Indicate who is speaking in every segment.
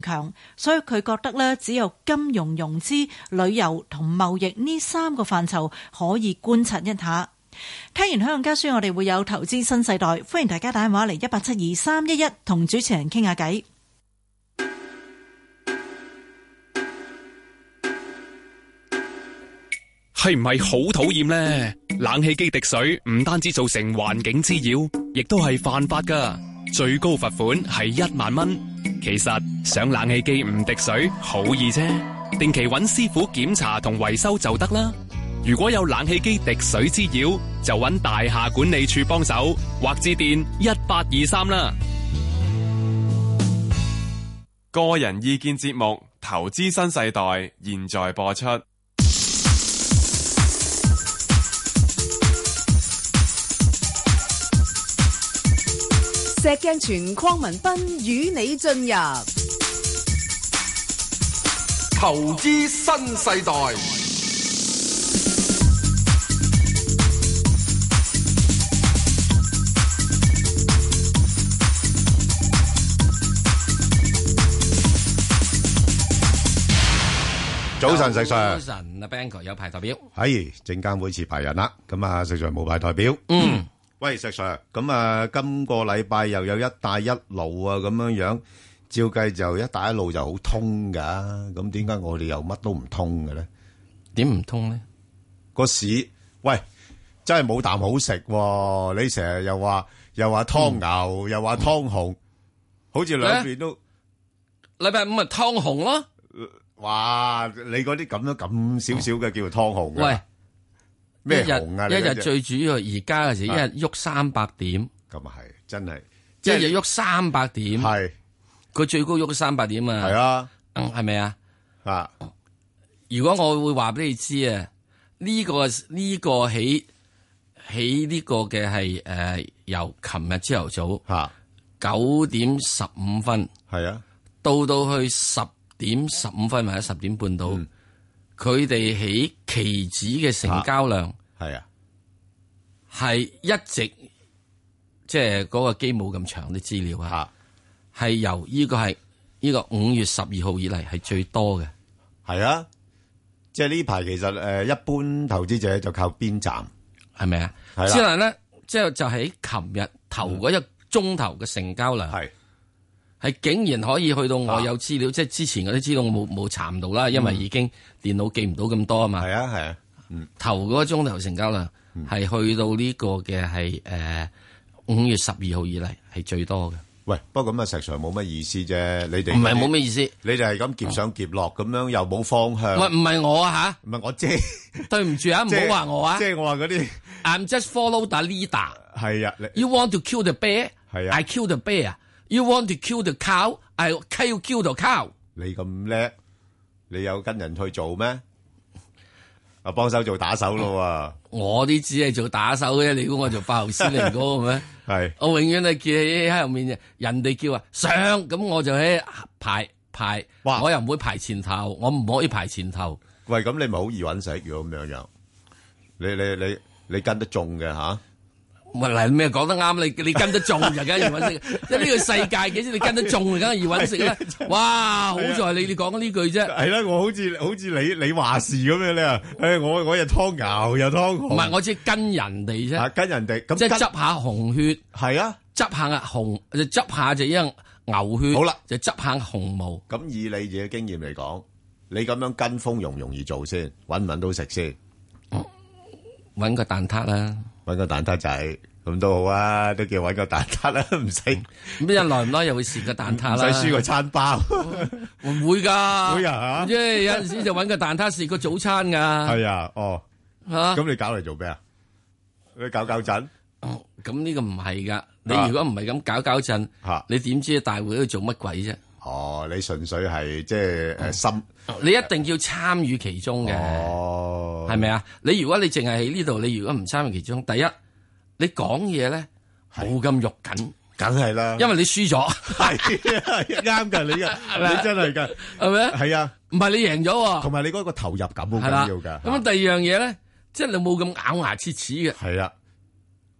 Speaker 1: 強，所以佢覺得呢，只有金融融資、旅遊同貿易呢三個範疇可以觀察一下。聽完香港家書，我哋會有投資新世代，歡迎大家打電話嚟一八七二三一一同主持人傾下偈。
Speaker 2: 係唔係好討厭呢？冷氣機滴水唔單止造成環境滋擾，亦都係犯法噶，最高罰款係一萬蚊。其實想冷氣機唔滴水好易啫，定期揾師傅檢查同維修就得啦。如果有冷氣機滴水滋擾，就揾大廈管理處幫手，或致電一八二三啦。
Speaker 3: 個人意見節目《投資新世代》現在播出。
Speaker 4: 石鏡泉鄺民彬與你進入
Speaker 5: 投資新世代。
Speaker 6: 早晨，石 Sir，
Speaker 7: 早晨啊，Bangor 有排代表。
Speaker 6: 係證監會持牌人啦，咁啊，石 Sir 無牌代表。
Speaker 7: 嗯，
Speaker 6: 喂，石 Sir，咁啊，今個禮拜又有一帶一路啊，咁樣樣，照計就一帶一路就好通噶，咁點解我哋又乜都唔通嘅咧？
Speaker 7: 點唔通咧？
Speaker 6: 個市，喂，真係冇啖好食喎！你成日又話又話湯牛，又話湯紅，好似兩邊都，
Speaker 7: 禮拜五咪湯紅咯。
Speaker 6: 哇！你嗰啲咁樣咁少少嘅叫做湯紅嘅，
Speaker 7: 喂，
Speaker 6: 咩
Speaker 7: 一日
Speaker 6: 紅啊？你
Speaker 7: 一日
Speaker 6: 嗰隻
Speaker 7: 最主要而家嘅時，一
Speaker 6: 啊
Speaker 7: 日喐三百點，
Speaker 6: 咁啊係，真係
Speaker 7: 一日喐三百點，
Speaker 6: 係
Speaker 7: 佢最高喐三百點啊。
Speaker 6: 係，啊
Speaker 7: 係咪啊？
Speaker 6: 啊！
Speaker 7: 如果我會話俾你知啊，呢個呢個喺喺呢個嘅係誒由琴日朝頭早
Speaker 6: 吓，
Speaker 7: 九點十五分
Speaker 6: 啊係啊，
Speaker 7: 到到去十點十五分或者十點半到，
Speaker 6: 嗯
Speaker 7: 佢哋喺期指嘅成交量
Speaker 6: 係啊，
Speaker 7: 係一直即係嗰個機冇咁長啲資料啊，
Speaker 6: 吓，
Speaker 7: 係由呢個係呢個五月十二號以嚟係最多嘅。
Speaker 6: 係啊，即係呢排其實誒，一般投資者就靠邊站，
Speaker 7: 係咪啊
Speaker 6: 係？啦嗯
Speaker 7: 之但咧，即係就喺琴日頭嗰一鐘頭嘅成交量，
Speaker 6: 係
Speaker 7: 係竟然可以去到我有資料，即係之前嗰啲資料我冇冇查唔到啦，因為已經電腦記唔到咁多啊嘛。
Speaker 6: 嗯係啊係啊，嗯
Speaker 7: 頭嗰個鐘頭成交量係去到呢個嘅係誒五月十二號以嚟係最多嘅，
Speaker 6: 喂，不過咁啊，石 Sir 冇乜意思啫，你哋
Speaker 7: 唔係冇咩意思。
Speaker 6: 你哋係咁夾上夾落咁樣，又冇方向。
Speaker 7: 喂，唔係我啊
Speaker 6: 唔係我遮，
Speaker 7: 吓， 對唔住啊，唔
Speaker 6: 即係
Speaker 7: 好話我啊
Speaker 6: 即係我話嗰啲
Speaker 7: ，I'm just follow the leader。
Speaker 6: 係啊，你
Speaker 7: You want to kill the bear？
Speaker 6: 係啊
Speaker 7: I kill the bear。You want to kill the cow？I kill kill the cow。
Speaker 6: 你咁叻，你有跟人去做咩？啊，幫手做打手咯
Speaker 7: 我啲只係做打手嘅，你估我做法號司令嗰個咩？
Speaker 6: 喎， 係
Speaker 7: 我永遠都叫喺後面，人哋叫啊上，咁我就喺排排，
Speaker 6: 哇
Speaker 7: 我又唔會排前頭，我唔可以排前頭。
Speaker 6: 喂，咁你咪好易揾食，如果咁樣樣，你你你你跟得中嘅吓，
Speaker 7: 喂，嗱，你咩講得啱？你你跟得中就梗係要 揾食，即係呢個世界幾時你跟得中，梗係要揾食啦。哇，好在你你講呢句啫，
Speaker 6: 係啦，我好似好似你你話事咁樣你啊，誒，我我又湯牛又湯
Speaker 7: 唔係我只係跟人哋
Speaker 6: 啊
Speaker 7: 啫，
Speaker 6: 跟人哋咁
Speaker 7: 即係
Speaker 6: 跟
Speaker 7: 執下紅血，
Speaker 6: 係啊，
Speaker 7: 執下啊紅，就執下就一樣牛血，
Speaker 6: 好啦，
Speaker 7: 就執下紅毛。
Speaker 6: 咁以你自己經驗嚟講，你咁樣跟風容唔容易做先，揾唔揾到食先？
Speaker 7: 揾個蛋撻啦，
Speaker 6: 搵個蛋撻仔咁都好啊，都叫搵個蛋撻啦，唔使
Speaker 7: 咁一耐唔耐又會蝕個蛋撻
Speaker 6: 唔
Speaker 7: 啦，
Speaker 6: 使輸個餐包，
Speaker 7: 唔會㗎，
Speaker 6: 會啊嚇
Speaker 7: 即係有陣時就揾個蛋撻食個早餐㗎，
Speaker 6: 係啊，哦，
Speaker 7: 嚇
Speaker 6: 咁你搞嚟做咩啊？你搞搞震
Speaker 7: 哦咁呢個唔係㗎。你
Speaker 6: 啊
Speaker 7: 如果唔係咁搞搞震，
Speaker 6: 吓，
Speaker 7: 你點知大會喺度做乜鬼啫？哦
Speaker 6: 哦，你純粹係即係誒心，
Speaker 7: 你一定要參與其中嘅，
Speaker 6: 哦，
Speaker 7: 係咪啊？你如果你淨係喺呢度，你如果唔參與其中，第一你講嘢咧冇咁肉緊，
Speaker 6: 梗係啦，
Speaker 7: 因為你輸咗，
Speaker 6: 係啊啱㗎，你
Speaker 7: 咪
Speaker 6: 嘅，
Speaker 7: 啊
Speaker 6: 你真係㗎，
Speaker 7: 係咪？
Speaker 6: 係啊，
Speaker 7: 唔係你贏咗喎，
Speaker 6: 同埋你嗰個投入感好
Speaker 7: 係
Speaker 6: 緊
Speaker 7: 啦。啊
Speaker 6: 要㗎，
Speaker 7: 咁第二樣嘢咧，即係你冇咁咬牙切齒嘅。
Speaker 6: 係啊，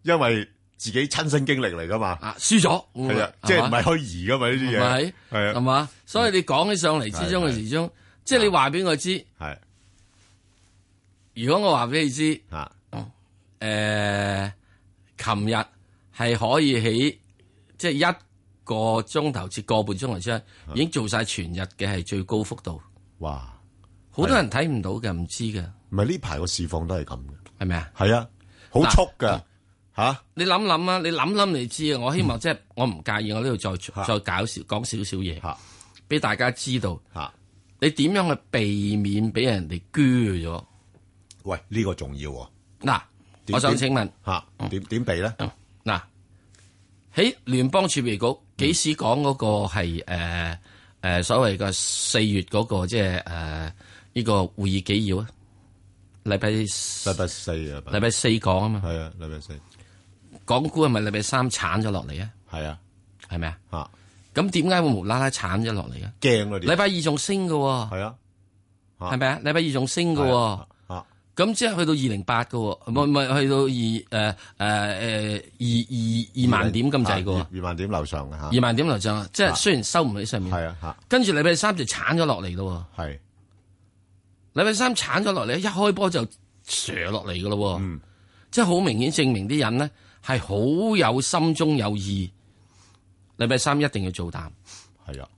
Speaker 6: 因為自己親身經歷嚟噶嘛，
Speaker 7: 啊，輸咗，
Speaker 6: 係啊，
Speaker 7: 嘛
Speaker 6: 即係唔係虛擬噶嘛呢啲
Speaker 7: 係
Speaker 6: 嘢
Speaker 7: 咪，？
Speaker 6: 係
Speaker 7: 係
Speaker 6: 啊，
Speaker 7: 嘛？所以你講起上嚟之中嘅
Speaker 6: 係係
Speaker 7: 時鐘，即係你話俾我知，
Speaker 6: 係
Speaker 7: 如果我話俾你知，哦
Speaker 6: 啊，
Speaker 7: 誒，琴日係可以喺即係一個鐘頭至個半鐘頭之間，已經做晒全日嘅係最高幅度，
Speaker 6: 啊哇！
Speaker 7: 好多人睇唔到嘅，唔知嘅，
Speaker 6: 唔係呢排個市況都係咁嘅，
Speaker 7: 係咪啊？
Speaker 6: 係啊，好
Speaker 7: 嗱
Speaker 6: 速㗎吓，
Speaker 7: 你諗諗啊，你諗諗你知啊！我希望即係我唔介意，我呢度再再搞少講少少嘢
Speaker 6: 嚇，
Speaker 7: 俾大家知道，
Speaker 6: 吓，
Speaker 7: 你點樣去避免俾人哋鋸咗
Speaker 6: 喂，呢個重要喎，
Speaker 7: 嗱？
Speaker 6: 點
Speaker 7: 我想請問。嗯
Speaker 6: 吓，點點避咧？
Speaker 7: 嗱，喺聯邦儲備
Speaker 6: 嗯
Speaker 7: 局幾時講嗰個係誒誒所謂嘅四月嗰、個即係誒呢個會議紀要啊？禮拜
Speaker 6: 禮
Speaker 7: 禮
Speaker 6: 拜四啊，
Speaker 7: 拜四講啊嘛，
Speaker 6: 係啊，禮拜四，
Speaker 7: 港股係咪禮拜三剷咗落嚟啊？
Speaker 6: 係啊，
Speaker 7: 係咪啊？
Speaker 6: 吓，
Speaker 7: 咁點解會無啦啦剷咗落嚟啊？
Speaker 6: 驚嗰
Speaker 7: 禮
Speaker 6: 啲，
Speaker 7: 拜二仲升嘅喎，
Speaker 6: 係啊，
Speaker 7: 係咪啊？禮拜二仲升嘅
Speaker 6: 係
Speaker 7: 喎
Speaker 6: 啊，，啊，
Speaker 7: 咁即係去到二零八嘅喎，唔係唔係去到二誒誒誒二二二萬點咁滯嘅喎
Speaker 6: 啊，二萬點樓上啊，
Speaker 7: 二萬點樓上啊，即係雖然收唔喺上面
Speaker 6: 吓，。係啊，
Speaker 7: 跟住禮拜三就鏟咗落嚟咯
Speaker 6: 吓，係，
Speaker 7: 喎，禮拜三鏟咗落嚟，一開波就射落嚟噶咯喎，
Speaker 6: 嗯
Speaker 7: 即係好明顯證明啲人咧係好有心中有意，禮拜三一定要做淡，
Speaker 6: 係啊，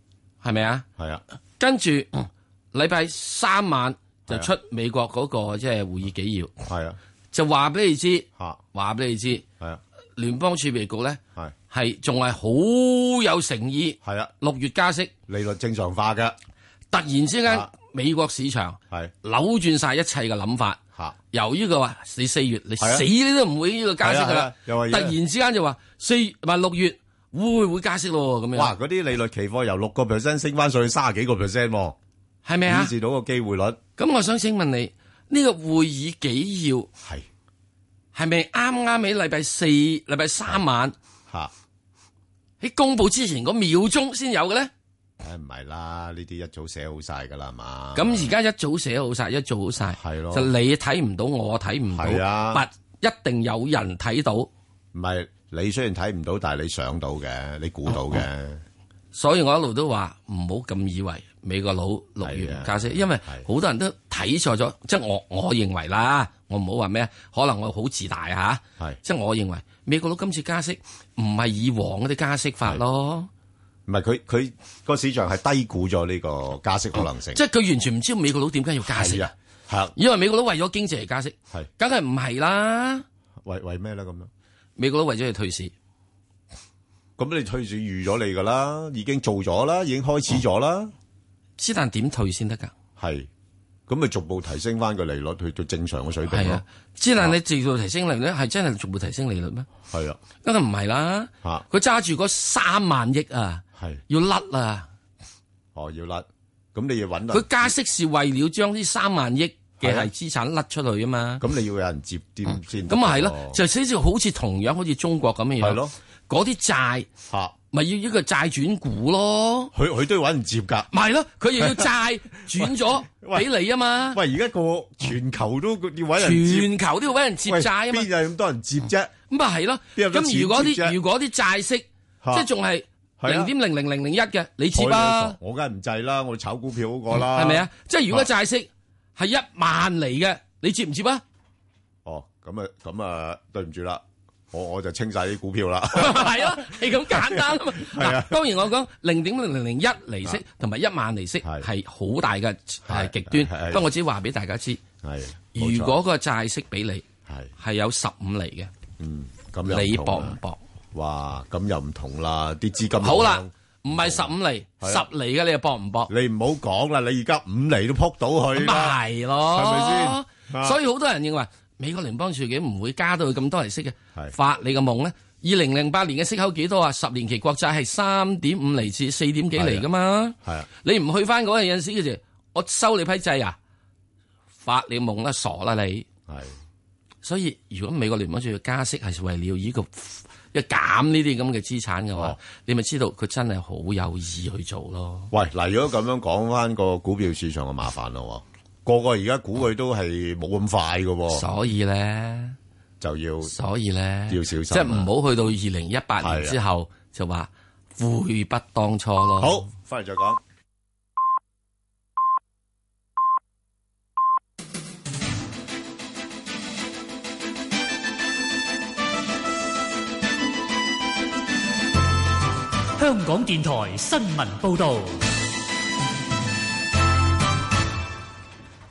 Speaker 7: 係咪啊？
Speaker 6: 係啊，
Speaker 7: 跟住嗯禮拜三晚就
Speaker 6: 係啊
Speaker 7: 出美國嗰個即係會議紀要，
Speaker 6: 係啊，
Speaker 7: 就話俾你知，
Speaker 6: 吓，
Speaker 7: 話俾你知，
Speaker 6: 係啊，
Speaker 7: 聯邦儲備局咧
Speaker 6: 係，
Speaker 7: 係仲係好有誠意，
Speaker 6: 係啊，
Speaker 7: 六月加息，
Speaker 6: 利率正常化嘅，
Speaker 7: 突然之間
Speaker 6: 啊
Speaker 7: 美國市場
Speaker 6: 係，
Speaker 7: 扭轉晒一切嘅諗法。
Speaker 6: 吓，
Speaker 7: 由呢個話你四月你
Speaker 6: 係啊
Speaker 7: 死你都唔會呢個加息噶
Speaker 6: 係啊係
Speaker 7: 啦
Speaker 6: 啊，又話
Speaker 7: 突然之間就話四唔係六月會會加息咯咁
Speaker 6: 哇，
Speaker 7: 樣，
Speaker 6: 嗰啲利率期貨由六個 percent 升翻上去卅幾個 percent 喎。
Speaker 7: 係咪啊
Speaker 6: 顯？示到個機會率
Speaker 7: 咁我想請問你呢個會議紀要
Speaker 6: 係
Speaker 7: 係咪啱啱喺禮拜四、禮拜三晚
Speaker 6: 吓，
Speaker 7: 喺公佈之前嗰秒鐘先有嘅咧？
Speaker 6: 唉唔係啦，呢啲一早寫好晒㗎啦係嘛。
Speaker 7: 咁而家一早寫好晒，一做好晒，
Speaker 6: 啊係咯
Speaker 7: 就你睇唔到，我睇唔
Speaker 6: 係
Speaker 7: 到，
Speaker 6: 啊
Speaker 7: 但一定有人睇到，
Speaker 6: 唔係你雖然睇唔到，但係你想到嘅，你估到嘅，
Speaker 7: 哦所以我一路都話唔好咁以為美國佬六月唔加息，
Speaker 6: 係啊
Speaker 7: 因為
Speaker 6: 係
Speaker 7: 好多人都睇錯咗，即係我我認為啦，我唔好話咩，可能我好自大嚇、
Speaker 6: 係
Speaker 7: 即係我認為美國佬今次加息唔係以往嗰啲加息法咯，
Speaker 6: 唔係佢佢個市場係低估咗呢個加息可能性。
Speaker 7: 即係佢完全唔知道美國佬點解要加息
Speaker 6: 係啊，，係
Speaker 7: 以為美國佬為咗經濟而加息，
Speaker 6: 係
Speaker 7: 梗係唔係啦？
Speaker 6: 為為咩咧咁樣？
Speaker 7: 美國佬為咗要退市，
Speaker 6: 咁你退市預咗你㗎啦，已經做咗啦，已經開始咗啦，
Speaker 7: 哦之但點退先得㗎？
Speaker 6: 係咁咪逐步提升翻個利率去到正常嘅水平
Speaker 7: 係
Speaker 6: 咯
Speaker 7: 啊。，之但你直度提升利率係真係逐步提升利率咩？
Speaker 6: 係啊，
Speaker 7: 梗係唔係啦？
Speaker 6: 嚇
Speaker 7: 佢揸住嗰三萬億啊！
Speaker 6: 係
Speaker 7: 要甩啊！
Speaker 6: 哦要甩，咁你要揾
Speaker 7: 佢
Speaker 6: 啦。
Speaker 7: 加息是為了將呢三萬億嘅
Speaker 6: 係啊
Speaker 7: 係資產甩出去啊嘛。
Speaker 6: 咁你要有人接啲先得
Speaker 7: 咁
Speaker 6: 㗎喎。
Speaker 7: 啊係咯，就寫住好似同樣好似中國咁樣樣。
Speaker 6: 係咯，
Speaker 7: 嗰啲債
Speaker 6: 嚇。
Speaker 7: 咪要一個債轉股咯，
Speaker 6: 佢佢都要揾人接㗎。
Speaker 7: 咪係咯，佢又 要債轉咗
Speaker 6: 喂
Speaker 7: 俾你啊嘛。
Speaker 6: 喂，而家個全球都要揾人接，
Speaker 7: 全球都要揾人接
Speaker 6: 喂
Speaker 7: 債啊嘛
Speaker 6: 邊，有咁多人接啫？
Speaker 7: 咁咪係咯。
Speaker 6: 邊有咁多
Speaker 7: 咁如果
Speaker 6: 錢接
Speaker 7: 啲
Speaker 6: 啫
Speaker 7: 如果啲債息即
Speaker 6: 嚇
Speaker 7: 係仲係
Speaker 6: 係
Speaker 7: 零
Speaker 6: 啊
Speaker 7: 點零零零零一嘅，你接
Speaker 6: 我
Speaker 7: 啊，
Speaker 6: 我梗係唔制啦，我炒股票好過啦，
Speaker 7: 係咪？啊？即係如果債息 係一萬嚟嘅，你接唔接啊？
Speaker 6: 哦，咁啊，咁啊，對唔住啦，我我就清晒啲股票 啦，
Speaker 7: 係咯，係咁簡單 啊嘛。
Speaker 6: 係啊
Speaker 7: 嗱，當然我講零點零零零一利息同埋一萬利息
Speaker 6: 係
Speaker 7: 係好大嘅係
Speaker 6: 係
Speaker 7: 極
Speaker 6: 係
Speaker 7: 端，
Speaker 6: 係
Speaker 7: 不過我只話俾大家知，
Speaker 6: 係。冇錯
Speaker 7: 如果個債息俾你
Speaker 6: 係
Speaker 7: 係有十五厘
Speaker 6: 嗯咁又
Speaker 7: 嘅，你
Speaker 6: 唔
Speaker 7: 搏
Speaker 6: 同
Speaker 7: 唔
Speaker 6: 啦，
Speaker 7: 搏？
Speaker 6: 哇，咁又唔同啦，啲資金
Speaker 7: 好啦
Speaker 6: 流，
Speaker 7: 唔係十五厘，
Speaker 6: 係啊
Speaker 7: 十厘嘅你又搏唔搏？
Speaker 6: 向，你唔好講啦，你而家五厘都撲到
Speaker 7: 咁
Speaker 6: 佢
Speaker 7: 咪
Speaker 6: 啦，
Speaker 7: 係咯，
Speaker 6: 係咪先啊
Speaker 7: 所以好多人認為美國聯邦儲備唔會加到咁多利息嘅
Speaker 6: 係，
Speaker 7: 發你個夢咧！二零零八年嘅息口幾多啊？十年期國債係三點五厘至四點幾厘噶嘛？
Speaker 6: 係啊，
Speaker 7: 你唔去翻嗰陣時嘅時，我收你批債啊！發你夢啦，傻啦你！
Speaker 6: 係
Speaker 7: 所以如果美國聯邦儲備加息係為了呢、個一減呢啲咁嘅資產嘅話，
Speaker 6: 哦
Speaker 7: 你咪知道佢真係好有意去做咯。
Speaker 6: 喂，嗱，如果咁樣講翻個股票市場就麻煩咯喎，個個而家估佢都係冇咁快嘅喎，
Speaker 7: 所以咧，
Speaker 6: 哦就要
Speaker 7: 所以咧，
Speaker 6: 要小心啊
Speaker 7: 即係唔好去到二零一八年
Speaker 6: 係啊
Speaker 7: 之後就話悔不當初咯。
Speaker 6: 好，翻嚟再講。
Speaker 8: 香港電台新聞報導，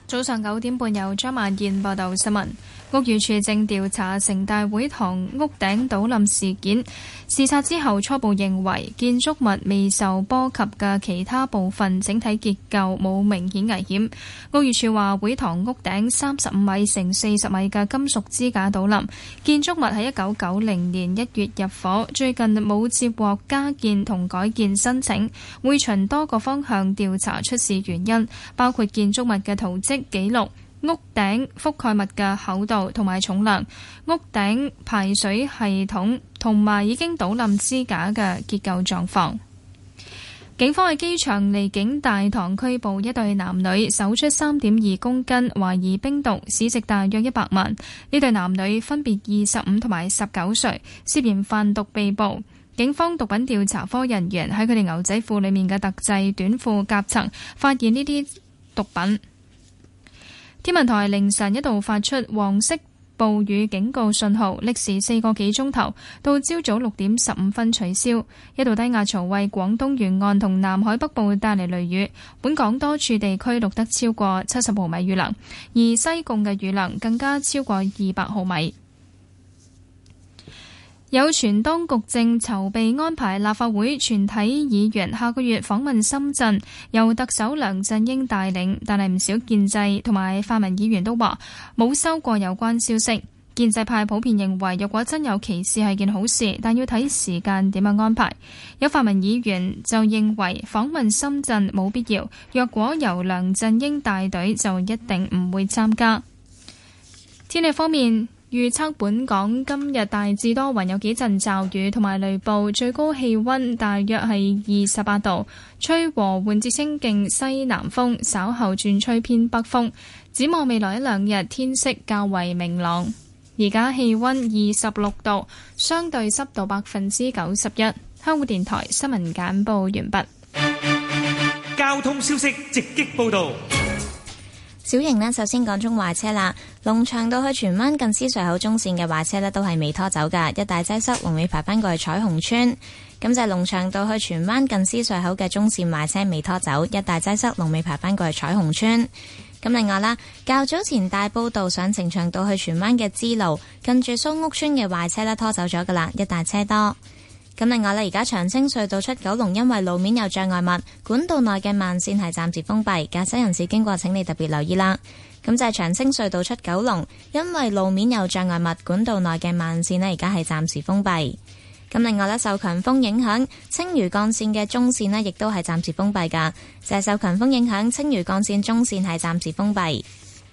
Speaker 9: 早上九點半由張曼燕報道新聞。屋宇署正調查城大會堂屋頂倒冧事件，視察之後初步認為建築物未受波及嘅其他部分整體結構冇明顯危險。屋宇署話會堂屋頂三十五米乘四十米嘅金屬支架倒冧，建築物喺一九九零年一月入伙，最近冇接獲加建同改建申請，會循多個方向調查出事原因，包括建築物嘅圖則記錄。屋頂覆蓋物嘅厚度同埋重量，屋頂排水系統同埋已經倒冧支架嘅結構狀況。警方喺機場離境大堂拘捕一對男女，搜出三點二公斤懷疑冰毒，市值大約一百萬。呢對男女分別二十五同埋十九歲，涉嫌販毒被捕。警方毒品調查科人員喺佢哋牛仔褲裡面嘅特製短褲夾層發現呢啲毒品。天文台凌晨一度發出黃色暴雨警告信號，歷時四個幾鐘頭，到朝早六點十五分取消。一度低壓槽為廣東沿岸同南海北部帶嚟雷雨，本港多處地區錄得超過七十毫米雨量，而西貢嘅雨量更加超過二百毫米。有傳當局正籌備安排立法會全體議員下個月訪問深圳，由特首梁振英帶領，但係唔少建制同埋泛民議員都話冇收過有關消息。建制派普遍認為，若果真有歧視係件好事，但要睇時間點樣安排。有泛民議員就認為訪問深圳冇必要，若果由梁振英帶隊就一定唔會參加。天氣方面，預測本港今日大致多雲，有幾陣驟雨同埋雷暴，最高氣温大約係二十八度，吹和緩至清勁西南風，稍後轉吹偏北風。展望未來一兩日天色較為明朗。而家氣温二十六度，相對濕度百分之九十一。香港電台新聞簡報完畢。
Speaker 8: 交通消息直擊報導，
Speaker 10: 小型呢，首先講中壞車啦。龍翔道去荃灣近獅隧口中線嘅壞車呢，都係未拖走㗎，一大擠塞，龍尾排返過去彩虹村。咁就係龍翔道去荃灣近獅隧口嘅中線壞車未拖走，一大擠塞，龍尾排返過去彩虹村。咁另外啦，較早前大埔道上呈祥道去荃灣嘅支路，近住蘇屋村嘅壞車呢，拖走咗㗎啦，一大車多。咁另外呢，而家長青隧道出九龍因為路面有障礙物，管道內嘅慢線係暫時封閉，駕駛人士經過請你特別留意啦。咁就係長青隧道出九龍，因為路面有障礙物，管道內嘅慢線呢，而家係暫時封閉。咁另外呢，受強風影響，青嶼幹線嘅中線呢，亦都係暫時封閉㗎。就係受強風影響，青嶼幹線中線係暫時封閉。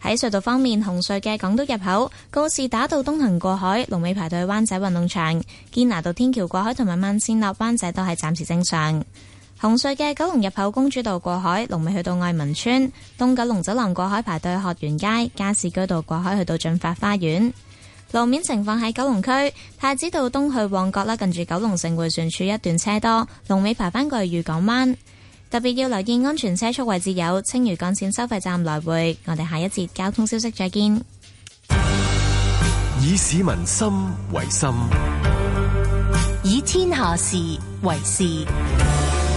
Speaker 10: 喺隧道方面，紅隧嘅港島入口告士打道東行過海，龍尾排隊灣仔運動場；堅拿道天橋過海同埋慢線落灣仔都係暫時正常。紅隧嘅九龍入口公主道過海，龍尾去到愛民村；東九龍走廊過海排隊學園街，加士居道過海去到進發花園。路面情況喺九龍區太子道東去旺角啦，近住九龍城迴旋處一段車多，龍尾排返過去御港灣。特別要留意安全車速位置有青嶼幹線收費站來回。我哋下一節交通消息再見。
Speaker 11: 以市民心為心，
Speaker 12: 以天下事為事。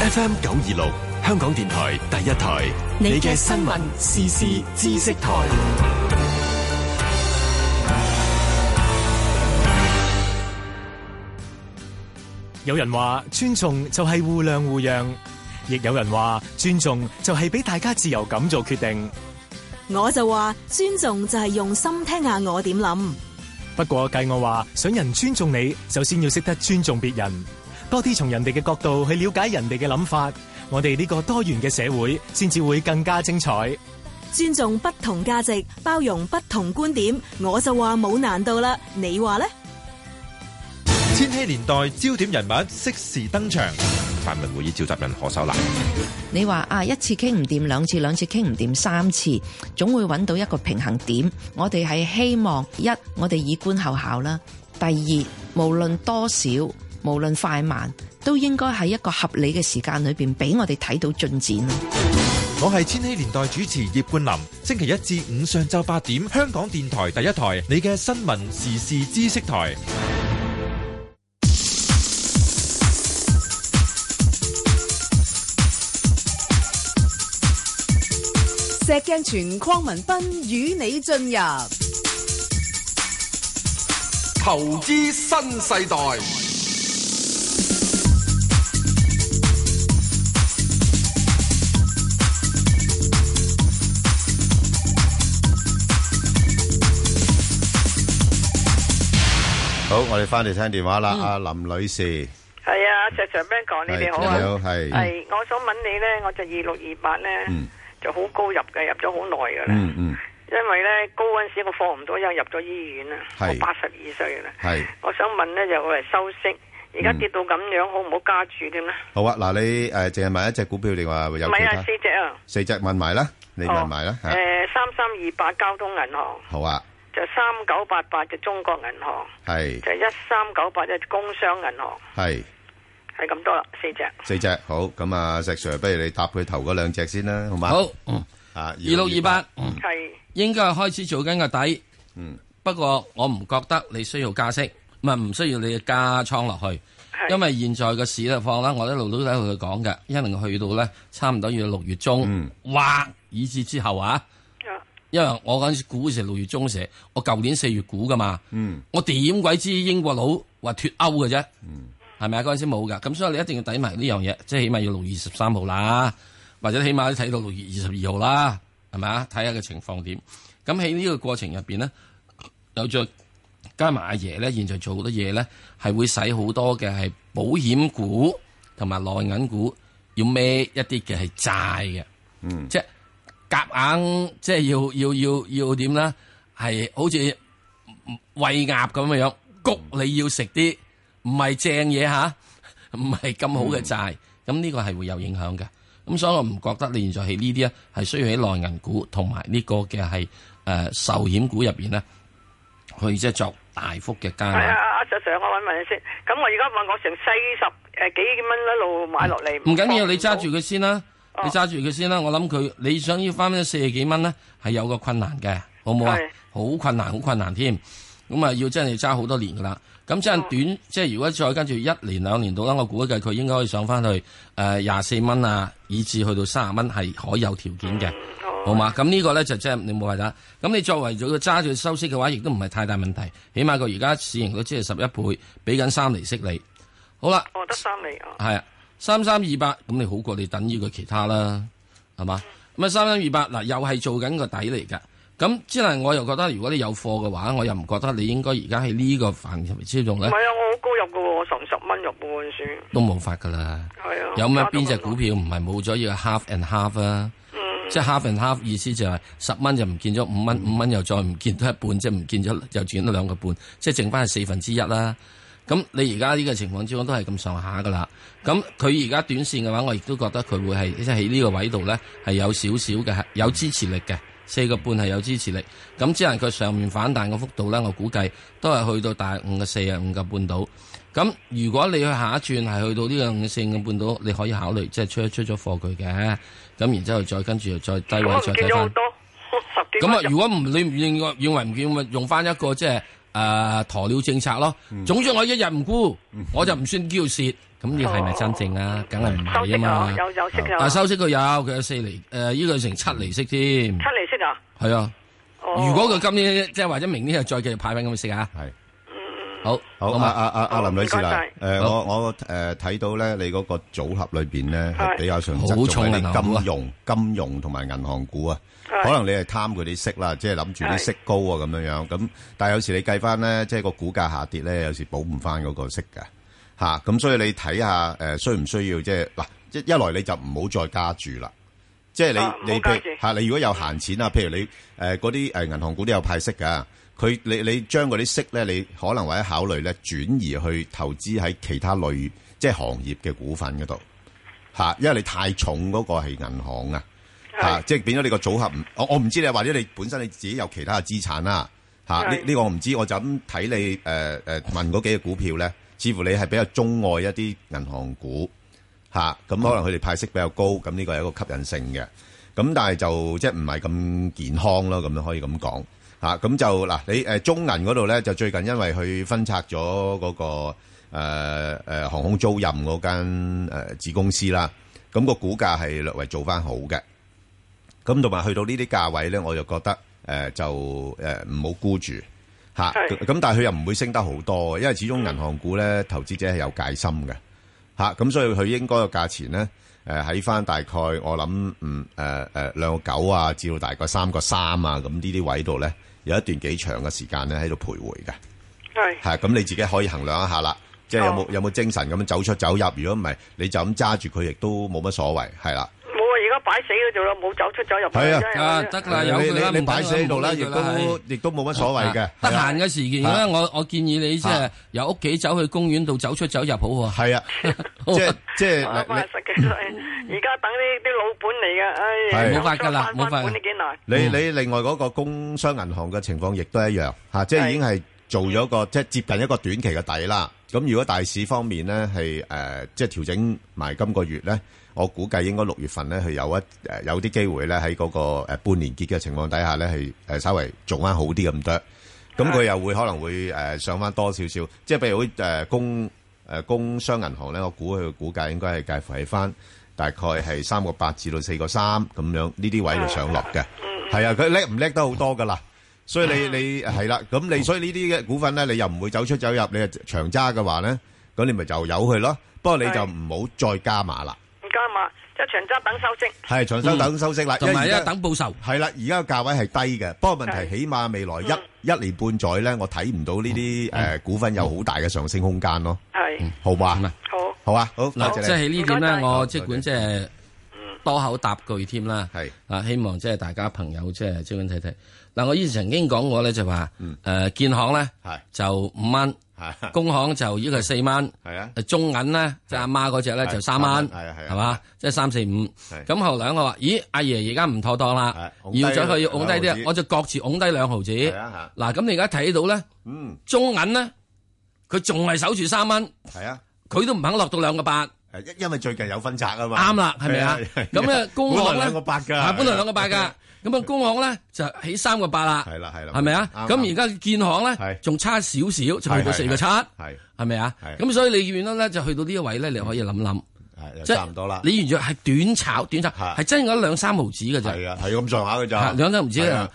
Speaker 11: FM 九二六，香港電台第一台，你嘅新聞、時事、知識台。
Speaker 13: 有人話尊重就係互諒互讓，亦有人話尊重就係俾大家自由咁做決定。
Speaker 14: 我就話尊重就係用心聽下我點諗，
Speaker 13: 不過計我話想人尊重你，首先要識得尊重別人，多啲從人哋嘅角度去了解人哋嘅諗法。我哋呢個多元嘅社會，先至會更加精彩。
Speaker 14: 尊重不同價值，包容不同觀點，我就話冇難度啦。你話呢？
Speaker 15: 千禧年代焦點人物適時登場。泛民會議召集人何秀蘭，
Speaker 16: 你話啊，一次傾唔掂，兩次兩次傾唔掂，三次總會揾到一個平衡點。我哋係希望一，我哋以觀後效啦；第二，無論多少，無論快慢，都應該喺一個合理嘅時間裏邊，俾我哋睇到進展咯。
Speaker 15: 我係千禧年代主持葉冠霖。星期一至五上晝八點，香港電台第一台，你嘅新聞時事知識台。
Speaker 4: 石鏡泉鄺民彬與你進入
Speaker 5: 投資新世代，
Speaker 6: 好，我哋翻嚟聽電話啦，
Speaker 17: 嗯
Speaker 6: 阿林女士，
Speaker 17: 系啊，石 Sir Ben 哥，你哋好啊，
Speaker 6: 你好係
Speaker 17: 系，我想問你咧，我就二六二八咧
Speaker 6: 嗯
Speaker 17: 就好高入嘅，入咗好耐噶啦，
Speaker 6: 嗯嗯，
Speaker 17: 因為咧高嗰陣時我放唔到，因為入咗醫院啦，我
Speaker 6: 係
Speaker 17: 八十二歲啦，
Speaker 6: 係。
Speaker 17: 我想問咧就我嚟收息，而
Speaker 6: 嗯
Speaker 17: 家跌到咁樣，好唔好加注添咧？
Speaker 6: 好啊，嗱，你诶净系问一隻股票，定話有
Speaker 17: 唔
Speaker 6: 其
Speaker 17: 係
Speaker 6: 他
Speaker 17: 啊，四隻啊，
Speaker 6: 四隻問埋啦，你問埋啦吓，嚇
Speaker 17: 诶，三三二八交通銀行
Speaker 6: 好啊，
Speaker 17: 就三九八八就中國銀行
Speaker 6: 係
Speaker 17: 就一三九八就工商銀行，
Speaker 6: 係
Speaker 17: 係咁多啦，四隻。
Speaker 6: 四隻好，咁啊石 Sir，不如你答佢頭嗰兩隻先啦，好嘛？
Speaker 7: 好，
Speaker 6: 啊，二
Speaker 7: 二六二八
Speaker 17: 系
Speaker 7: 應該係開始做緊個底。
Speaker 6: 嗯，
Speaker 7: 不過我唔覺得你需要加息，唔係唔需要你加倉落去，因為現在嘅市咧況啦，我一路都喺度講嘅，因為去到咧差唔多要六月中，哇，以至之後啊，因為我嗰陣時估嘅時候六月中時，我舊年四月估噶嘛，
Speaker 6: 嗯，
Speaker 7: 我點鬼知英國佬話脱歐嘅啫？係咪啊？嗰陣時冇㗎，咁所以你一定要抵埋呢樣嘢，即係起碼要六月十三號啦，或者起碼都睇到六月二十二號啦，係咪啊？睇下個情況點。咁喺呢個過程入邊咧，有着加埋阿爺咧，現在做好多嘢咧，係會使好多嘅係保險股同埋內銀股要孭一啲嘅係債嘅，
Speaker 6: 嗯，
Speaker 7: 即係夾硬，即係要要要要點咧？係好似喂鴨咁樣，谷你要食啲唔係正嘢吓， 唔係咁好嘅債，咁呢、個係會有影響嘅。咁所以我唔覺得你現在喺呢啲咧係需要喺內銀股同埋呢個嘅係誒壽險股入邊咧，去即係作大幅嘅加
Speaker 17: 係啊，
Speaker 7: 碼。
Speaker 17: 阿阿 Sir Sir，我揾問你先。咁我而家問我成四十誒幾蚊一路買落嚟，
Speaker 7: 唔哦緊要，你揸住佢先啦，你揸住佢先啦。我諗佢你想要翻四十幾蚊咧，係有個困難嘅，好唔好啊
Speaker 17: 係？
Speaker 7: 好困難，好困難添。咁啊，要真係揸好多年噶啦。咁即係短，即係如果再跟住一年兩年到啦，我估計佢應該可以上翻去誒廿四蚊啊，以至去到三十蚊係可以有條件嘅，好嘛？咁呢個咧就即係你冇話啦。咁你作為咗揸住收息嘅話，亦都唔係太大問題。起碼佢而家市盈率只係十一倍，俾緊三厘息你。好啦，
Speaker 17: 我得三厘啊。
Speaker 7: 系啊，三三二八，咁你好過你等於佢其他啦，係嘛？咁啊，三三二八嗱，又係做緊個底嚟㗎。咁之係我又覺得，如果你有貨嘅話，我又唔覺得你應該而家喺呢個範疇之中
Speaker 17: 唔
Speaker 7: 咧
Speaker 17: 係，啊，我好高入嘅喎，我十十蚊入嘅喎嗰陣時。
Speaker 7: 都冇法㗎啦。
Speaker 17: 係啊，
Speaker 7: 有咩邊只股票唔係冇咗要 half and half 啊？
Speaker 17: 嗯
Speaker 7: 即係 half and half 意思就係十蚊就唔見咗五蚊，五蚊又再唔見咗一半，即係唔見咗又轉咗兩個半，即係剩翻係四分之一啦。咁你而家呢個情況之中都係咁上下噶啦。咁佢而家短線嘅話，我亦都覺得佢會係即係喺呢個位度咧係有少少嘅有支持力嘅，四個半係有支持力。咁只能佢上面反彈嘅幅度咧，我估計都係去到大五個四啊五個半度。咁如果你去下一轉係去到呢個五四五半度，你可以考慮即係出一出咗貨佢嘅，咁然之後再跟住又再低位
Speaker 17: 我唔
Speaker 7: 再
Speaker 17: 見
Speaker 7: 睇
Speaker 17: 咗好
Speaker 7: 翻。
Speaker 17: 多，十幾
Speaker 7: 咁
Speaker 17: 蚊
Speaker 7: 啊，
Speaker 17: 入
Speaker 7: 如果唔你唔認為認為唔見，咪用翻一個即係誒鴕鳥政策咯。
Speaker 17: 嗯
Speaker 7: 總之我一日唔沽，我就唔算叫蝕。咁你係咪真正啊？梗係唔係啊嘛。
Speaker 17: 哦收息啊有有息啊
Speaker 7: 但收息佢有，佢有四厘誒，依個成七厘息添。
Speaker 17: 七厘息啊。
Speaker 7: 係啊。
Speaker 17: 哦
Speaker 7: 如果佢今年即係或者明年又再繼續派翻咁息啊。
Speaker 6: 係。
Speaker 7: 好。
Speaker 6: 好
Speaker 7: 嘛
Speaker 6: 啊啊啊啊林女士啦，
Speaker 7: 唔該
Speaker 6: 誒
Speaker 7: 晒
Speaker 6: 我我誒睇到咧，你嗰個組合裏邊咧係比較上側
Speaker 7: 好
Speaker 6: 重
Speaker 7: 重
Speaker 6: 喺
Speaker 7: 銀
Speaker 6: 啲
Speaker 7: 行股
Speaker 6: 金
Speaker 7: 啊
Speaker 6: 融、金融同埋銀行股啊。
Speaker 7: 係
Speaker 6: 可能你係貪佢啲息啦，即係諗住啲息高啊咁樣樣。咁但係有時你計翻咧，即係個股價下跌咧，有時補唔翻嗰個息㗎嚇。咁所以你睇下誒需唔需要即係嗱一一來你就唔好再加注啦。即係你你譬如嚇，你如果有閒錢啊，譬如你誒嗰啲誒銀行股都有派息㗎，佢你你將嗰啲息咧，你可能或者考慮咧轉移去投資喺其他類即係行業嘅股份嗰度嚇，因為你太重嗰個係銀行啊嚇，即係變咗你個組合唔，我我唔知你或者你本身你自己有其他嘅資產啦嚇，呢
Speaker 18: 係
Speaker 6: 呢個我唔知，我就咁睇你誒誒、呃呃、問嗰幾隻股票咧，似乎你係比較鍾愛一啲銀行股。吓，咁可能佢哋派息比較高，咁呢個係一個吸引性嘅。咁但係就即係唔係咁健康咯，咁樣可以咁講吓。咁就嗱，你誒中銀嗰度咧，就最近因為佢分拆咗嗰個誒誒航空租賃嗰間誒子公司啦，咁個股價係略為做翻好嘅。咁同埋去到呢啲價位咧，我就覺得誒、呃就誒唔好沽住嚇。咁、咁但係佢又唔會升得好多，因為始終銀行股咧投資者係有戒心嘅嚇。咁、所以佢應該個價錢咧誒喺翻大概我諗嗯誒誒兩個九啊，至到大概三個三啊，咁呢啲位度咧有一段幾長嘅時間咧喺度徘徊嘅。
Speaker 17: 係
Speaker 6: 係咁你自己可以衡量一下啦，即係有冇有冇精神咁樣走出走入？如果唔係，你就咁揸住佢，亦都冇乜所謂，係啦。
Speaker 17: 冇啊！而家擺死嗰度啦，冇走出走入。
Speaker 6: 係啊
Speaker 17: 真係
Speaker 7: 啊得啦，
Speaker 6: 你
Speaker 7: 有佢啦，
Speaker 6: 你你
Speaker 7: 唔
Speaker 6: 擺死喺度啦，亦
Speaker 7: 緊要冇理佢
Speaker 6: 都
Speaker 7: 啦
Speaker 6: 亦都冇乜所謂嘅。
Speaker 7: 得
Speaker 6: 係啊
Speaker 7: 閒嘅時間
Speaker 6: 啊
Speaker 7: 咧，我我建議你即係由屋企走去公園度走出走入好喎。
Speaker 6: 係啊，即係即係
Speaker 17: 我八十幾歲， 而家等啲啲老本嚟㗎，唉，
Speaker 6: 係
Speaker 17: 有
Speaker 6: 冇法㗎啦
Speaker 17: 想返
Speaker 6: 冇法㗎
Speaker 17: 本都幾難。
Speaker 6: 你你另外嗰個工商銀行嘅情況亦都一樣嚇、即係已經係做咗個即係接近一個短期嘅底啦。咁如果大市方面呢，係誒、呃即係調整埋今個月呢，我估計應該六月份呢，係有一誒、呃有啲機會呢，喺嗰個呃半年結嘅情況底下呢，係誒稍微做翻好啲咁多。咁佢又會可能會誒、呃上翻多少少，即係譬如好似誒工誒呃工商銀行咧，我估佢嘅估價應該係介乎喺翻大概係三個八至到四個三咁樣呢啲位度上落嘅，係啊，佢叻唔叻得好多噶啦，所以你你係啦，咁你所以呢啲嘅股份咧，你又唔會走出走入，你係長揸嘅話咧，咁你咪就由佢咯，不過你就唔好再加碼啦。
Speaker 17: 唔加嘛，即係長揸等收息。
Speaker 6: 係長收等收息啦，
Speaker 7: 嗯同埋
Speaker 6: 因為而家
Speaker 7: 一等報仇。
Speaker 6: 係啦，而家個價位係低嘅，不過問題起碼未來一一年半載咧，我睇唔到呢啲誒股份有好大嘅上升空間咯。
Speaker 17: 係，
Speaker 6: 好嘛？
Speaker 17: 好，
Speaker 6: 好啊，好，多
Speaker 7: 嗱，
Speaker 6: 謝嗯
Speaker 7: 即係
Speaker 6: 你
Speaker 7: 呢點咧，我即管即係多口答句添啦。
Speaker 6: 係
Speaker 7: 啊，希望即係大家朋友即係即管睇睇。嗱，我以前曾經講過咧，就話
Speaker 6: 嗯
Speaker 7: 誒建行咧就五蚊，工行就依個係四蚊，呃
Speaker 6: 係啊，
Speaker 7: 中銀咧就阿媽嗰只咧
Speaker 6: 係
Speaker 7: 就三蚊，
Speaker 6: 三蚊係啊係啊
Speaker 7: 係嘛，即係三四五
Speaker 6: 係。
Speaker 7: 咁後兩個話：咦，阿爺而家唔妥當啦，
Speaker 6: 拱低
Speaker 7: 要咗佢要拱低
Speaker 6: 兩毫子
Speaker 7: 啲，我就各自拱低兩毫子。
Speaker 6: 係啊
Speaker 7: 嗱，咁你而家睇到咧，
Speaker 6: 嗯，
Speaker 7: 中銀咧佢仲係守住三蚊。
Speaker 6: 係啊，
Speaker 7: 佢都唔肯落到兩個八。
Speaker 6: 因因為最近有分拆啊嘛。
Speaker 7: 啱啦，係咪啊
Speaker 6: 係啊係啊？
Speaker 7: 咁咧，工行
Speaker 6: 本來
Speaker 7: 咧
Speaker 6: 兩個八㗎
Speaker 7: 係本來兩個八 㗎。咁啊，工行咧就起三個八啦。係
Speaker 6: 啦，係啦
Speaker 7: 係咪啊？
Speaker 6: 啱
Speaker 7: 咁而家建行咧仲差少少，就去到
Speaker 6: 係
Speaker 7: 四個七，
Speaker 6: 係
Speaker 7: 係咪啊？
Speaker 6: 係
Speaker 7: 咁所以你見到咧，就去到呢一位咧，你可以諗諗。
Speaker 6: 係
Speaker 7: 即係
Speaker 6: 差唔多啦
Speaker 7: 你完全係短炒，短炒係真嗰兩三毫子嘅啫。係
Speaker 6: 啊，係咁上下嘅咋
Speaker 7: 兩三毫子
Speaker 6: 係
Speaker 7: 啊
Speaker 6: 啊。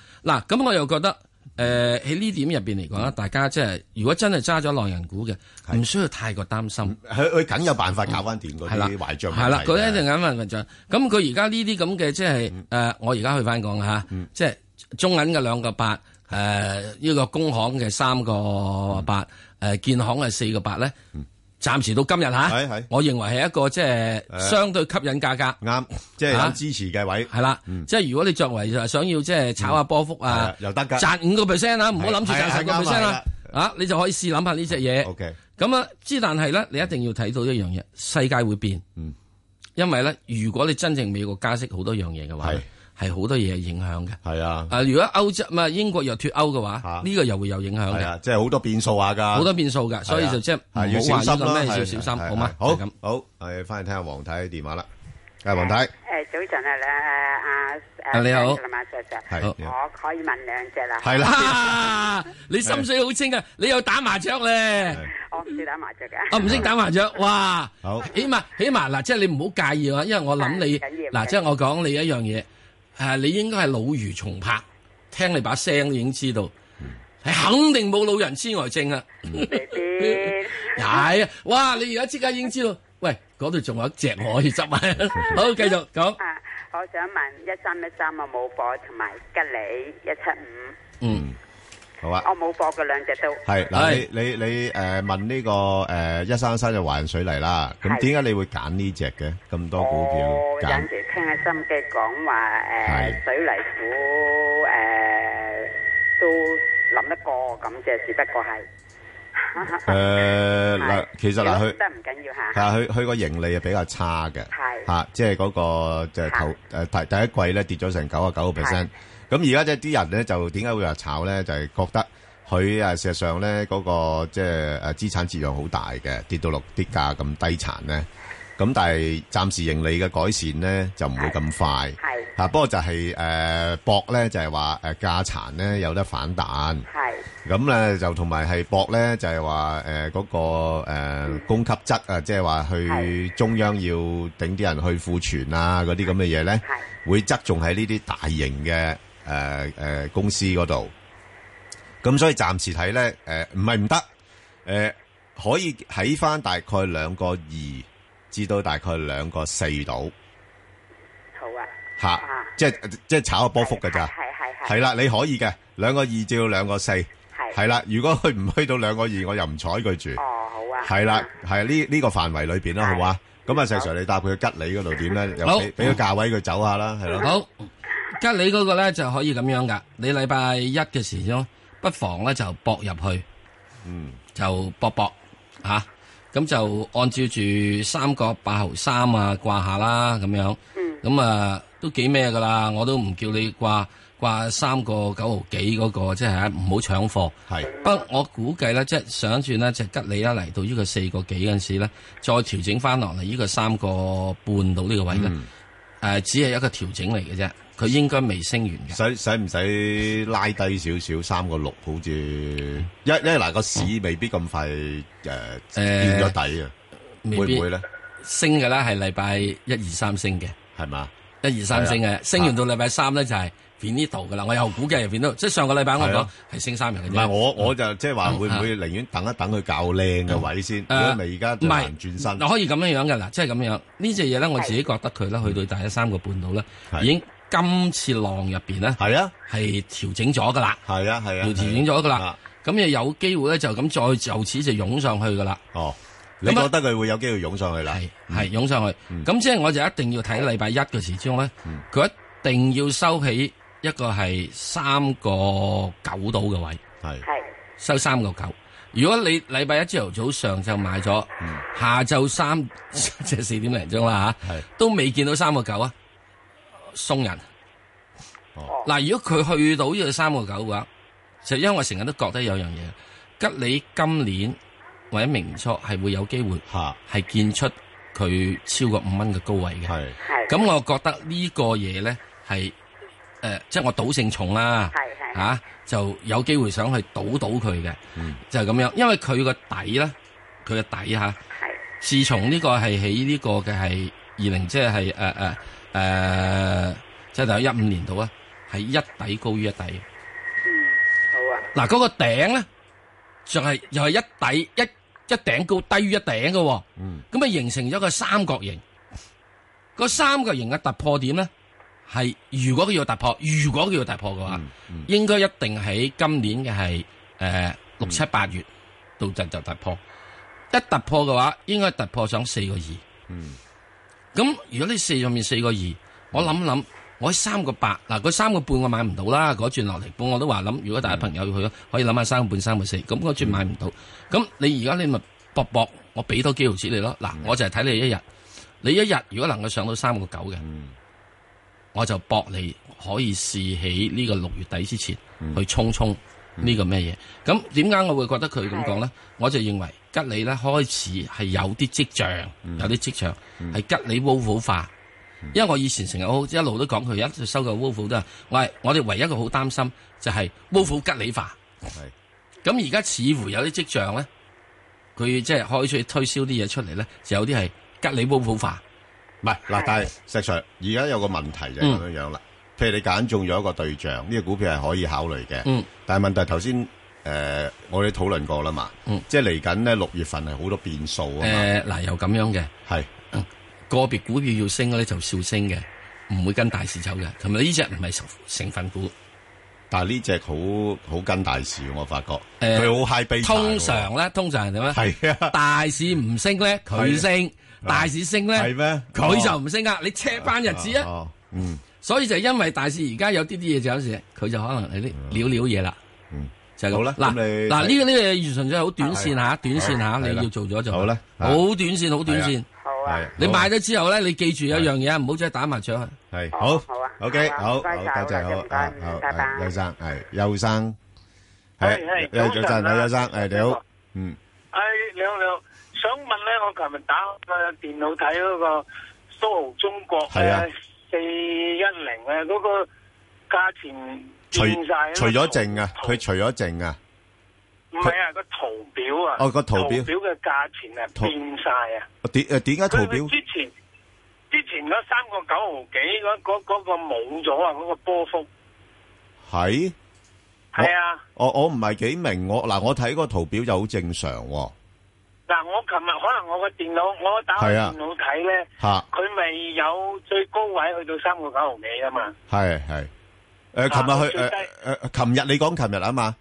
Speaker 7: 嗱，咁我又覺得誒喺呢點入邊嚟講
Speaker 6: 嗯
Speaker 7: 咧，大家即係如果真係揸咗內人股嘅，唔需要太過擔心。嗯
Speaker 6: 佢佢梗有辦法搞翻掂嗰
Speaker 7: 係啦
Speaker 6: 啲壞帳問題嘅。
Speaker 7: 係啦，佢一定眼瞓瞓帳。咁佢而家呢啲咁嘅即係
Speaker 6: 嗯
Speaker 7: 誒，我而家去翻講嚇，即係中銀嘅兩個八，誒呢個工行嘅三個八，誒建行嘅四個八咧。
Speaker 6: 嗯
Speaker 7: 暫時到今日嚇
Speaker 6: 係係，
Speaker 7: 我認為係一個即係
Speaker 6: 誒
Speaker 7: 相對吸引價格，
Speaker 6: 啱，即係有
Speaker 7: 啊
Speaker 6: 支持嘅位。嗯
Speaker 7: 係啦。即係如果你作為想要即係炒下波幅
Speaker 6: 係
Speaker 7: 啊
Speaker 6: 啊，又得㗎
Speaker 7: 賺五個 percent 啊，唔好諗住
Speaker 6: 係係
Speaker 7: 賺十個
Speaker 6: 啱啊係
Speaker 7: percent
Speaker 6: 啦
Speaker 7: 啦，啊你就可以試諗下呢隻嘢。
Speaker 6: OK，
Speaker 7: 咁啊，之但係咧，你一定要睇到一樣嘢，世界會變。
Speaker 6: 嗯，
Speaker 7: 因為咧，如果你真正美國加息好多樣嘢嘅話，係好多嘢影響嘅。
Speaker 6: 係啊。
Speaker 7: 啊，如果歐洲唔係英國又脱歐嘅話，呢個又會有影響
Speaker 6: 係啊
Speaker 7: 嘅。
Speaker 6: 即係好多變數下㗎。
Speaker 7: 好多變數㗎，所以就即係唔
Speaker 6: 係要
Speaker 7: 好
Speaker 6: 小
Speaker 7: 話
Speaker 6: 心
Speaker 7: 呢
Speaker 6: 啦
Speaker 7: 個咩
Speaker 6: 係
Speaker 7: 要小心，
Speaker 6: 係
Speaker 7: 好嗎
Speaker 6: 係？好
Speaker 7: 就咁
Speaker 6: 好，誒，翻嚟聽下黃太嘅電話啦。係黃太，
Speaker 19: Ờ,
Speaker 20: 誒早晨啊，
Speaker 19: à,
Speaker 20: 阿阿
Speaker 6: 啊你好
Speaker 20: 馬
Speaker 19: Dạ,
Speaker 20: Sir
Speaker 6: 係你好
Speaker 20: 我可以問兩隻啦。
Speaker 6: 係
Speaker 7: 啦，你心水好清啊！你又打麻雀咧，
Speaker 20: 我唔識打麻雀嘅。
Speaker 3: Dạ.
Speaker 7: 我唔識打麻雀，哇！
Speaker 6: 好，
Speaker 7: 起碼起碼嗱，即係你唔好介意啊，因為我諗你嗱，即係我講你一樣嘢，誒，你應該係老如重拍，聽你把聲已經知道，係肯定冇老人痴呆症啊！係啊，哇！你而家即刻已經知道，喂，嗰度仲有一隻我可以 執埋，好，繼續講，
Speaker 19: À,
Speaker 20: 啊，我想問一三一三啊冇貨，同埋吉利一七五，
Speaker 7: 嗯，
Speaker 6: 好啊。
Speaker 20: 我冇貨嘅兩隻都。
Speaker 6: 係嗱，你你你誒問呢個誒一三三就環水泥啦。咁
Speaker 20: 係
Speaker 6: 點解你會揀呢只嘅？咁多股
Speaker 20: 我有
Speaker 19: dạ,
Speaker 6: 票
Speaker 20: 陣
Speaker 6: 揀
Speaker 20: 時聽下心
Speaker 19: à,
Speaker 20: 機講話誒水泥股誒都諗得過咁啫，只不過係。
Speaker 6: 誒嗱，其實嗱，佢
Speaker 20: 如果得唔緊要嚇
Speaker 6: 係啊佢佢個盈利係比較差嘅，
Speaker 20: 係
Speaker 6: 嚇，即係嗰個就係頭誒第第一季咧跌咗成九啊九個 percent。咁而家即係啲人咧就點解會話炒咧？就係覺得佢啊事實上咧嗰個即係誒資產折讓好大嘅，跌到落跌價咁低殘咧。咁但係暫時盈利嘅改善咧就唔會咁快，
Speaker 20: 係
Speaker 6: 嚇。不過就係誒博咧就係話誒價殘咧有得反彈，
Speaker 20: 係
Speaker 6: 咁咧就同埋係博咧，就係話誒嗰個誒供給側啊，即係話去中央要頂啲人去庫存啊嗰啲咁嘅嘢咧，會側重喺呢啲大型嘅誒誒公司嗰度。咁所以暫時睇咧，誒唔係唔得，誒、可以喺翻大概兩個二至到大概兩個四度
Speaker 20: 好啊，
Speaker 6: 嚇，即係即係炒個波幅㗎咋。
Speaker 20: 係係係。
Speaker 6: 係啦，你可以嘅，兩個二至到兩個四，
Speaker 20: 係
Speaker 6: 係啦。如果佢唔去到兩個二，我又唔睬佢住。
Speaker 20: 哦，好啊。
Speaker 6: 係啦，係呢呢個範圍裏邊啦，好嘛？咁啊，石 Sir，你搭佢去吉利嗰度點咧？
Speaker 7: 好
Speaker 6: 又俾俾個價位佢走下啦，係咯。
Speaker 7: 好，吉你嗰個咧就可以咁樣噶。你禮拜一嘅時鐘，不妨咧就搏入去，
Speaker 6: 嗯，
Speaker 7: 就搏搏吓，咁、就按照住三個八毫三啊掛下啦，咁樣，咁啊都幾咩噶啦，我都唔叫你掛掛三個九毫幾嗰、個，即係啊唔好搶貨。
Speaker 6: 係，
Speaker 7: 不過我估計咧，即係想住咧，就吉利啦嚟到呢個四個幾嗰陣時咧，再調整翻落嚟呢個三個半到呢個位咧。誒、只係一個調整嚟嘅啫，佢應該未升完嘅。
Speaker 6: 使使唔使拉低少少三個六？好似因因為嗱個市未必咁快誒變咗底啊，
Speaker 7: 未
Speaker 6: 會
Speaker 7: 必
Speaker 6: 唔會咧？
Speaker 7: 升嘅啦，係禮拜一二三升嘅，
Speaker 6: 係嘛？
Speaker 7: 一二三升
Speaker 6: 係啊
Speaker 7: 嘅，升完到禮拜三咧就係變呢度噶啦。我又估計係變到，即係上個禮拜我
Speaker 6: 係
Speaker 7: 講
Speaker 6: 啊
Speaker 7: 係升三日嘅
Speaker 6: 唔
Speaker 7: 啫。
Speaker 6: 係我我就即係話會唔會寧願等一等佢較靚嘅位先？如果咪而家就
Speaker 7: 啊唔係
Speaker 6: 難轉身。
Speaker 7: 嗱可以咁樣樣嘅嗱，即係咁樣呢隻嘢咧，我自己覺得佢咧去
Speaker 6: 嗯
Speaker 7: 到大約三個半度咧，已經今次浪入邊咧
Speaker 6: 係啊，
Speaker 7: 係調整咗噶啦，
Speaker 6: 係啊係啊
Speaker 7: 調整咗噶啦，咁又有機會咧就咁再就此就湧上去噶啦。啊
Speaker 6: 哦，你覺得佢會有機會湧上去啦？嗯
Speaker 7: 係係湧上去，咁即係我就一定要睇禮拜一嘅時鐘咧，嗯佢一定要收起一個係三個九到嘅位，
Speaker 6: 係
Speaker 7: 收三個九。如果你禮拜一朝頭早上就買咗，下晝三 即係四點零鐘啦嚇，都未見到三個九啊，鬆人。嗱，如果佢去到呢個三個九嘅話，就因為我成日都覺得有樣嘢，吉利今年或者明年初係會有機會係見出佢超過五蚊嘅高位嘅。係
Speaker 20: 係
Speaker 7: 咁我覺得呢個嘢咧係誒，即係我賭性重啦，
Speaker 20: 係係
Speaker 7: 嚇、就有機會想去賭賭佢嘅，就係咁樣，因為佢個底咧，佢嘅底嚇，自從呢個係喺呢個嘅係二零，即係係誒誒誒，即係大概一五年度啊，係一底高於一底。嗱，嗰個頂咧，就係又係一底一一頂高低於一頂嘅喎，咁啊形成咗個三角形。個三角形嘅突破點咧，係如果佢要突破，如果佢要突破嘅話，應該一定喺今年嘅係誒六七八月到就就突破。一突破嘅話，應該突破上四個二。咁如果你四上面四個二，我諗諗，我喺三個八嗱，佢三個半我買唔到啦，嗰轉落嚟本我都話諗，如果大家朋友去可以諗下三個半、三個四，咁嗰轉買唔到，咁你而家你咪搏搏，我俾多幾毫子你咯，嗱，我就係睇你一日，你一日如果能夠上到三個九嘅，我就搏你可以試起呢個六月底之前
Speaker 6: 嗯
Speaker 7: 去衝衝呢個咩嘢，咁點解我會覺得佢咁講咧？我就認為吉利咧開始係有啲跡象，
Speaker 6: 嗯
Speaker 7: 有啲跡象係吉利 w o l v o 化。因為我以前成日好一路都講佢一收購 w o l v o 都係，我係我哋唯一一個好擔心就係 w o l v o 吉利化。咁而家似乎有啲跡象咧，佢即係開始推銷啲嘢出嚟咧，就有啲係吉利 w o l v o 化。
Speaker 6: 唔係嗱，但係石 Sir，而家有個問題就係
Speaker 7: 嗯
Speaker 6: 咁樣樣啦。譬如你揀中咗一個對象，呢、個股票係可以考慮嘅。
Speaker 7: 嗯
Speaker 6: 但係問題頭先誒，呃我哋討論過啦嘛。
Speaker 7: 嗯
Speaker 6: 即係嚟緊咧六月份係好多變數啊嘛。
Speaker 7: 誒嗱、又咁樣嘅，
Speaker 6: 係
Speaker 7: 個別股票要升咧就笑升嘅，唔會跟大市走嘅。同埋呢只唔係成分股。
Speaker 6: 但係呢只好好跟大市，我發覺
Speaker 7: 誒
Speaker 6: 佢好 high beta 喎
Speaker 7: 通常咧，通常係點咧？
Speaker 6: 係啊，
Speaker 7: 大市唔升咧，佢升；大市升咧，
Speaker 6: 係咩
Speaker 7: 佢就唔升啊！你車班日子啊！
Speaker 6: 哦，嗯，
Speaker 7: 所以就因為大市而家有啲啲嘢就有時，佢就可能係啲料料嘢啦。就係咁
Speaker 6: 嗯好啦
Speaker 7: 嗱
Speaker 6: 咁你
Speaker 7: 嗱呢個呢個嘢純粹係好短線
Speaker 6: 係
Speaker 7: 吓，
Speaker 6: 啊
Speaker 7: 短線
Speaker 6: 係啊
Speaker 7: 吓，
Speaker 6: 係
Speaker 7: 你
Speaker 6: 啦
Speaker 7: 要做咗就
Speaker 6: 好啦啊
Speaker 7: 好短線，好短
Speaker 6: 係
Speaker 7: 線
Speaker 6: 啊。好啊係
Speaker 7: 你
Speaker 6: 好啊
Speaker 7: 買咗之後咧，你記住有一樣嘢，唔好再打麻雀啊。
Speaker 6: 系好，好啊，OK，好，好，
Speaker 7: 唔該晒
Speaker 6: 多謝，
Speaker 7: 好啦
Speaker 6: 好，
Speaker 7: 唔該
Speaker 6: 啊，
Speaker 7: 唔該
Speaker 6: 好，
Speaker 7: 拜拜。
Speaker 6: 係，邱生，係，邱生，係，
Speaker 18: 係，係，
Speaker 6: 係，
Speaker 18: 早晨
Speaker 6: 早晨，
Speaker 18: 啊，
Speaker 6: 係，邱生，係，你好，
Speaker 18: 哎，兩兩，想問咧，我琴日打個電腦睇嗰個蘇豪中國
Speaker 6: 係啊
Speaker 18: 咧，四一零咧，嗰個價錢
Speaker 6: 除-
Speaker 18: 變晒，
Speaker 6: 除咗淨啊，佢除咗淨啊，
Speaker 18: 唔係啊，個圖表啊，
Speaker 6: 哦個圖表
Speaker 18: 圖嘅價錢啊
Speaker 6: 圖
Speaker 18: 變晒啊，
Speaker 6: 點-誒，點解圖表？
Speaker 18: 佢之前之前嗰三個九毫幾嗰嗰嗰個冇咗啊，嗰個波幅
Speaker 6: 係？
Speaker 18: 係啊。
Speaker 6: 我-我-我唔係幾明，我-嗱，我睇個圖表就好正常喎，
Speaker 18: 嗱，我琴日可能我個電腦，我打開
Speaker 6: 係啊
Speaker 18: 電腦睇咧，
Speaker 6: 嚇
Speaker 18: 佢咪有最高位去到三個九毫幾啊嘛。
Speaker 6: 係，係。誒，琴日
Speaker 18: 啊，
Speaker 6: 去-
Speaker 18: 最低。
Speaker 6: 誒，誒，誒，琴日你講琴日啊嘛，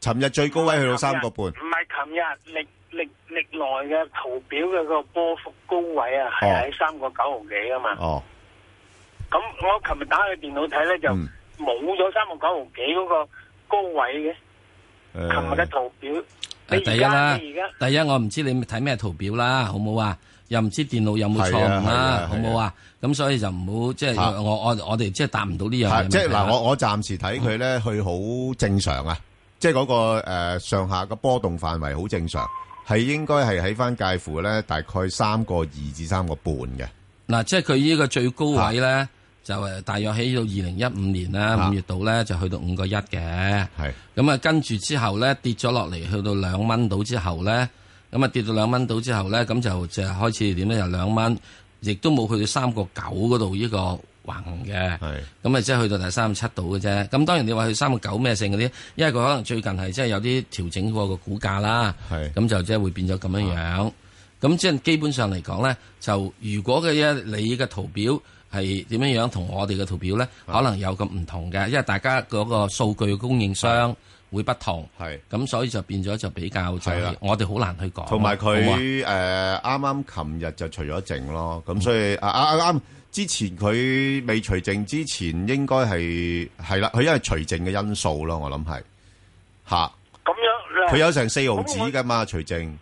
Speaker 6: 琴日最高位去到3.5
Speaker 18: 唔係琴日歷歷歷來嘅圖表嘅個波幅高位啊，
Speaker 6: 哦
Speaker 18: 係喺三個九毫幾啊嘛。咁我琴日打開電腦睇咧，就
Speaker 6: 嗯
Speaker 18: 冇咗三個九毫幾嗰個高位嘅。琴日嘅圖表，你而
Speaker 7: 誒，啊第一
Speaker 18: 家
Speaker 7: 啦，
Speaker 18: 你而家
Speaker 7: 第一我唔知你睇咩圖表啦，好冇啊？又唔知電腦有冇錯
Speaker 6: 係啊
Speaker 7: 誤
Speaker 6: 係啊
Speaker 7: 啦，好冇啊？咁所以就唔好即係
Speaker 6: 嚇
Speaker 7: 我我我哋即係答唔到呢樣
Speaker 6: 係，
Speaker 7: 嘢。
Speaker 6: 即係嗱，我-
Speaker 7: 嗯
Speaker 6: 我暫時睇佢呢，佢好正常啊，即係嗰個，誒，上下個波動範圍好正常，係應該係喺返介乎呢，大概3.2至3.5嘅。
Speaker 7: 嗱，即係佢呢個最高位咧，就誒大約喺到二零一五年啦，五月度咧就去到五個一嘅。
Speaker 6: 係
Speaker 7: 咁啊，跟住之後咧跌咗落嚟，去到兩蚊度之後咧，咁啊跌到兩蚊度之後咧，咁就就開始點咧？就兩蚊，亦都冇去到三個九嗰度呢個橫嘅。咁啊，即係去到第三七度嘅啫。咁當然你話去三個九咩性嗰啲，因為佢可能最近係即係有啲調整過個股價啦。咁就即係會變咗咁樣
Speaker 6: 啊
Speaker 7: 樣。咁即係基本上嚟講咧，就如果嘅一你嘅圖表係點樣樣同我哋嘅圖表咧，
Speaker 6: 啊
Speaker 7: 可能有咁唔同嘅，因為大家嗰個數據供應商會不同，
Speaker 6: 啊係
Speaker 7: 咁所以就變咗就比較就
Speaker 6: 係啦
Speaker 7: 係我哋好難去講。
Speaker 6: 同埋佢，
Speaker 7: 好唔好啊
Speaker 6: 啊誒，啱啱琴日就除咗淨咯，咁所以，啊，啊，啱，之前佢未除淨之前應該係-係啦，佢因為除淨嘅因素咯，我諗係。嚇，
Speaker 18: 咁樣咧，
Speaker 6: 佢有成4
Speaker 18: 咁我
Speaker 6: 毫子㗎嘛，除淨。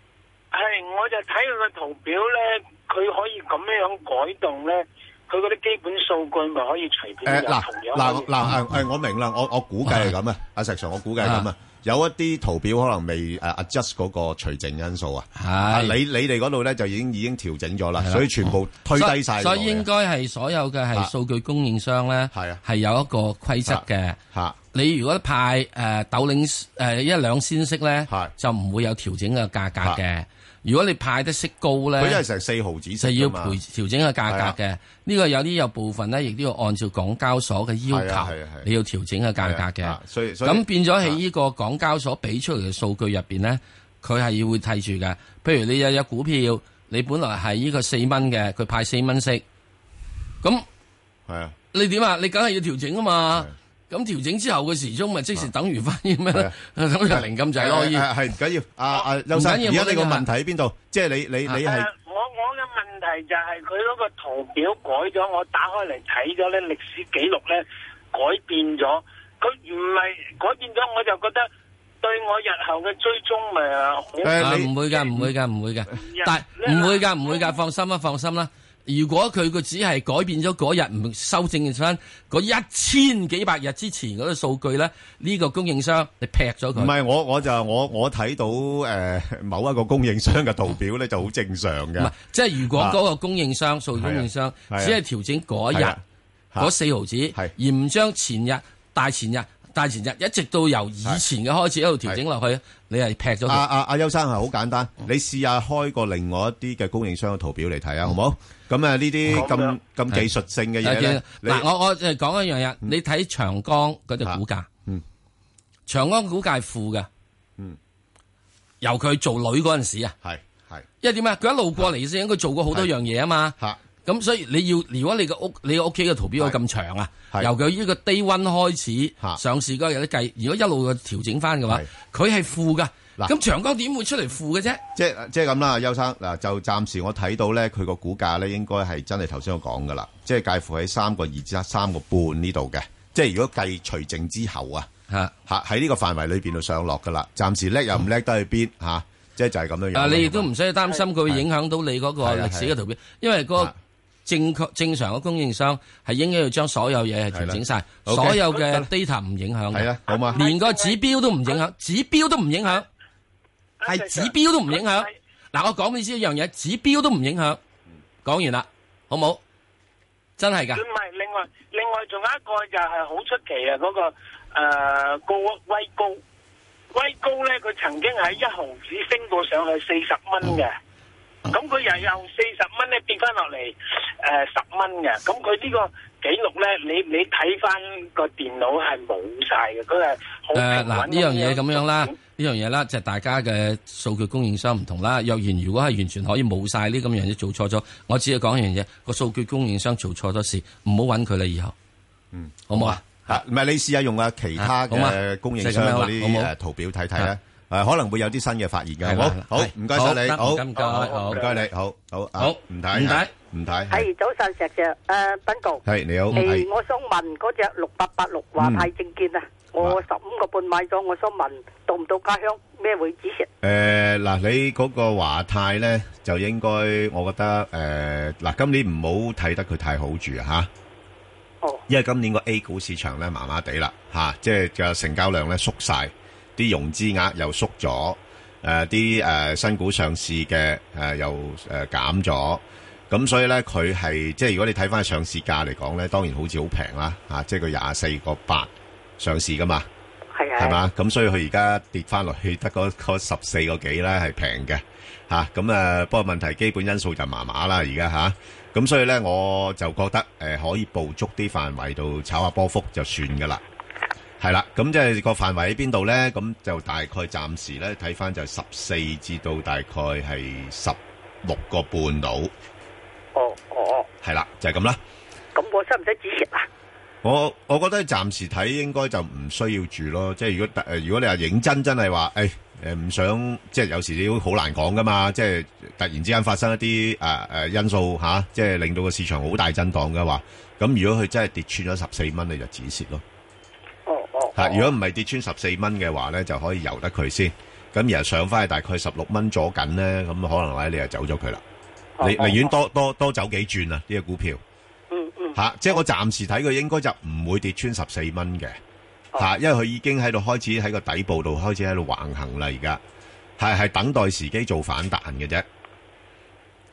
Speaker 18: 係，我就睇佢個圖表咧，佢可以咁樣樣改動咧，佢嗰啲基本數據咪可以隨便
Speaker 6: 誒
Speaker 18: 有
Speaker 6: 嗱
Speaker 18: 啊同樣
Speaker 6: 嗱
Speaker 18: 可以
Speaker 6: 嗱誒誒，我明啦，我我估 計係咁啊，阿石 Sir，我估計係咁啊，有一啲圖表可能未誒 adjust 嗰個除淨因素啊，啊你你哋嗰度咧就已經已經調整咗啦，所以全部推低晒
Speaker 7: 嗯所
Speaker 6: 落
Speaker 7: 以所以
Speaker 6: 嚟
Speaker 7: 應
Speaker 6: 啊。
Speaker 7: 該係所有嘅係數據供應商咧，係有一個規
Speaker 6: 啊
Speaker 7: 則嘅。你如果派誒豆領誒一兩仙息咧，
Speaker 6: 啊
Speaker 7: 就唔會有調整嘅價格嘅。如果你派得息高咧，
Speaker 6: 佢因為成四毫子息
Speaker 7: 就要
Speaker 6: 㗎嘛啊
Speaker 7: 調調整個價格嘅。呢個有啲有部分咧，亦都要按照港交所嘅要
Speaker 6: 係啊
Speaker 7: 求
Speaker 6: 係啊係啊，
Speaker 7: 你要調整個價格
Speaker 6: 係
Speaker 7: 嘅
Speaker 6: 啊。所以所啊以
Speaker 7: 咁變咗喺呢個港交所俾出嚟嘅數據入邊咧，佢係會睇住嘅。譬如你有有股票，你本來係呢個四蚊嘅，佢派四蚊息，咁
Speaker 6: 係啊，
Speaker 7: 你點啊？你梗係要調整啊嘛。咁調整之後嘅時鐘咪即時等於翻啲咩咧？ 等於零咁滯咯，可以
Speaker 6: 啊係係唔緊要，阿阿邱生，
Speaker 7: 唔緊要
Speaker 6: 而家你個
Speaker 7: 冇得㗎
Speaker 6: 問題喺邊度？即係你你你係
Speaker 18: 誒啊我我嘅問題就係佢嗰個圖表改咗，我打開嚟睇咗咧，歷史記錄咧改變咗，佢唔係改變咗，我就覺得對我日後嘅追蹤咪呃好。
Speaker 7: 啊唔會㗎，唔會㗎，唔會㗎。但唔會
Speaker 6: 啊
Speaker 7: 㗎，唔會㗎，放心啦，放心啦。如果佢個只係改變咗嗰日唔修正翻嗰一千幾百日之前嗰啲數據咧，呢個供應商你劈咗佢。
Speaker 6: 唔係我我就我我睇到誒 某一個供應商嘅圖表咧就好正常
Speaker 7: 唔
Speaker 6: 嘅
Speaker 7: 係，即係如果嗰個供應商、數據供應商
Speaker 6: 啊係啊
Speaker 7: 只係調整嗰
Speaker 6: 係
Speaker 7: 日
Speaker 6: 啊
Speaker 7: 嗰四毫子，而唔將前日、大前日、大前日一直到由以前嘅開始一路調整落去，你係劈咗佢。
Speaker 6: 阿阿阿邱生係好簡單，你試下開個另外一啲嘅供應商嘅圖表嚟睇下，好唔好？咁啊，呢啲咁咁技術性嘅嘢咧，你
Speaker 7: 嗱，我我就講一樣嘢，你睇長江嗰只股價，
Speaker 6: 嗯，
Speaker 7: 長江股價係負嘅，
Speaker 6: 嗯，
Speaker 7: 由佢做女嗰陣時啊，
Speaker 6: 係係，
Speaker 7: 因為點啊？佢一路過嚟先，佢做過好多樣嘢啊嘛，
Speaker 6: 嚇，
Speaker 7: 咁所以你要，如果你個屋你個屋企嘅圖表有咁長啊，
Speaker 6: 係
Speaker 7: 由佢呢個低温開始上市嗰日都計，如果一路調整翻嘅話，佢係負噶，咁長江點會出嚟負嘅啫？
Speaker 6: 即係即係咁啦，邱生嗱，就暫時我睇到咧，佢個股價咧應該係真係頭先我講噶啦，即係介乎喺三個二至三個半呢度嘅，即係如果計除淨之後啊，吓喺呢個範圍裏边度上落噶啦。暫時叻又唔叻得去邊吓，即係就係咁樣樣。
Speaker 7: 啊，你亦都唔使擔心佢會影響到你嗰個
Speaker 6: 係啊啊
Speaker 7: 歷史嘅圖表，因為嗰個正確正常嘅供應商係應該要將所有嘢係調整晒，
Speaker 6: OK，
Speaker 7: 所有嘅
Speaker 6: 得啦
Speaker 7: data 唔影響嘅。
Speaker 6: 係啊好嘛
Speaker 7: 連個指標都唔影響，指標都唔影響，係指標都唔影響。嗱，我講俾你知一樣嘢，指標都唔影響。講完啦，好冇？真係㗎。
Speaker 18: 唔係，另外另外仲有一個就係好出奇啊！嗰、個誒、呃、高威高威高咧，佢曾經喺一毫子升到上去四十蚊嘅。咁佢又由四十蚊咧跌翻落嚟，誒十蚊嘅。咁佢呢個記錄咧，你你睇翻個電腦係冇晒嘅，佢係好
Speaker 7: 誒
Speaker 18: 平
Speaker 7: 呃嗱
Speaker 18: 穩嗯
Speaker 7: 呢樣嘢咁樣啦，呢樣嘢啦，就係大家嘅數據供應商唔同啦。若然如果係完全可以冇晒呢咁樣嘢做錯咗，我只係講一樣嘢，個數據供應商做錯咗事，唔好揾佢啦，以後。
Speaker 6: 嗯，
Speaker 7: 好唔好啊？
Speaker 6: 吓，唔係你試下用下其他
Speaker 7: 啊好嘛
Speaker 6: 嘅供應
Speaker 7: 就係
Speaker 6: 商
Speaker 7: 咁樣啦
Speaker 6: 嗰
Speaker 7: 好冇
Speaker 6: 啲诶圖表睇睇咧，诶可能會有啲新嘅發現
Speaker 7: 係啦
Speaker 6: 嘅。好
Speaker 7: 係啦，
Speaker 6: 好
Speaker 7: 係
Speaker 6: 唔該晒你，
Speaker 7: 好
Speaker 6: 好
Speaker 7: 得唔該好
Speaker 6: 唔該你，好好啊
Speaker 7: 好
Speaker 6: 唔睇
Speaker 7: 唔睇
Speaker 6: 唔睇係
Speaker 20: 係早晨，石 Sir，誒斌哥，
Speaker 6: 係你好係嗯
Speaker 20: 誒，我想問嗰只六八八六華泰證券啊，我十五個半買咗，我想問到唔到家鄉咩會止蝕？
Speaker 6: 诶，嗱，你嗰個華泰咧，就應該我覺得诶，嗱，今年唔好睇得佢太好住啊吓。
Speaker 20: 哦。
Speaker 6: 因為今年個 A 股市場咧麻麻地啦吓，即係呃嘅成交量咧縮晒，啲融資額又縮咗，诶啲诶新股上市嘅诶又诶減咗。咁所以咧，佢係即係如果你睇翻上市價嚟講咧，當然好似好平啦嚇，即係佢廿四個八上市噶嘛，
Speaker 20: 係
Speaker 6: 係嘛？咁所以佢而家跌翻落去得嗰嗰十四個幾咧係平嘅嚇，咁啊不過問題基本因素就麻麻啦而家嚇，咁、所以咧我就覺得誒、呃可以捕捉啲範圍度炒下波幅就算噶啦。係啦，咁即係個範圍喺邊度咧？咁就大概暫時咧睇翻就十四至到大概係十六個半到。
Speaker 20: 哦哦，
Speaker 6: 係啦，就係咁啦。
Speaker 20: 咁我使唔使止蝕啊？
Speaker 6: 我我覺得暫時睇應該就唔需要住咯，即係如果誒、呃如果你話認真真係話，誒誒唔想，即係有時你都好難講噶嘛，即係突然之間發生一啲誒誒因素嚇、即係令到個市場好大震盪嘅話，咁如果佢真係跌穿咗十四蚊，你就止蝕咯。
Speaker 20: 哦
Speaker 6: 吓，啊如果唔係跌穿十四蚊嘅話咧，就可以由得佢先。咁然後上翻去大概十六蚊左緊咧，咁可能咧你就走咗佢啦。
Speaker 20: 哦
Speaker 6: 你
Speaker 20: 哦
Speaker 6: 寧願多多多走幾轉啊！呢、個股票。
Speaker 20: 嗯嗯。
Speaker 6: 吓、即係我暫時睇佢應該就唔會跌穿十四蚊嘅。
Speaker 20: 哦
Speaker 6: 吓、因為佢已經喺度開始喺個底部度開始喺度橫行啦，而家係係等待時機做反彈嘅啫。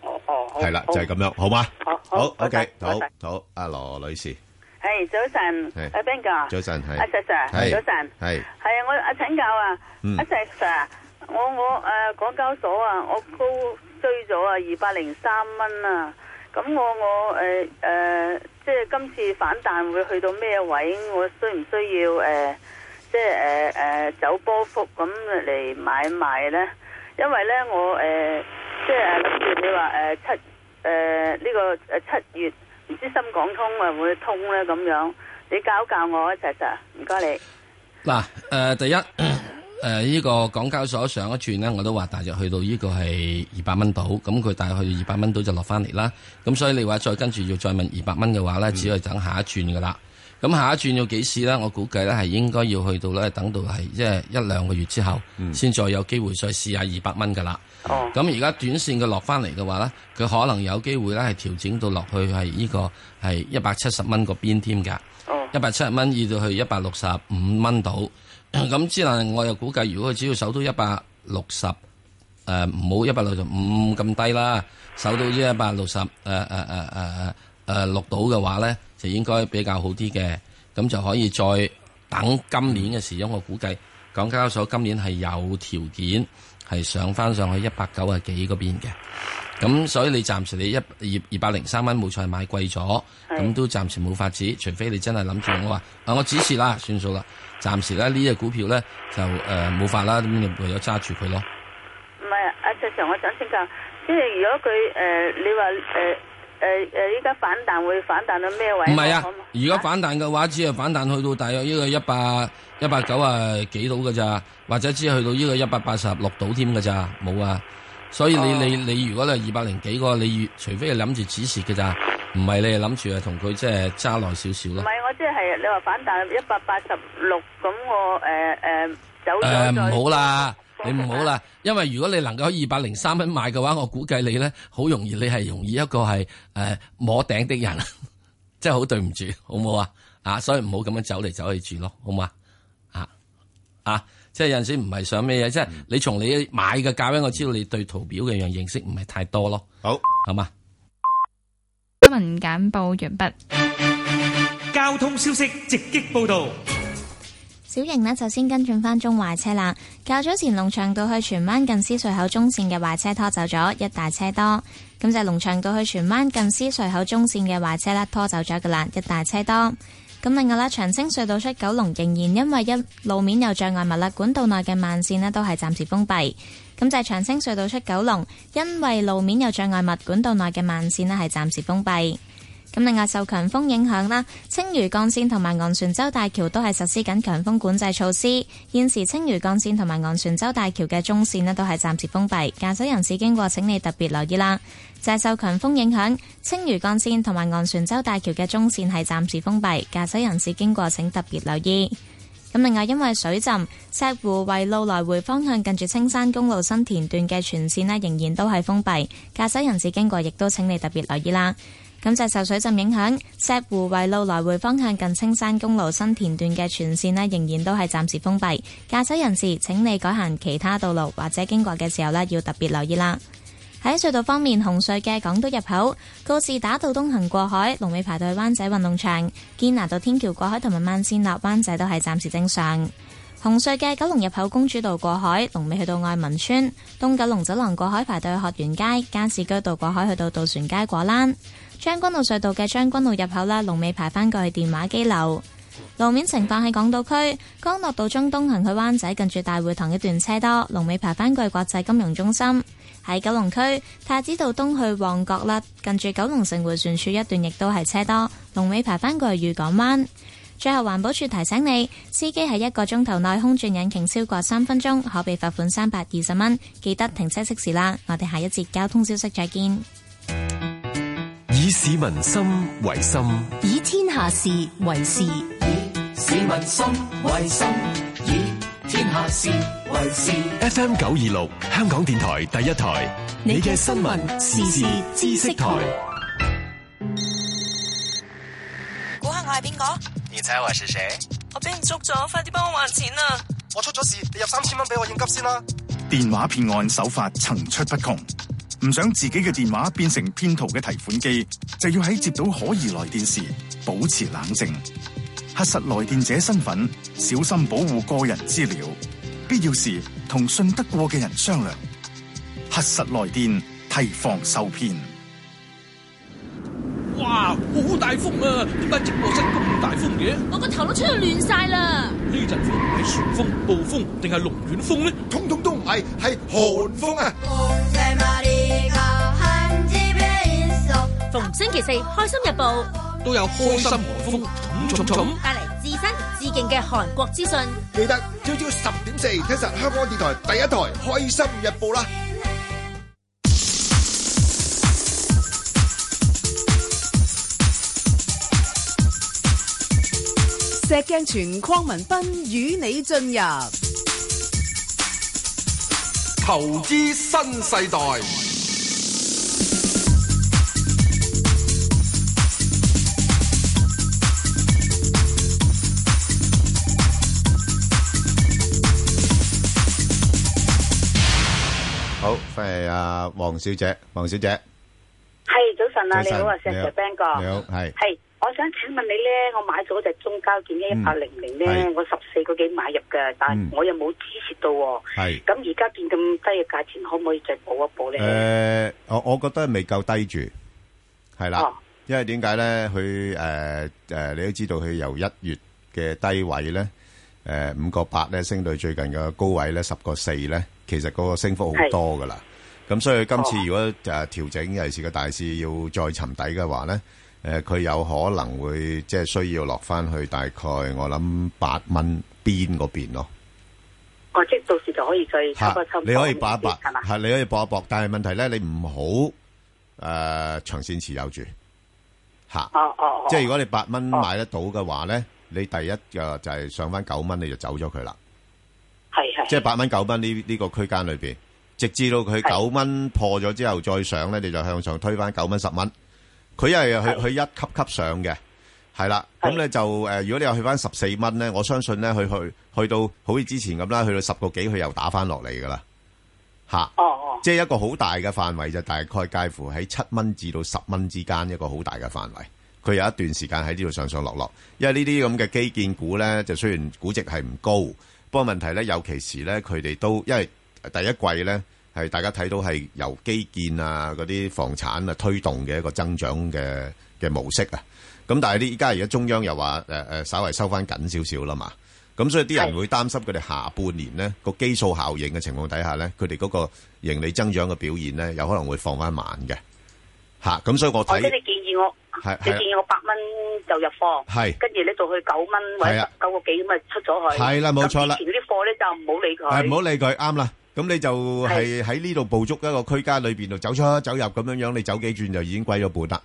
Speaker 20: 哦哦，好
Speaker 6: 係啦，就係咁樣，好嗎？
Speaker 20: 好好
Speaker 6: 好
Speaker 20: 拜拜
Speaker 6: ，OK，好
Speaker 20: 拜拜
Speaker 6: 好，阿羅女士，
Speaker 21: 系早晨
Speaker 6: 係，
Speaker 21: 阿 Ben 哥，
Speaker 20: 啊
Speaker 6: 早晨係
Speaker 21: 阿 Sir Sir，
Speaker 6: 係
Speaker 21: 早晨，
Speaker 6: 係
Speaker 21: 系啊，我阿请教啊
Speaker 6: 嗯，
Speaker 21: 阿 Sir Sir，我我诶港交所啊，我高追咗啊，二百零三蚊啊，咁我我诶诶，即系今次反彈會去到咩位？我需唔需要诶，即系诶诶走波幅咁嚟買賣咧？因為咧我诶，即系諗住你話诶七诶呢個诶七月。唔知深港通啊會唔會通咧咁樣？你教教我一齊咋？唔該你。
Speaker 7: 嗱，誒、呃第一， 誒、呢、個港交所上一轉呢，我都話大約去到呢個係二百蚊度，咁佢大約去到二百蚊度就落翻嚟啦。咁所以你話再跟住要再問二百蚊嘅話呢，只可以等下一轉噶啦。咁下一轉要幾時呢？我估計呢係應該要去到呢，等到係即係一兩個月之後，先、再有機會再試下二百蚊噶啦。
Speaker 21: 哦
Speaker 7: 咁而家短線嘅落翻嚟嘅話呢，佢可能有機會呢係調整到落去係呢個係一百七十蚊嗰邊添㗎。一百七十蚊要到去一百六十五蚊度。咁之但我又估計，如果佢只要守到一百六十，誒唔好一百六十五咁低啦，守到一百六十誒誒誒誒誒誒六度嘅話咧，就應該比較好啲嘅。咁就可以再等今年嘅時，因為我估計港交所今年係有條件係上翻上去一百九啊幾嗰邊嘅。咁所以你暫時你一二二百零三蚊冇菜買貴咗，咁都暫時冇法子，除非你真係諗住我話啊，我止蝕啦，算數啦。暫時咧呢只股票咧就誒冇、法啦，咁你唯有揸住佢咯。
Speaker 21: 唔係阿石 Sir，我想請教，即係如果佢誒、呃你話誒誒誒依家反彈會反彈到咩位？
Speaker 7: 唔係啊
Speaker 21: 我可唔，
Speaker 7: 如果反彈嘅話，只係反彈去到大約呢個一百一百九啊幾度嘅咋，或者只係去到呢個一百八十六度添嘅咋，冇啊。所以你、
Speaker 21: 哦
Speaker 7: 你你如果你二百零幾個，你越除非係諗住止蝕嘅咋，唔係你係諗住啊，同佢即係揸耐少少
Speaker 21: 唔
Speaker 7: 啦。
Speaker 21: 係我即係呃你話反彈一百八十六，咁我誒誒走
Speaker 7: 誒
Speaker 21: 咗再
Speaker 7: 唔好啊啦，你唔好啦，因為如果你能夠二百零三蚊買嘅話，我估計你咧好容易，你係容易一個係誒、呃摸頂的人， 真係好對唔住，好唔好啊？啊，所以唔好咁樣走嚟走去住咯，好嘛？啊啊，即係有陣時唔係想咩嘢，即係你從你買嘅價位，我知道你對圖表嘅樣認識唔係太多咯。
Speaker 6: 好，
Speaker 7: 好嘛？
Speaker 9: 新聞簡報完畢。
Speaker 8: 交通消息直擊報道。
Speaker 10: 小型呢，就先跟進返中壞車啦。較早前龍翔道去荃灣近獅隧口中線嘅壞車拖走咗，一大車多。咁就係龍翔道去荃灣近獅隧口中線嘅壞車啦，拖走咗㗎啦，一大車多。咁另外啦，長青隧道出九龍仍然因為一路面有障礙物啦，管道內嘅慢線呢都係暫時封閉。咁就係長青隧道出九龍，因為路面有障礙物，管道內嘅慢線呢係暫時封閉。咁另外受強風影響啦，青嶼幹線同埋昂船洲大橋都係實施緊強風管制措施。現時青嶼幹線同埋昂船洲大橋嘅中線呢都係暫時封閉，駕駛人士經過請你特別留意啦。就係受強風影響，青嶼幹線同埋昂船洲大橋嘅中線係暫時封閉，駕駛人士經過請特別留意。咁另外，因為水浸，石湖圍路來回方向近住青山公路新田段嘅全線呢，仍然都係封閉，駕駛人士經過亦都請你特別留意啦。咁就係受水浸影響，石湖圍路來回方向近青山公路新田段嘅全線呢，仍然都係暫時封閉，駕駛人士請你改行其他道路或者經過嘅時候呢，要特別留意啦。喺隧道方面，紅隧嘅港島入口告士打道東行過海，龍尾排隊灣仔運動場；堅拿道天橋過海同埋慢線落灣仔都係暫時正常。紅隧嘅九龍入口公主道過海，龍尾去到愛民村；東九龍走廊過海排隊學園街，加士居道過海去到渡船街果欄；將軍澳隧道嘅將軍澳入口啦，龍尾排返過去電話機樓。路面情況喺港島區，江樂道中東行去灣仔，近住大會堂一段車多，龍尾排返過去國際金融中心。喺九龍區，太子道東去旺角啦，近住九龍城迴旋處一段亦都係車多，龍尾排返過去御港灣。最後環保署提醒你，司機喺一個鐘頭內空轉引擎超過三分鐘，可被罰款三百二十蚊。記得停車熄匙啦！我哋下一節交通消息再見。
Speaker 11: 以市民心為心，
Speaker 12: 以天下事為事，
Speaker 22: 市民心為心，以天下事為事。
Speaker 11: FM 九二六，香港電台第一台，你嘅新聞時事知識台。
Speaker 23: 估下我係邊個？
Speaker 24: 你猜我是誰？
Speaker 23: 我俾人捉咗，快啲幫我還錢啊！我出咗事，你入三千蚊俾我應急先啦。
Speaker 24: 電話騙案手法層出不窮，唔想自己嘅電話變成騙徒嘅提款機，就要喺接到可疑來電時保持冷靜，核實來電者身份，小心保護個人資料，必要時同信得過嘅人商量，核實來電，提防受騙。
Speaker 25: 哇，好大風啊！點解直播室咁大風嘅？
Speaker 26: 我個頭都吹到亂晒啦！
Speaker 25: 呢陣風係旋風、暴風定係龍捲風呢？通通都唔係，係寒風啊！
Speaker 26: 逢星期四《開心日報》
Speaker 25: 都有開心寒風，重重重。
Speaker 26: 帶嚟自身致敬嘅韓國資訊。
Speaker 27: 記得朝朝十點四聽實香港電台第一台《開心日報》啦。
Speaker 4: 石鏡泉鄺民彬與你進入
Speaker 5: 投資新世代，
Speaker 6: 好，翻嚟阿黃小姐，黃小姐，
Speaker 19: 系早晨啊，
Speaker 6: 早
Speaker 19: 你
Speaker 6: 晨
Speaker 19: 好啊，石
Speaker 6: 你好
Speaker 19: Sir Ben 哥，
Speaker 6: 你好係
Speaker 19: 系，我想請問你咧，我買咗只中交建咧一八零零咧
Speaker 6: 嗯係，
Speaker 19: 我十四個幾買入嘅，但
Speaker 6: 嗯
Speaker 19: 係我又冇支持到喎。
Speaker 6: 係
Speaker 19: 咁而家見咁低嘅價錢，可唔可以再補一補咧？
Speaker 6: 誒，我-我覺得未夠低住，係啦。
Speaker 19: 哦
Speaker 6: 因為點解呢？佢，誒，誒，你都知道佢由1月嘅低位呢，誒，5.8呢，升到最近嘅高位呢，10.4呢，其實嗰個升幅好
Speaker 28: 係。
Speaker 6: 多㗎啦。咁所以今次
Speaker 19: 哦
Speaker 6: 如果，誒，調整，尤其是個大市要再沉底嘅話呢，誒，佢有可能會即係需要落返去大概，我諗8蚊邊嗰邊咯。
Speaker 19: 哦，即係到時就可以再差唔多
Speaker 6: 嚇
Speaker 19: 收。
Speaker 6: 你可以搏一搏，
Speaker 19: 係嘛？
Speaker 6: 呃係你可以搏一搏，但係問題咧，你唔好誒長線持有住吓。
Speaker 19: 哦哦，
Speaker 6: 即係如果你八蚊買得到嘅話咧，你第一嘅就係上翻九蚊，你就走咗佢啦。
Speaker 19: 系系，
Speaker 6: 即係八蚊九蚊呢呢個區間裏边，直至到佢九蚊破咗之後再上咧，你就向上推翻九蚊十蚊。佢因為佢佢一級級上嘅，係啦。咁咧就诶、呃如果你又去翻十四蚊咧，我相信咧，佢去去到好似之前咁啦，去到十個幾，佢又打翻落嚟噶啦。吓，
Speaker 19: 哦
Speaker 6: 即係一個好大嘅範圍，就大概介乎喺七蚊至到十蚊之間一個好大嘅範圍。佢有一段時間喺呢度上上落落，因為呢啲咁嘅基建股咧，就雖然估值係唔高，不過問題咧，尤其是咧，佢哋都因為第一季咧係大家睇到係由基建啊嗰啲房產啊推動嘅一個增長嘅嘅模式啊。咁但係呢，依家而家中央又話誒誒，稍微收翻緊少少啦嘛。咁所以啲人會擔心佢哋下半年呢個基數效應嘅情況底下呢，佢哋嗰個盈利增長嘅表現呢，有可能會放翻慢嘅嚇。咁、所以我
Speaker 19: 哦，即係
Speaker 6: 睇
Speaker 19: 你建議我，
Speaker 6: 係
Speaker 19: 你
Speaker 6: 係
Speaker 19: 建
Speaker 6: 啊
Speaker 19: 議我八蚊就入貨，
Speaker 6: 係
Speaker 19: 跟住咧到去九蚊或者
Speaker 6: 係啊
Speaker 19: 九個幾咁啊出咗去，
Speaker 6: 係啦冇錯啦
Speaker 19: 咁以前嗰啲貨咧就唔好理佢，
Speaker 6: 係唔好理佢啱啦。咁你就係喺呢度捕捉一個區間裏邊度走出走入咁樣樣，你走幾轉就已經歸咗半啦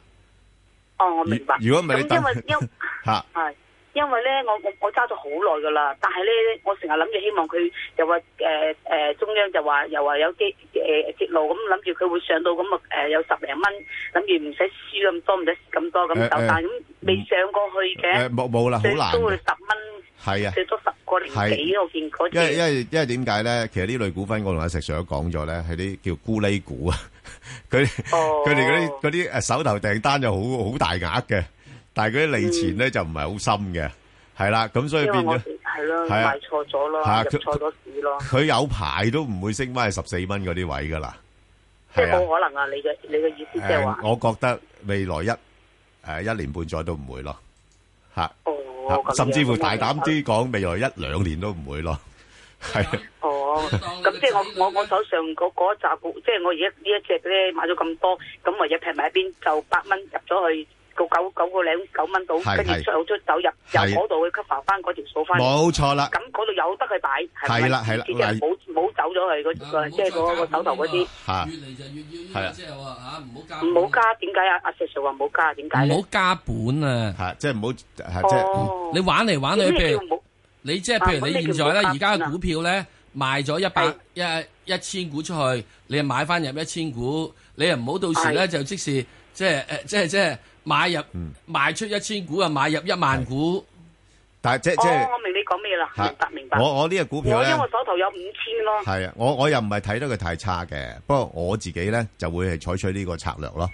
Speaker 19: 哦，我明白。
Speaker 6: 如如果唔係你
Speaker 19: 咁因為
Speaker 6: 等
Speaker 19: 因為
Speaker 6: 嚇。
Speaker 19: 係，因為咧，我我我揸咗好耐噶啦，但係咧，我成日諗住希望佢又話誒誒中央就話又話有啲誒鐵路咁，諗住佢會上到咁啊誒有十零蚊，諗住唔使輸咁多，唔使蝕咁多咁
Speaker 6: 誒
Speaker 19: 就，但係
Speaker 6: 誒
Speaker 19: 咁未上過去
Speaker 6: 誒
Speaker 19: 嘅，
Speaker 6: 冇冇啦好
Speaker 19: 最
Speaker 6: 難
Speaker 19: 都會
Speaker 6: 嘅
Speaker 19: 十蚊，
Speaker 6: 係啊。
Speaker 19: 最多十個零幾，
Speaker 6: 係
Speaker 19: 我見嗰
Speaker 6: 因為因
Speaker 19: 次。
Speaker 6: 為因為點解咧？其實呢類股份我同阿石 Sir 都講咗咧，係啲叫咕喱股啊。 佢佢哋嗰啲嗰啲誒手頭訂單就好好大額嘅，但係嗰啲利錢咧就唔係好深嘅，係啦。咁所以
Speaker 19: 因為
Speaker 6: 變
Speaker 19: 我
Speaker 6: 咗
Speaker 19: 係咯，
Speaker 6: 係啊
Speaker 19: 買錯咗咯，
Speaker 6: 係啊
Speaker 19: 入
Speaker 6: 佢
Speaker 19: 錯咗市咯，
Speaker 6: 佢有排都唔會升翻去十四蚊嗰啲位噶啦。
Speaker 19: 即係
Speaker 6: 係啊
Speaker 19: 冇可能啊！你嘅你嘅意思即係話
Speaker 6: 誒，，我覺得未來一誒一年半載都唔會咯，嚇，
Speaker 19: 咁樣
Speaker 6: 甚至乎大膽
Speaker 19: 咁
Speaker 6: 啲講，未來一兩年都唔會咯，係啊。
Speaker 19: 哦，咁即係我我我手上嗰嗰一扎股，即係我而家呢一隻咧買咗咁多，咁我而家劈埋一邊就八蚊入咗去個九九個零九蚊到，
Speaker 6: 係
Speaker 19: 跟住
Speaker 6: 係
Speaker 19: 出出走入，由
Speaker 6: 係
Speaker 19: 嗰度去 cover 翻嗰條數翻嚟。
Speaker 6: 冇錯啦
Speaker 19: 咁嗰度有得去擺，係咪
Speaker 6: 係啦係啦
Speaker 19: 即係冇冇走咗去嗰個即係嗰個手頭嗰啲。
Speaker 6: 嚇，
Speaker 19: 係
Speaker 7: 啊，即係話嚇唔好加
Speaker 19: 唔好加，點解啊？阿石 Sir 話唔好加，點解咧？
Speaker 7: 唔好加本啊！
Speaker 6: 嚇，即係嗯唔好嚇，
Speaker 19: 即係哦
Speaker 7: 你玩嚟玩去，
Speaker 19: 咁咩
Speaker 7: 譬
Speaker 19: 叫唔
Speaker 7: 如你即係譬如
Speaker 19: 啊咁咩叫
Speaker 7: 你現在
Speaker 19: 唔
Speaker 7: 咧，
Speaker 19: 好
Speaker 7: 而
Speaker 19: 加
Speaker 7: 家
Speaker 19: 本啊
Speaker 7: 嘅股票咧賣咗一百一一千股出去，你又買翻入一千股，你又唔好到時咧
Speaker 19: 係
Speaker 7: 就即是即係誒即係即係買入
Speaker 6: 嗯
Speaker 7: 賣出一千股啊，買入一萬股。
Speaker 6: 但係即即係
Speaker 19: 哦，我明你講咩啦，
Speaker 6: 嚇
Speaker 19: 明白明白。
Speaker 6: 我我呢隻股票
Speaker 19: 我
Speaker 6: 咧
Speaker 19: 因為我手頭有五千咯。
Speaker 6: 係啊，我我又唔係睇得佢太差嘅，不過我自己咧就會係採取呢個策略咯，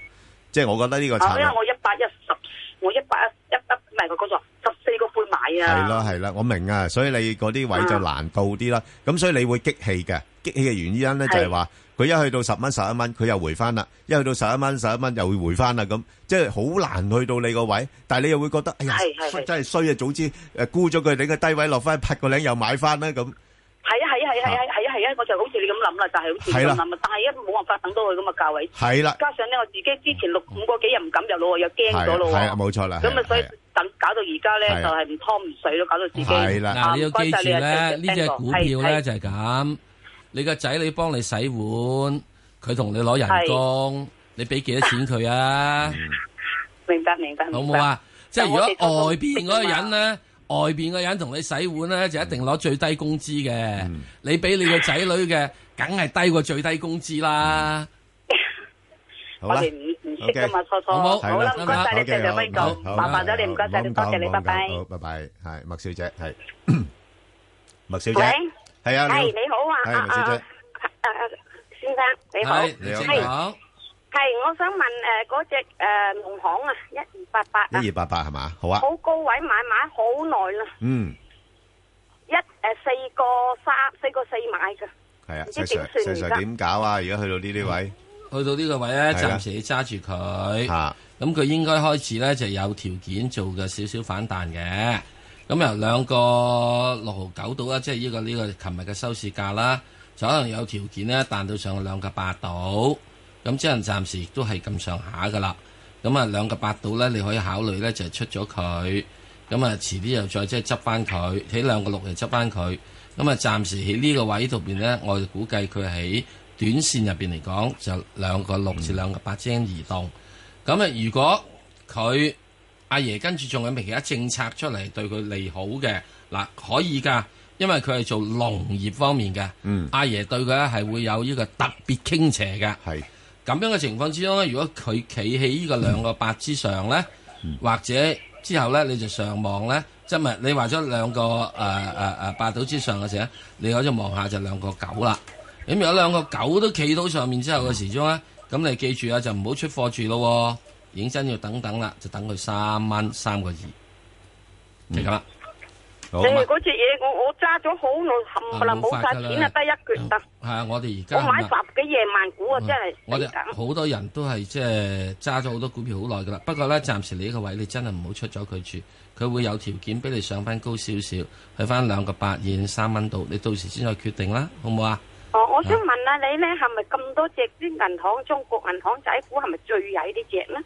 Speaker 6: 即係我覺得呢個策
Speaker 19: 啊，因
Speaker 6: 略
Speaker 19: 為我一百一十，我一百一一一唔係佢嗰座十四個半買啊。
Speaker 6: 係咯係啦，我明啊，所以你嗰啲位就難到啲啦，咁所以你會激氣嘅，激氣嘅原因咧就係話佢一去到十蚊十一蚊，佢又回翻啦，一去到十一蚊十一蚊又會回翻啦，咁即係好難去到你個位，但係你又會覺得哎呀
Speaker 19: 係係係
Speaker 6: 真係衰啊，早知誒沽咗佢，你個低位落翻，拍個領又買翻啦咁。
Speaker 19: 係啊係啊係啊係啊係啊係啊！我就好似你咁諗啦，就係好似你
Speaker 6: 係
Speaker 19: 咁
Speaker 6: 啦
Speaker 19: 諗啊，但係一冇辦法等到佢咁嘅啊價位。
Speaker 6: 係啦嗯
Speaker 19: 加上咧我自己之前六五個幾日唔敢入咯，又驚咗咯。
Speaker 6: 係啊係啊冇錯啦
Speaker 19: 咁啊
Speaker 6: 係啊，
Speaker 19: 所以等搞到而家咧
Speaker 7: 係
Speaker 19: 就
Speaker 7: 啊
Speaker 19: 係唔湯唔水咯，搞到自己。啊
Speaker 6: 係啦
Speaker 7: 嗱，你要記住咧，呢只
Speaker 19: 隻
Speaker 7: 股票咧就係咁，你個仔你幫你洗碗，佢同你攞人工，你俾幾多錢佢啊？
Speaker 6: 嗯
Speaker 19: 明白明白。明白
Speaker 7: 好冇啊？即係如果
Speaker 19: 但我哋
Speaker 7: 外邊嗰個人咧，外邊嗰個人同你洗碗咧，就一定攞最低工資嘅。
Speaker 6: 嗯
Speaker 7: 你俾你個仔女嘅，梗係低過最低工資啦。
Speaker 6: 嗯好
Speaker 19: 我
Speaker 6: 啦
Speaker 19: 哋唔唔嗯識㗎嘛，初初。
Speaker 7: 好冇
Speaker 6: 係
Speaker 19: 好啦，唔該晒你，
Speaker 6: OK，
Speaker 19: 謝謝
Speaker 6: 好
Speaker 19: Wing
Speaker 6: 好
Speaker 19: 哥，
Speaker 6: 好
Speaker 19: 麻煩咗你，
Speaker 6: 好
Speaker 19: 唔該晒你，
Speaker 6: 唔
Speaker 19: 多
Speaker 6: 好
Speaker 19: 謝你，
Speaker 6: 咁講
Speaker 19: 拜拜
Speaker 6: 唔。好拜拜，係麥小姐，係 麥小姐，
Speaker 1: 喂，
Speaker 6: 係啊，
Speaker 1: 係
Speaker 6: 你
Speaker 1: 你好啊，
Speaker 6: 係
Speaker 1: 啊
Speaker 6: 麥小姐，
Speaker 1: 啊啊先生你好，
Speaker 6: 係你好你好
Speaker 1: 係我想問誒嗰只誒農行啊，一二八八啊，
Speaker 6: 一二八八係嘛？好啊，
Speaker 1: 好高位買買好耐啦，
Speaker 6: 嗯，
Speaker 1: 一誒四個三四個四買㗎，
Speaker 6: 係啊，
Speaker 1: 唔知
Speaker 6: 石 Sir，
Speaker 1: 點算
Speaker 6: 石 Sir
Speaker 1: 而家
Speaker 6: 點搞啊？而家去到呢啲位，
Speaker 7: 嗯去到呢個位咧，
Speaker 6: 係啊
Speaker 7: 暫時你揸住佢
Speaker 6: 嚇，
Speaker 7: 咁佢應該開始咧就有條件做嘅少少反彈嘅。咁由兩個六毫九到啦，即係呢個呢、個琴日嘅收市價啦，就可能有條件咧彈到上去兩個八度。咁即係暫時亦都係咁上下噶啦。咁啊兩個八度咧，你可以考慮咧就係出咗佢。咁啊遲啲又再即係執翻佢，喺兩個六嚟執翻佢。咁啊暫時喺呢個位度邊咧，我就估計佢喺短線入邊嚟講就兩個六至兩個八之間移動。咁啊，如果佢阿爺跟住仲有其他政策出嚟對佢利好嘅，嗱可以㗎，因為佢係做農業方面嘅，
Speaker 6: 嗯
Speaker 7: 阿爺對佢咧係會有呢個特別傾斜嘅，
Speaker 6: 係
Speaker 7: 咁樣嘅情況之中咧，如果佢企喺呢個兩個八之上咧，或者之後咧你就上望咧，即係唔係你話咗兩個呃誒誒誒八到之上嘅時候呢，你可以望下就兩個九啦。咁如果兩個九都企到上面之後嘅時鐘咧，咁你記住啊，就唔好出貨住咯喎，認真要等等啦，就等佢三蚊三個二，就咁啦。
Speaker 6: 啊
Speaker 7: 好
Speaker 1: 你嗰只嘢我我揸咗好耐，冚唪唥冇晒錢啊，
Speaker 7: 啊冇法
Speaker 1: 得一橛得。
Speaker 7: 係啊，我哋而
Speaker 1: 我
Speaker 7: 家
Speaker 1: 買
Speaker 7: 咁啦
Speaker 1: 十幾夜萬股啊，真係
Speaker 7: 我
Speaker 1: 死
Speaker 7: 哋
Speaker 1: 梗。
Speaker 7: 好多人都係即係揸咗好多股票好耐噶啦，不過咧暫時你呢個位你真係唔好出咗佢住，佢會有條件俾你上翻高少少，去翻兩個八現三蚊度，你到時先再決定啦，好唔好啊？
Speaker 1: 哦，我想問下你咧，係咪咁多隻啲銀行、中國銀行仔股係咪最曳呢只咧？
Speaker 7: 誒、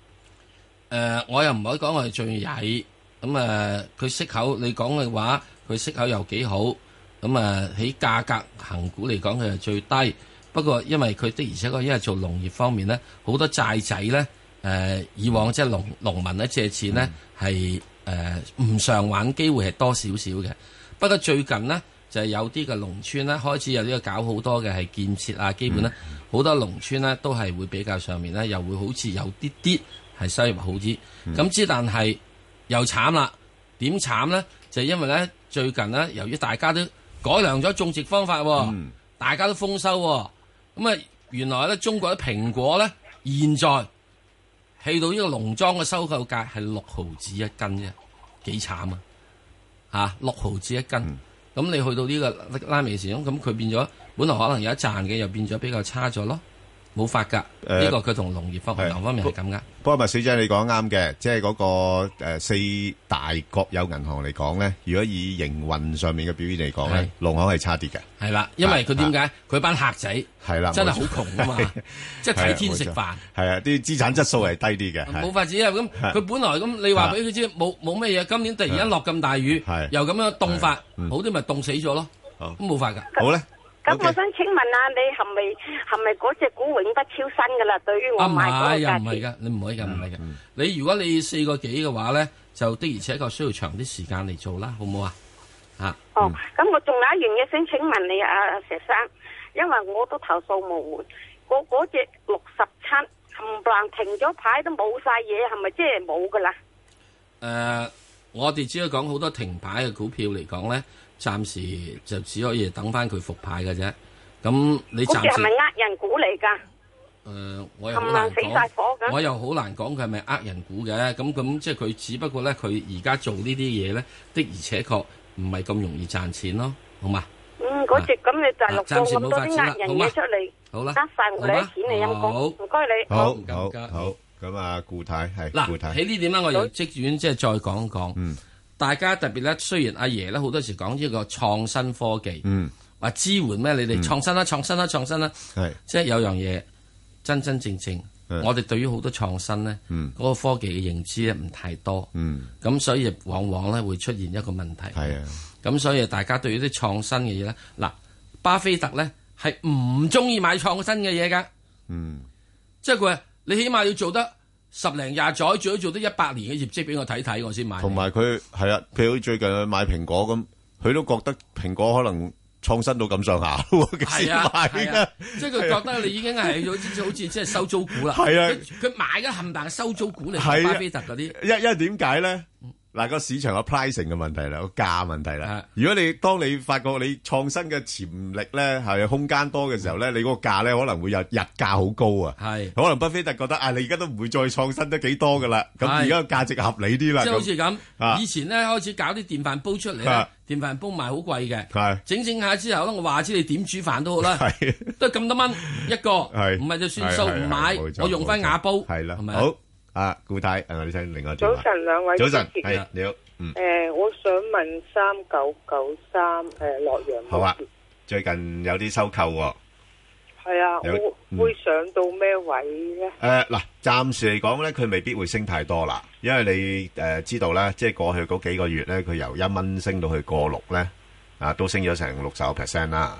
Speaker 7: 呃我又唔可以講佢係最曳，咁誒，呃佢、息口你講嘅話，佢息口又幾好，咁誒喺價格行股嚟講，佢係最低。不過因為佢的而且確，因為做農業方面咧，好多債仔咧，誒、以往即係農農民咧借錢咧係誒唔償還機會係多少少嘅。不過最近呢，就係有啲嘅農村咧開始有呢個搞好多嘅係建設啊，基本咧好、多農村咧都係會比較上面咧，又會好似有啲啲係收入好啲。咁之、但係又慘啦，點慘咧？就係因為咧最近咧，由於大家都改良咗種植方法喎，大家都豐收喎，咁啊原來咧中國啲蘋果咧現在去到呢個農莊嘅收購價係六毫子一斤啫，幾慘啊！嚇六毫子一斤。
Speaker 6: 嗯
Speaker 7: 咁、你去到呢個拉美時鐘，咁佢變咗，本來可能有一賺嘅，又變咗比較差咗咯，冇法㗎。呢、
Speaker 6: 誒
Speaker 7: 個佢同農業方、銀行方面係咁㗎。
Speaker 6: 不過，麥小姐你講得啱嘅，即係嗰個誒四大國有銀行嚟講咧，如果以營運上面嘅表現嚟講咧，農行係差啲嘅。
Speaker 7: 係啦，因為佢點解佢班客仔
Speaker 6: 係啦，
Speaker 7: 真係
Speaker 6: 冇錯
Speaker 7: 好窮 啊嘛即係睇天食飯。
Speaker 6: 係啊冇錯係啊，啲資產質素係低啲嘅。係
Speaker 7: 冇法子啊！咁
Speaker 6: 係
Speaker 7: 佢本來咁，你話俾佢知冇冇乜嘢，今年突然間落咁大雨，又咁樣凍法，好啲咪凍死咗咯，咁冇法㗎。
Speaker 6: 嗯好咧，
Speaker 1: 咁我想請問下你係咪係咪嗰只股永不超生噶啦？對於我
Speaker 7: 啊，唔
Speaker 1: 買嗰
Speaker 7: 係
Speaker 1: 個
Speaker 7: 又唔
Speaker 1: 價
Speaker 7: 係
Speaker 1: 錢，
Speaker 7: 㗎，你唔可以㗎，唔係㗎。你如果你四個幾嘅話咧，就的而且確需要長啲時間嚟做啦，好唔好啊？啊，
Speaker 1: 哦，咁我仲有一樣嘢想請問你啊，啊石生，因為我都投訴無門，我嗰只六十七冚唪唥停咗牌都冇晒嘢，係咪即係冇噶啦？
Speaker 7: 誒、呃我哋只可以講好多停牌嘅股票嚟講咧，暫時就只可以等翻佢復牌嘅啫。咁你
Speaker 1: 好
Speaker 7: 暫
Speaker 1: 似係
Speaker 7: 時
Speaker 1: 咪呃人股嚟㗎？
Speaker 7: 誒、我又好
Speaker 1: 冚
Speaker 7: 難
Speaker 1: 唪唥死晒火
Speaker 7: 講，
Speaker 1: 㗎
Speaker 7: 我又好難講佢係咪呃人股嘅。咁咁即係佢，只不過咧，佢而家做呢啲嘢咧，的而且確唔係咁容易賺錢咯，好嘛？
Speaker 3: Ừ,
Speaker 1: 嗯，嗰只咁你就
Speaker 7: 啊
Speaker 1: 錄
Speaker 7: 暫時
Speaker 1: 到
Speaker 7: 冇
Speaker 1: 咁多
Speaker 7: 法子
Speaker 1: 啲
Speaker 7: 啦
Speaker 1: 呃人
Speaker 7: 好嘛
Speaker 1: 嘢出嚟，
Speaker 7: 好啦
Speaker 1: 呃晒我哋
Speaker 7: 好
Speaker 1: 啲
Speaker 7: 嘛
Speaker 1: 錢你陰
Speaker 7: 好
Speaker 1: 公，唔該你。
Speaker 6: 好
Speaker 7: 唔
Speaker 6: 好
Speaker 7: 敢
Speaker 6: 好，咁啊，固體係嗯
Speaker 7: 嗱
Speaker 6: 固體
Speaker 7: 喺呢點咧，我又即院即係再講一講。大家特別咧，雖然阿爺咧好多時講呢個創新科技，
Speaker 6: 嗯
Speaker 7: 話支援咩？你哋創新啦，創新啦，創新啦，
Speaker 6: 係
Speaker 7: 即係有樣嘢真真正正，我哋對於好多創新咧，
Speaker 6: 嗯
Speaker 7: 嗰個科技嘅認知咧唔太多，
Speaker 6: 嗯
Speaker 7: 咁所以往往咧會出現一個問題。
Speaker 6: 係啊，
Speaker 7: 咁所以大家對於啲創新嘅嘢咧，嗱，巴菲特咧係唔中意買創新嘅嘢㗎。
Speaker 6: 嗯
Speaker 7: 即係佢話你起碼要做得十零廿載，最好做得一百年嘅業績俾我睇睇，我先買。
Speaker 6: 同埋佢係啊，譬如最近去買蘋果咁，佢都覺得蘋果可能創新到咁上下喎，佢 先
Speaker 7: 係啊，
Speaker 6: 買
Speaker 7: 係
Speaker 6: 㗎
Speaker 7: 啊。即係佢覺得你已經係好似好似即係收租股啦。
Speaker 6: 係啊
Speaker 7: 佢佢買咗冚唪唥收租股嚟
Speaker 6: 係啊
Speaker 7: 巴菲特嗰啲。
Speaker 6: 因-因為點解呢？嗱，個市場嘅pricing嘅問題啦，個價問題啦。如果你-當你發覺你創新嘅潛力呢，係空間多嘅時候呢，你嗰個價呢，可能會有-日價好高啊。可能巴菲特覺得，啊，你而家都唔會再創新得幾多㗎啦，咁
Speaker 7: 係。
Speaker 6: 而家個價值合理啲啦，
Speaker 7: 即係好似
Speaker 6: 咁。啊
Speaker 7: 咁，以前咧開始搞啲電飯煲出嚟咧
Speaker 6: 啊，
Speaker 7: 電飯煲賣好貴
Speaker 6: 係
Speaker 7: 嘅，整整下之後咧，我話知你點煮飯都好啦
Speaker 6: 係，
Speaker 7: 都係咁多蚊一個，
Speaker 6: 係。
Speaker 7: 唔係就算數
Speaker 6: 係，係，
Speaker 7: 唔
Speaker 6: 係，
Speaker 7: 買
Speaker 6: 冇錯，，
Speaker 7: 我用翻
Speaker 6: 冇錯。
Speaker 7: 瓦煲，
Speaker 6: 係啦，
Speaker 7: 係咪？
Speaker 6: 好，啊，顧太，係咪你聽另外一個
Speaker 2: 早
Speaker 6: 電話？
Speaker 2: 晨，兩位
Speaker 6: 早晨，
Speaker 2: 主持人
Speaker 6: 係，你好，嗯，
Speaker 2: 诶、我想問三九九三诶，洛陽
Speaker 6: 好啊，最近有啲收購喎。
Speaker 2: 係啊，
Speaker 6: 有
Speaker 2: 我
Speaker 6: 嗯
Speaker 2: 會上到咩位咧？
Speaker 6: 诶，嗱、暫時嚟講咧，佢未必會升太多啦，因為你诶、呃知道啦，即係過去嗰幾個月咧，佢由一蚊升到去過六咧，啊，都升咗成六十個 percent 啦。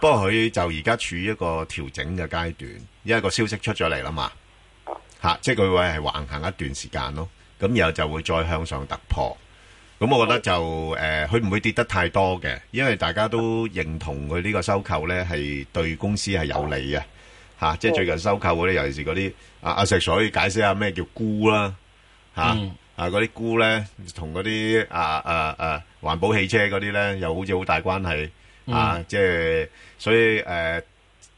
Speaker 6: 不過佢就而家處於一個調整嘅階段，因為個消息出咗嚟啦嘛，吓、吓、即係佢會係橫行一段時間咯。咁然後就會再向上突破。咁我覺得就誒，呃佢、唔會跌得太多嘅，因為大家都認同佢呢個收購咧係對公司係有利嘅嚇、即係最近收購嗰啲，尤其是嗰啲啊阿石水解釋下咩叫沽啦嚇。
Speaker 7: 嗯
Speaker 6: 啊！嗰啲菇咧，同嗰啲啊啊啊環保汽車嗰啲咧，又好似好大關係、啊！
Speaker 7: 嗯
Speaker 6: 即係所以誒、呃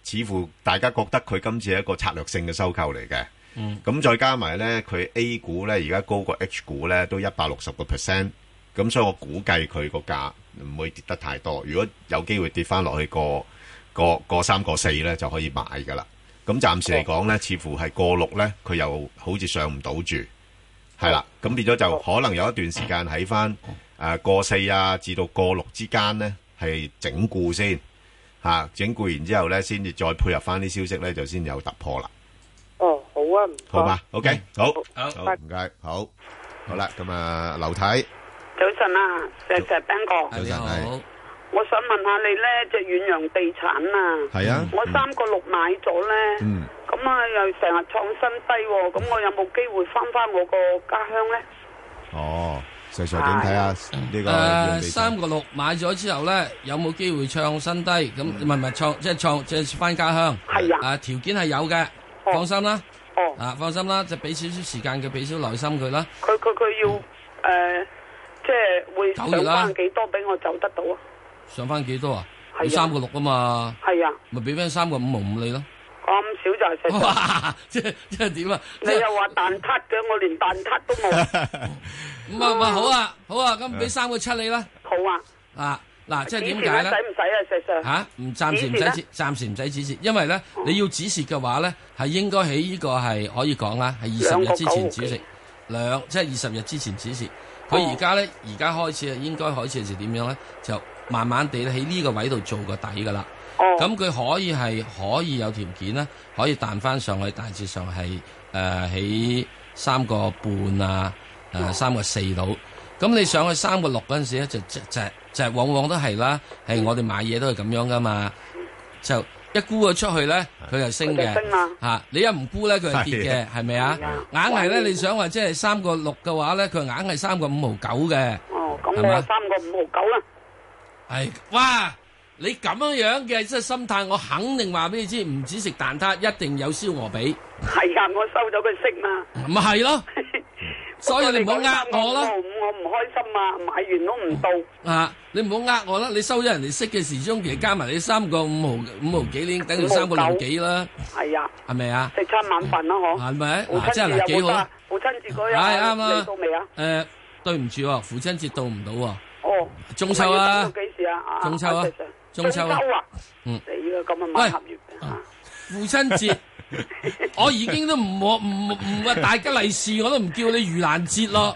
Speaker 6: 似乎大家覺得佢今次係一個策略性嘅收購嚟嘅。
Speaker 7: 嗯
Speaker 6: 咁再加埋咧，佢 A 股咧而家高過 H 股咧，都一百六十個 percent。咁所以我估計佢個價唔會跌得太多。如果有機會跌翻落去個個個三個四咧，就可以買噶啦。咁暫時嚟講咧，似乎係過六咧，佢又好似上唔到住，係啦。咁變咗就可能有一段時間喺翻誒過四啊至到過六之間咧，係整固先嚇、整固完之後咧，先至再配合翻啲消息咧，就先有突破啦。
Speaker 2: 哦，好啊，唔該
Speaker 6: 好嘛？OK，好，
Speaker 2: 好
Speaker 6: 好，唔該，好，好啦，咁啊，劉太，
Speaker 3: 早晨啊，石石 b 哥，
Speaker 6: 早晨係，
Speaker 3: 我想問下你咧，只遠洋地產啊，
Speaker 6: 係啊
Speaker 3: 我三個六買咗咧，
Speaker 6: 嗯，
Speaker 3: 咁啊又成日創新低喎，咁我有冇機會翻翻我個家鄉咧？
Speaker 6: 哦，石 Sir 點睇啊？呢個
Speaker 7: 诶，
Speaker 6: 讓地
Speaker 7: 呃三個六買咗之後咧，有冇機會唱新低？咁
Speaker 6: 嗯
Speaker 7: 唔係唔係創，即係創，即係翻家鄉。係啊，條件係有嘅，放心啦。
Speaker 3: 哦，
Speaker 7: 啊，放心啦，就俾少少時間佢，俾少耐心佢啦。
Speaker 3: 佢佢佢要诶，即係會
Speaker 7: 走
Speaker 3: 上
Speaker 7: 完啦
Speaker 3: 翻幾多俾我走得到啊？
Speaker 7: 上翻幾多啊？
Speaker 3: 係啊
Speaker 7: 要三個六啊嘛，
Speaker 3: 係啊，
Speaker 7: 咪俾翻三個五毛五你咯。
Speaker 3: 咁少就係石 Sir
Speaker 7: 哇！即係即係點啊？
Speaker 3: 你又話蛋撻嘅，我連蛋撻都冇。
Speaker 7: 咁啊，咪好啊，好啊，咁
Speaker 6: 嗯
Speaker 7: 俾三個七你啦。
Speaker 3: 好啊。
Speaker 7: 啊，嗱，即係點
Speaker 3: 指示
Speaker 7: 解
Speaker 3: 咧
Speaker 7: 咧？
Speaker 3: 使唔使啊，石 Sir？
Speaker 7: 吓，唔暫時唔使
Speaker 3: 指
Speaker 7: 指
Speaker 3: 示，
Speaker 7: 暫時唔使指示，因為咧你要指示嘅話咧，係應該喺呢個係可以講啦，係
Speaker 3: 兩
Speaker 7: 二十
Speaker 3: 個
Speaker 7: 日之
Speaker 3: 九毫
Speaker 7: 前
Speaker 3: 幾
Speaker 7: 指示，兩即係二十日之前指示。
Speaker 3: 哦
Speaker 7: 佢而家咧，而家開始啊，應該開始係點樣咧？就慢慢地喺呢個位度做個底噶啦。
Speaker 3: 哦
Speaker 7: 咁佢、可以係可以有條件咧，可以彈翻上去，大致上係誒喺三個半啊，誒三個四度。咁你上去三個六嗰陣時咧，就就就就係往往都係啦，係我哋買嘢都係咁樣噶嘛，就一沽咗出去咧，佢就升嘅
Speaker 3: 佢就升啦，
Speaker 7: 嚇、你一唔沽咧，佢就跌嘅，係咪啊？硬係咧，你想話即係三個六嘅話咧，佢硬係三個五毫九嘅，
Speaker 3: 咁
Speaker 7: 係
Speaker 3: 我有
Speaker 7: 嘛？
Speaker 3: 三個五毫九啦。
Speaker 7: 係哇！你咁樣樣嘅即係心態，我肯定話俾你知，唔止食蛋撻，一定有燒鵝髀，
Speaker 3: 係啊，我收咗佢息嘛。
Speaker 7: 咪係咯。所以你唔好呃我啦
Speaker 3: 三個五毫五，我唔開心啊！買完都唔到。
Speaker 7: 啊！你唔好呃我啦，你收咗人哋息嘅時鐘，其實加埋你三個五毫五毫幾，你已經等到三個六幾啦，
Speaker 3: 係啊，
Speaker 7: 係咪啊？
Speaker 3: 食餐晚飯啦，嗬。
Speaker 7: 係咪？
Speaker 3: 父
Speaker 7: 嗱，
Speaker 3: 親
Speaker 7: 真係
Speaker 3: 節
Speaker 7: 嗱幾
Speaker 3: 有冇
Speaker 7: 好
Speaker 3: 得
Speaker 7: 啊
Speaker 3: 啊？！父親節嗰日
Speaker 7: 唉啱啊
Speaker 3: 嚟到未啊？
Speaker 7: 誒，對唔住喎，父親節到唔到喎。
Speaker 3: 哦，
Speaker 7: 中秋
Speaker 3: 咁
Speaker 7: 啊
Speaker 3: 要等到幾時啊？啊
Speaker 7: 中秋啊
Speaker 3: 啊石 Sir
Speaker 7: 中秋啊
Speaker 3: 啊！
Speaker 7: 嗯
Speaker 3: 死啦！咁啊買合月
Speaker 7: 父親 節，我已經都唔我唔唔話大吉利是，我都唔叫你盂蘭 節咯。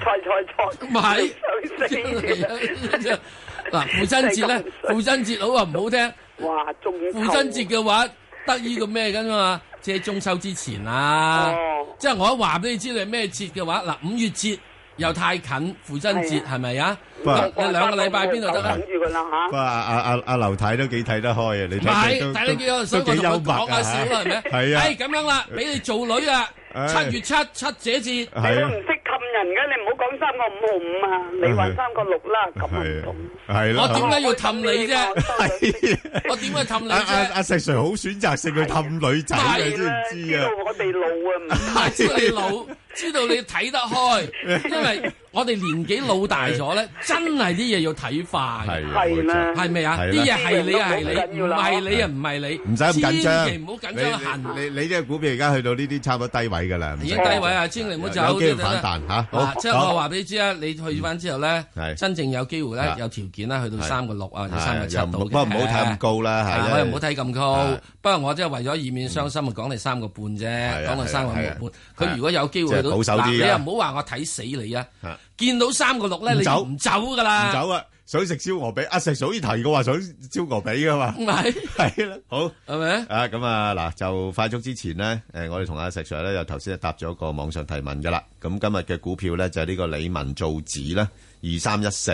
Speaker 3: 菜菜菜，
Speaker 7: 唔係
Speaker 3: 想死啊
Speaker 7: 嗱，父親節咧，父親節好話唔好聽，
Speaker 3: 哇！中
Speaker 7: 父親節嘅話得意個咩㗎嘛？即係中秋之前啊，
Speaker 3: 哦
Speaker 7: 即係我一話俾你知你係咩節嘅話，嗱五月節又太近父親節係咪啊？
Speaker 6: 不過
Speaker 7: 咁你兩個禮拜邊度得啊？
Speaker 3: 等住佢啦吓。
Speaker 6: 不過阿阿阿阿劉太都幾睇得開啊！你
Speaker 7: 唔
Speaker 6: 睇佢
Speaker 7: 係，
Speaker 6: 都
Speaker 7: 但係你
Speaker 6: 都
Speaker 7: 叫我，所以
Speaker 6: 都
Speaker 7: 我
Speaker 6: 幾
Speaker 7: 同
Speaker 6: 幽
Speaker 7: 佢
Speaker 6: 默啊
Speaker 7: 講下少啦，係咪？
Speaker 6: 係啊
Speaker 7: 哎，咁樣啦，俾你做女啊！
Speaker 6: 唉
Speaker 7: 七月七七姐節，
Speaker 6: 係啊
Speaker 3: 你都唔識氹人嘅，你唔好講三個五毫五啊！你話三個六啦，咁啊唔同。
Speaker 6: 係啦
Speaker 7: 我點解要氹你啫？我點解氹你
Speaker 6: 阿阿
Speaker 7: 啫？
Speaker 6: 阿石 Sir 好選擇性去氹女仔嘅，啊你知唔知啊？
Speaker 3: 我哋老
Speaker 7: 啊，唔知道你老，知道你睇得 開，因為我哋年紀老大咗咧，真係啲嘢要睇化嘅，
Speaker 6: 係啊係啦冇錯
Speaker 7: 係咪啊？
Speaker 6: 係
Speaker 7: 啲
Speaker 6: 啦
Speaker 7: 嘢係你啊係
Speaker 3: 呢樣都好緊
Speaker 7: 你，
Speaker 3: 要
Speaker 7: 唔
Speaker 3: 啦
Speaker 7: 係你啊唔係你，
Speaker 6: 唔使咁緊張
Speaker 7: 千祈唔好緊張行。
Speaker 6: 你你你呢只股票而家去到呢啲差唔多低位㗎啦，唔使
Speaker 7: 已經低位啊，千祈唔好走。
Speaker 6: 有機會反彈嚇。好
Speaker 7: 嗱，即係
Speaker 6: 好
Speaker 7: 我話俾你知啊，你去翻之後咧，真正有機會咧，
Speaker 6: 係
Speaker 7: 有條件咧，去到
Speaker 6: 係
Speaker 7: 三個六啊，或者
Speaker 6: 係
Speaker 7: 三個七
Speaker 6: 又
Speaker 7: 到
Speaker 6: 唔
Speaker 7: 嘅。
Speaker 6: 不過唔好睇咁高啦係
Speaker 7: 啊
Speaker 6: 因為
Speaker 7: 我又唔好睇咁高
Speaker 6: 係。
Speaker 7: 不過我即係為咗以免傷心，啊，講你三個半啫，
Speaker 6: 啊
Speaker 7: 講
Speaker 6: 係啊
Speaker 7: 你三個五毫
Speaker 6: 係啊
Speaker 7: 半。佢如果有機會去
Speaker 6: 即
Speaker 7: 到，
Speaker 6: 係保守啲啊
Speaker 7: 嗱你又唔好話我睇死你啊！
Speaker 6: 啊
Speaker 7: 見到三個六咧，
Speaker 6: 唔
Speaker 7: 你
Speaker 6: 走
Speaker 7: 就唔走㗎啦。
Speaker 6: 唔走啊！想食燒鵝髀，阿石 Sir 好似提過話想燒鵝髀㗎嘛。
Speaker 7: 唔係
Speaker 6: 係啦， 好
Speaker 7: 係咪？
Speaker 6: 啊，咁啊嗱，就快速之前呢，誒，我哋同阿石 Sir 咧，又頭先就答咗個網上提問噶啦。咁今日嘅股票咧就係呢個理文造紙啦，二三一四。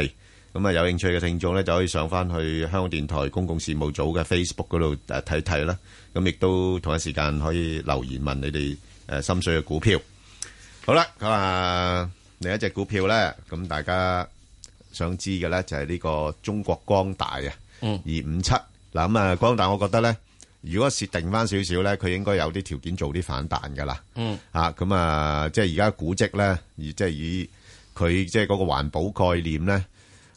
Speaker 6: 咁啊，有興趣嘅聽眾咧，就可以上翻去香港電台公共事務組嘅 Facebook 嗰度誒睇睇啦。咁亦都同一時間可以留言問你哋誒心水嘅股票。好啦，咁啊，另一隻股票咧，咁大家想知嘅咧就係呢個中國光大啊，二
Speaker 7: 嗯
Speaker 6: 五七嗱咁啊，光大我覺得咧，如果設定翻少少咧，佢應該有啲條件做啲反彈噶啦。
Speaker 7: 嗯
Speaker 6: 啊，咁啊，即係而家估值咧，以即係以佢即係嗰個環保概念咧，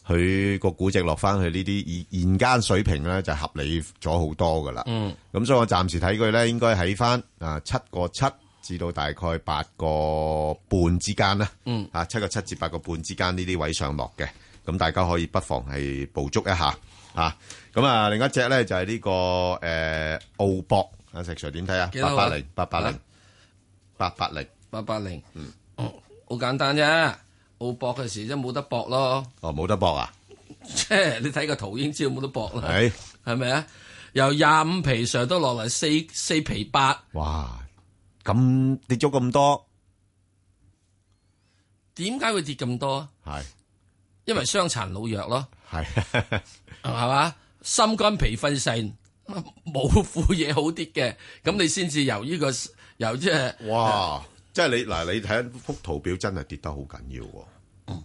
Speaker 6: 佢個估值落翻去呢啲現現間水平咧，就合理咗好多噶啦。
Speaker 7: 嗯，
Speaker 6: 咁所以我暫時睇佢咧，應該喺翻啊七個七至到大概八個半之間啦。
Speaker 7: 嗯，
Speaker 6: 啊七個七至八個半之間呢啲位上落嘅，咁大家可以不妨係捕捉一下啊。咁啊，另一隻咧就係呢、個誒、呃澳博啊，石 Sir 點睇啊？
Speaker 7: 幾多
Speaker 6: 八
Speaker 7: 啊
Speaker 6: 八零，八八零
Speaker 7: 啊，
Speaker 6: 八八零，
Speaker 7: 八八零，嗯，好簡單啫。澳博嘅時真冇得搏咯，
Speaker 6: 哦冇得搏啊！哎
Speaker 7: 即係你睇個圖已經知道冇得搏啦，
Speaker 6: 係
Speaker 7: 係咪啊？由廿五皮上都落嚟四四皮八，
Speaker 6: 哇！咁跌咗咁多，
Speaker 7: 點解會跌咁多啊？
Speaker 6: 係
Speaker 7: 因為傷殘老弱咯，
Speaker 6: 係
Speaker 7: 係嘛？心肝脾肺腎冇副嘢好啲嘅，咁你先至由呢個由即係
Speaker 6: 哇！即係你嗱，你睇幅圖表真係跌得好緊要喎。
Speaker 7: 嗯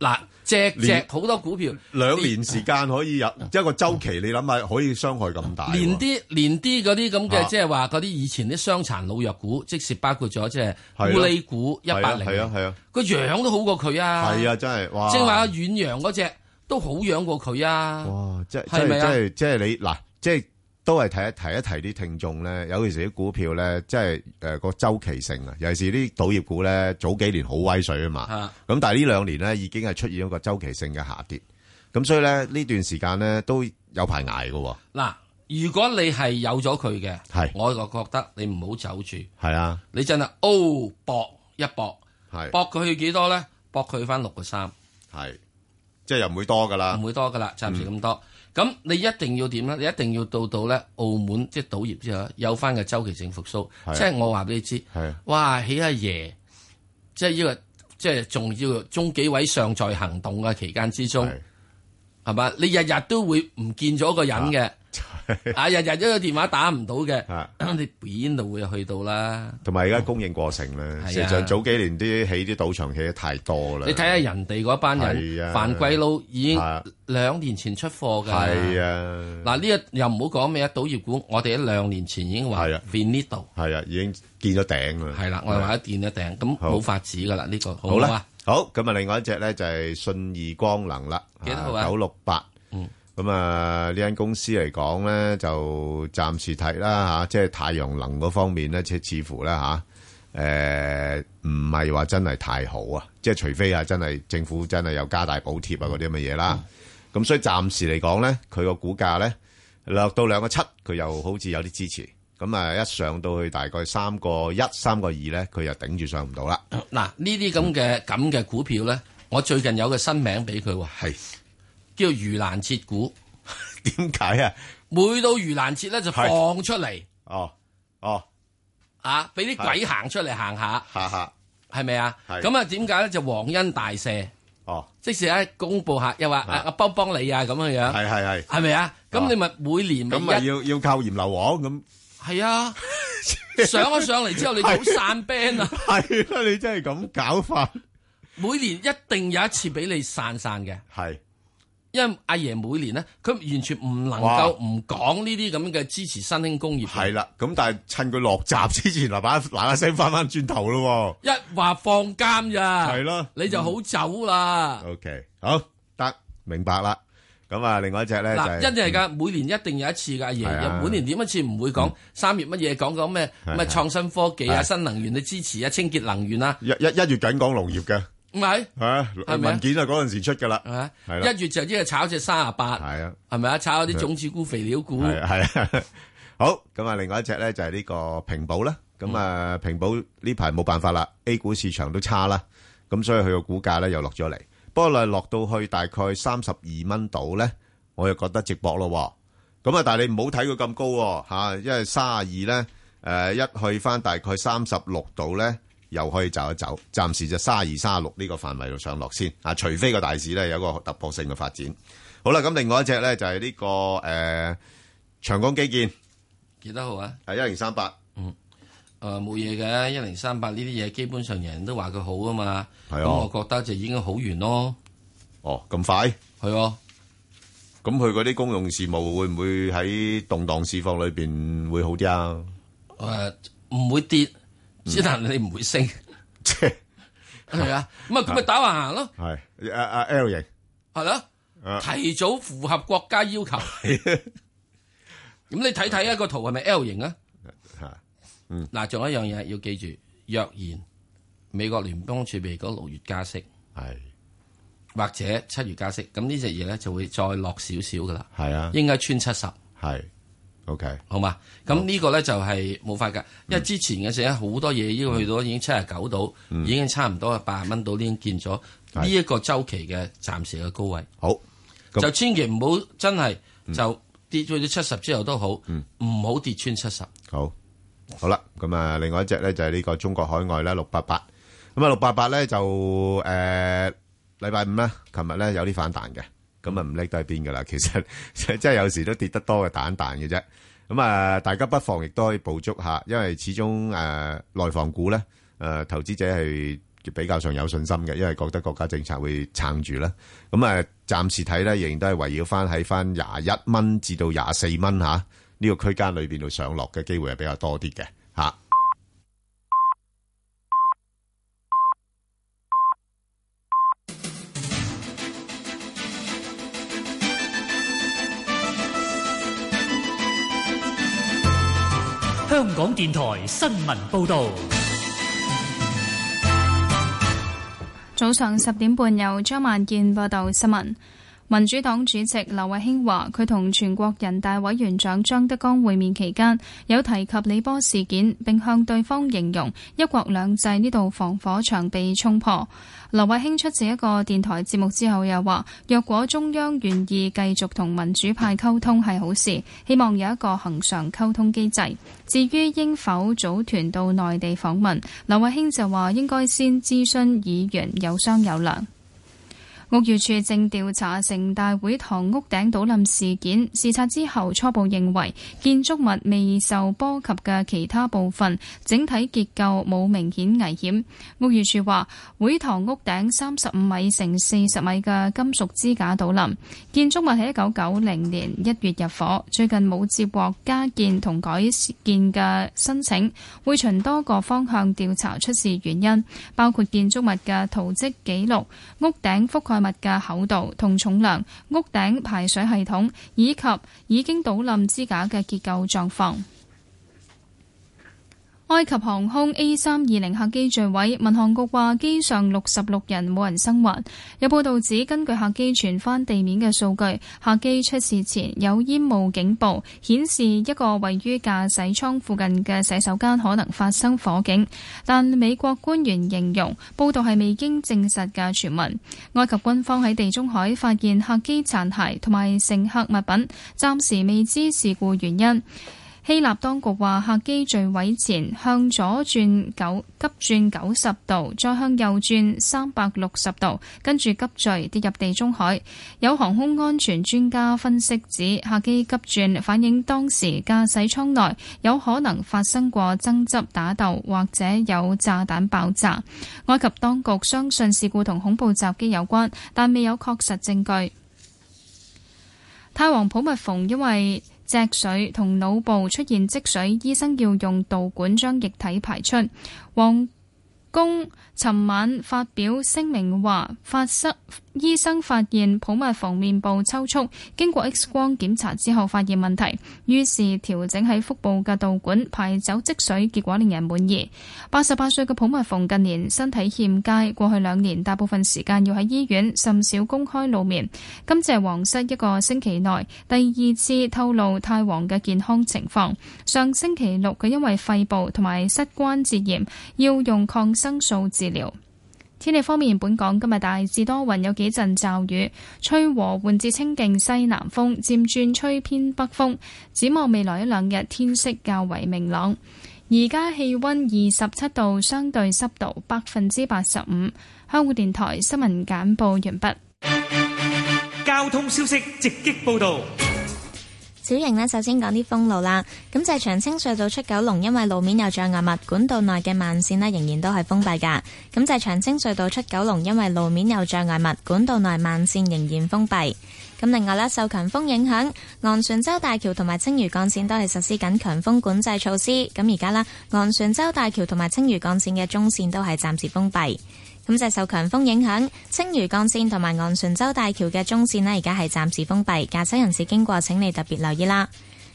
Speaker 7: 嗱，隻隻
Speaker 6: 連
Speaker 7: 好多股票
Speaker 6: 兩年時間可以有
Speaker 7: 嗯
Speaker 6: 一個周期，你諗下可以傷害咁大喎。
Speaker 7: 連啲連啲嗰啲咁
Speaker 6: 啊
Speaker 7: 嘅，即係話嗰啲以前啲傷殘老弱股，即是包括咗即係
Speaker 6: 係啊
Speaker 7: 烏哩股一
Speaker 6: 係啊
Speaker 7: 百零，
Speaker 6: 係啊係啊
Speaker 7: 個樣都好過佢啊，
Speaker 6: 係啊，真係哇！
Speaker 7: 正話遠洋嗰只都好養過佢啊，
Speaker 6: 哇！即係即
Speaker 7: 係咪
Speaker 6: 係即
Speaker 7: 啊
Speaker 6: 係即係你嗱，即係都係提一提一提啲聽眾咧，尤其是啲股票咧，即係誒個周期性啊，尤其是啲賭業股咧，早幾年好威水啊嘛。
Speaker 7: 啊
Speaker 6: 咁但係呢兩年咧已經係出現一個周期性嘅下跌，咁所以咧呢段時間咧都有排捱嘅喎。
Speaker 7: 嗱，如果你係有咗佢嘅，
Speaker 6: 係
Speaker 7: 我就覺得你唔好走住，
Speaker 6: 係啊，
Speaker 7: 你真係 O 搏一搏，
Speaker 6: 係
Speaker 7: 搏佢去幾多咧？搏佢翻六個三，
Speaker 6: 係即係又唔會多噶啦，嗯
Speaker 7: 唔會多噶啦，暫時咁多。咁、你一定要點咧？你一定要到到咧澳門即係賭業之後有翻嘅周期性復甦，
Speaker 6: 係啊
Speaker 7: 即係我話俾你知，
Speaker 6: 係啊
Speaker 7: 哇！起阿爺，即係呢、個即係仲要中紀委尚在行動嘅期間之中，係嘛？你日日都會唔見咗個人嘅，啊日日都有電話打唔到嘅，
Speaker 6: 啊
Speaker 7: 你邊度會去到啦？
Speaker 6: 同埋而家供應過剩咧，
Speaker 7: 啊
Speaker 6: 事實上早幾年啲起啲賭場起得太多啦。
Speaker 7: 你睇下人哋嗰班人
Speaker 6: 係，啊
Speaker 7: 犯貴佬已經
Speaker 6: 係啊
Speaker 7: 兩年前出貨㗎。
Speaker 6: 係啊，
Speaker 7: 嗱呢個又唔好講咩啊，賭業股我哋喺兩年前已經話 f i n i t o
Speaker 6: 係啊，已經見咗頂啦。
Speaker 7: 係啦，我哋話一見一頂，咁
Speaker 6: 好
Speaker 7: 冇法子㗎啦，呢個好
Speaker 6: 好
Speaker 7: 唔好
Speaker 6: 啦
Speaker 7: 啊？，
Speaker 6: 好咁啊！另外一隻咧就係信義光能啦，
Speaker 7: 幾多號啊
Speaker 6: 九六八。
Speaker 7: 嗯，
Speaker 6: 咁啊呢間公司嚟講咧，就暫時睇啦嚇，即係太陽能嗰方面咧，即係似乎咧嚇，誒唔係話真係太好啊！即係除非啊，真係政府真係有加大補貼啊嗰啲咁嘅嘢啦。咁、所以暫時嚟講咧，佢個股價咧落到兩個七，佢又好似有啲支持。咁啊，一上到去大概三個一、三個二咧，佢又頂住上唔到啦。
Speaker 7: 嗱呢啲咁嘅咁嘅股票咧，我最近有個新名俾佢喎，
Speaker 6: 係
Speaker 7: 叫盂蘭節股。
Speaker 6: 點解啊？
Speaker 7: 每到盂蘭節咧就放出嚟
Speaker 6: 哦哦
Speaker 7: 啊，俾啲鬼行出嚟行下，
Speaker 6: 下下
Speaker 7: 係咪啊？
Speaker 6: 係
Speaker 7: 咁啊點解咧就皇恩大赦？
Speaker 6: 哦，
Speaker 7: 即時咧公佈下，又話啊啊幫幫你啊咁樣樣，
Speaker 6: 係係係
Speaker 7: 係咪啊？咁你咪每年
Speaker 6: 咁咪要要靠鹽硫王咁。
Speaker 7: 係 啊，上咗上嚟之後你就好散 band 啊，
Speaker 6: 係啦，你真係咁搞法。
Speaker 7: 每年一定有一次俾你散散嘅，
Speaker 6: 係
Speaker 7: 因為阿爺每年咧，佢完全唔能
Speaker 6: 哇
Speaker 7: 夠唔講呢啲咁嘅支持新興工業。
Speaker 6: 係啦，咁但係趁佢落閘之前，嗱嗱嗱嗱聲翻翻轉頭咯
Speaker 7: 一話放監咋，
Speaker 6: 係咯
Speaker 7: 你就好走啦。
Speaker 6: 喎。OK，好得明白啦。咁啊，另外一隻咧就
Speaker 7: 嗱，一定係
Speaker 6: 係嗯
Speaker 7: 噶，每年一定有一次噶，阿
Speaker 6: 係啊嗯
Speaker 7: 爺，每年點一次唔會講三月乜嘢，講講咩
Speaker 6: 係
Speaker 7: 咩
Speaker 6: 係
Speaker 7: 創新科技啊、
Speaker 6: 係
Speaker 7: 新能源嘅支持啊、清潔能源啊，
Speaker 6: 一一一月緊講農業嘅
Speaker 7: 唔係
Speaker 6: 嚇
Speaker 7: 係咪啊
Speaker 6: 文件啊，嗰陣時出㗎啦。係啦，
Speaker 7: 一月就即係炒只三十八，
Speaker 6: 係啊，
Speaker 7: 係咪啊？炒啲種子股、肥料股，
Speaker 6: 係啊係啊。 好，咁啊，另外一隻咧就係呢個平保啦。咁啊，平保呢排冇辦法啦，A 股市場都差啦，咁所以佢個股價咧又落咗嚟。不過咧落到去大概三十二蚊度咧，我又覺得直播咯喎。咁啊，但係你唔好睇佢咁高喎、嚇因為三廿二咧，誒、一去翻大概三十六度咧，又可以走一走。暫時就三二三六呢個範圍度上落先啊，除非個大市咧有一個突破性嘅發展。好啦，咁另外一隻咧就係呢、個誒、呃、長江基建，
Speaker 7: 幾多號啊？
Speaker 6: 係一零三八。
Speaker 7: 嗯。誒冇嘢嘅，一零三八呢啲嘢基本上人人都話佢好啊嘛，
Speaker 6: 係
Speaker 7: 咁
Speaker 6: 啊
Speaker 7: 我覺得就已經好完咯。
Speaker 6: 哦，咁快？
Speaker 7: 係啊。
Speaker 6: 咁佢嗰啲公用事務會唔會喺動盪市況裏邊會好啲啊？
Speaker 7: 誒呃唔會跌，只但你唔會升，
Speaker 6: 嗯 即係
Speaker 7: 係啊，咁啊咁咪打橫行咯，
Speaker 6: 係誒誒 L 型。
Speaker 7: 係咯，
Speaker 6: 啊
Speaker 7: 提早符合國家要求。咁你睇睇一個圖係咪 L 型啊？
Speaker 6: 嚇，嗯
Speaker 7: 嗱，仲有一樣嘢要記住，若然美國聯邦儲備局六月加息，
Speaker 6: 係
Speaker 7: 或者七月加息，咁呢只嘢咧就會再落少少噶啦，
Speaker 6: 係啊，
Speaker 7: 應該穿七十。
Speaker 6: 係，OK，
Speaker 7: 好嘛？咁呢個咧就係冇法㗎，因為之前嘅時咧好多嘢已經去到已經七十九度，已經差唔多八十蚊度已經見咗呢一個周期嘅暫時嘅高位。
Speaker 6: 好，
Speaker 7: 就千祈唔好真係就跌咗到七十之後都好，唔好跌穿七十。
Speaker 6: 好，好啦，咁啊，另外一隻咧就係呢個中國海外啦，六八八。咁啊，六八八咧就誒禮拜五咧，琴日咧有啲反彈嘅，咁啊唔叻都喺邊噶啦。其 實即係有時都跌得多嘅蛋彈嘅啫。咁啊，大家不妨亦都可以捕捉下，因為始終誒內房股咧誒、呃投資者係比較上有信心嘅，因為覺得國家政策會撐住啦。咁啊，暫時睇咧仍然都係圍繞翻喺翻廿一蚊至到廿四蚊嚇呢個區間裏邊度上落嘅機會係比較多啲嘅嚇。
Speaker 8: 香港電台新聞報道，
Speaker 9: 早上十點半由張萬健報道新聞。民主黨主席劉慧卿話：佢同全國人大委員長張德江會面期間，有提及李波事件，並向對方形容一國兩制呢度防火牆被衝破。劉慧卿出席一個電台節目之後又話：若果中央願意繼續同民主派溝通係好事，希望有一個恒常溝通機制。至於應否組團到內地訪問，劉慧卿就話應該先諮詢議員，有商有量。屋宇署正調查城大會堂屋頂倒冧事件，視察之後初步認為建築物未受波及嘅其他部分，整體結構冇明顯危險。屋宇署話，會堂屋頂三十五米乘四十米嘅金屬支架倒冧，建築物喺一九九零年一月入伙，最近冇接獲加建同改建嘅申請，會循多個方向調查出事原因，包括建築物嘅圖則記錄、屋頂覆蓋物嘅厚度同重量、屋頂排水系統以及已經倒冧支架嘅結構狀況。埃及航空 A 三二零客機墜毀，民航局話機上六十六人冇人生還。有報道指，根據客機傳翻地面嘅數據，客機出事前有煙霧警報，顯示一個位於駕駛艙附近嘅洗手間可能發生火警。但美國官員形容報道係未經證實嘅傳聞。埃及軍方喺地中海發現客機殘骸同埋乘客物品，暫時未知事故原因。希臘當局話，客機墜毀前向左轉九急轉九十度，再向右轉三百六十度，跟住急墜跌入地中海。有航空安全專家分析指，客機急轉反映當時駕駛艙內有可能發生過爭執打鬥，或者有炸彈爆炸。埃及當局相信事故同恐怖襲擊有關，但未有確實證據。泰王普密蓬因為脊髓同腦部出現積水，醫生要用導管將液體排出。皇宮尋晚發表聲明話，發生醫生發現普密蓬面部抽搐，經過 X 光檢查之後發現問題，於是調整喺腹部嘅導管排走積水，結果令人滿意。八十八歲嘅普密蓬近年身體欠佳，過去兩年大部分時間要喺醫院，甚少公開露面。今次係皇室一個星期內第二次透露泰王嘅健康情況。上星期六佢因為肺部同埋膝關節炎要用抗生素治療。天氣方面，本港今日大致多雲，有幾陣驟雨，吹和緩至清勁西南風，漸轉吹偏北風。展望未來一兩日，天色較為明朗。而家氣温二十七度，相對濕度百分之八十五。香港電台新聞簡報完畢。
Speaker 8: 交通消息直擊報道。
Speaker 10: 小型呢，首先講啲封路啦。咁就係長青隧道出九龍，因為路面有障礙物，管道內嘅慢線呢仍然都係封閉㗎。咁就係長青隧道出九龍，因為路面有障礙物，管道內慢線仍然封閉。咁另外咧，受強風影響，昂船洲大橋同埋青嶼幹線都係實施緊強風管制措施。咁而家啦，昂船洲大橋同埋青嶼幹線嘅中線都係暫時封閉。咁就係受強風影響，青嶼幹線同埋昂船洲大橋嘅中線呢，而家係暫時封閉，駕駛人士經過請你特別留意啦。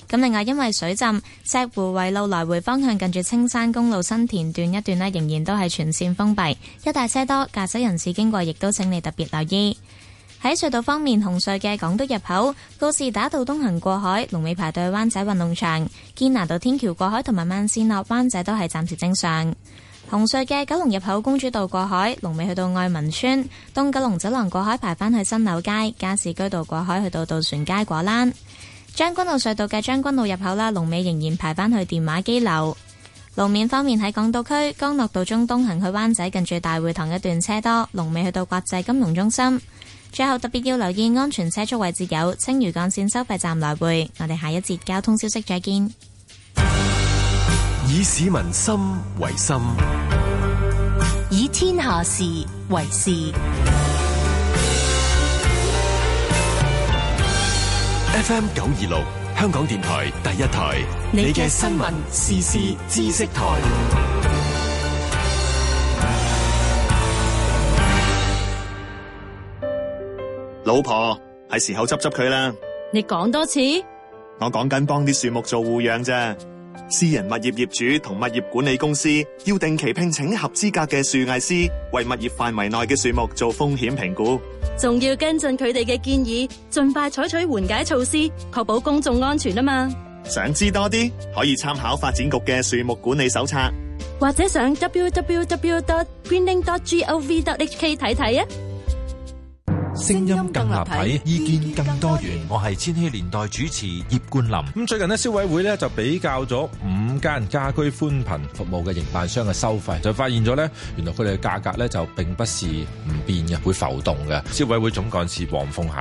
Speaker 10: 咁另外，因為水浸，石湖圍路來回方向近住青山公路新田段一段呢，仍然都係全線封閉，一大車多，駕駛人士經過亦都請你特別留意。喺隧道方面，紅隧嘅港島入口、告士打道東行過海、龍尾排隊灣仔運動場、堅拿道天橋過海同埋慢線落灣仔都係暫時正常。紅隧嘅九龍入口公主道過海，龍尾去到愛民村；東九龍走廊過海排返去新柳街，加士居道過海去到渡船街果欄。將軍澳隧道嘅將軍澳入口啦，龍尾仍然排返去電話機樓。路面方面喺港島區，干諾道中東行去灣仔近住大會堂一段車多，龍尾去到國際金融中心。最後特別要留意安全車速位置有青嶼幹線收費站來回。我哋下一節交通消息再見。
Speaker 11: 以市民心為心，
Speaker 12: 以天下事為事。
Speaker 11: FM 九二六香港電台第一台，你嘅新聞時事知識台。
Speaker 13: 老婆，係時候執執佢啦。
Speaker 26: 你講多次，
Speaker 13: 我講緊幫啲樹木做護養啫。私人物業業主同物業管理公司要定期聘請合資格嘅樹藝師，為物業範圍內嘅樹木做風險評估。
Speaker 26: 仲要跟進佢哋嘅建議，盡快採取緩解措施，確保公眾安全啊嘛。
Speaker 13: 想知多啲，可以參考發展局嘅樹木管理手冊。
Speaker 26: 或者上 www.greening.gov.hk 睇睇啊。
Speaker 14: 聲音更立體，意見更多元。我係千禧年代主持葉冠霖。咁最近呢，消委會呢就比較咗五間家居寬頻服務嘅營辦商嘅收費，就發現咗呢，原來佢哋嘅價格呢就並不是唔變嘅，會浮動嘅。消委會總幹事黃鳳嫻，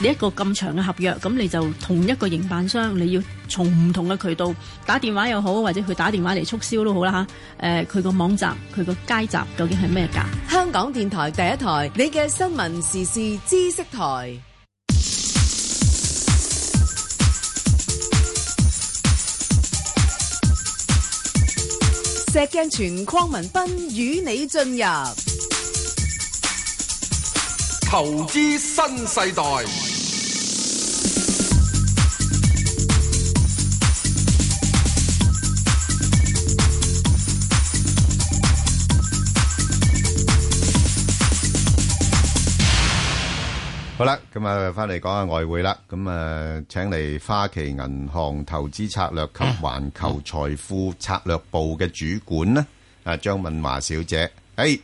Speaker 15: 你一個咁長嘅合約，咁你就同一個營辦商，你要從唔同嘅渠道打電話又好，或者佢打電話嚟促銷都好啦嚇。誒、佢個網站、佢個街站究竟係咩價？
Speaker 4: 香港電台第一台，你嘅新聞時事知識台。石鏡泉鄺民彬與你進入
Speaker 5: 投資新世代，
Speaker 6: 好啦，咁啊，翻嚟講下外匯啦。咁啊，請嚟花旗銀行投資策略及環球財富策略部嘅主管咧，啊張敏華小姐，誒，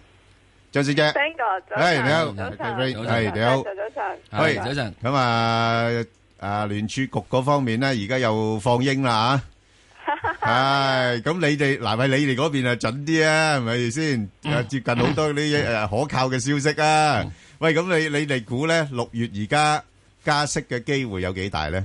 Speaker 6: 張小姐，
Speaker 16: Thank God，早
Speaker 6: 嗯係你好，
Speaker 16: 晨，早晨，
Speaker 6: 係係你好，
Speaker 16: 早晨，
Speaker 6: 係咁啊，啊聯儲局嗰方面咧，而家又放鷹啦 嚇。唉，咁你哋嗱，咪你哋嗰邊啊準啲啊，係咪先？啊，接近好多啲誒可靠嘅消息啊。喂，咁你你哋估咧六月而家加息嘅機會有幾大咧？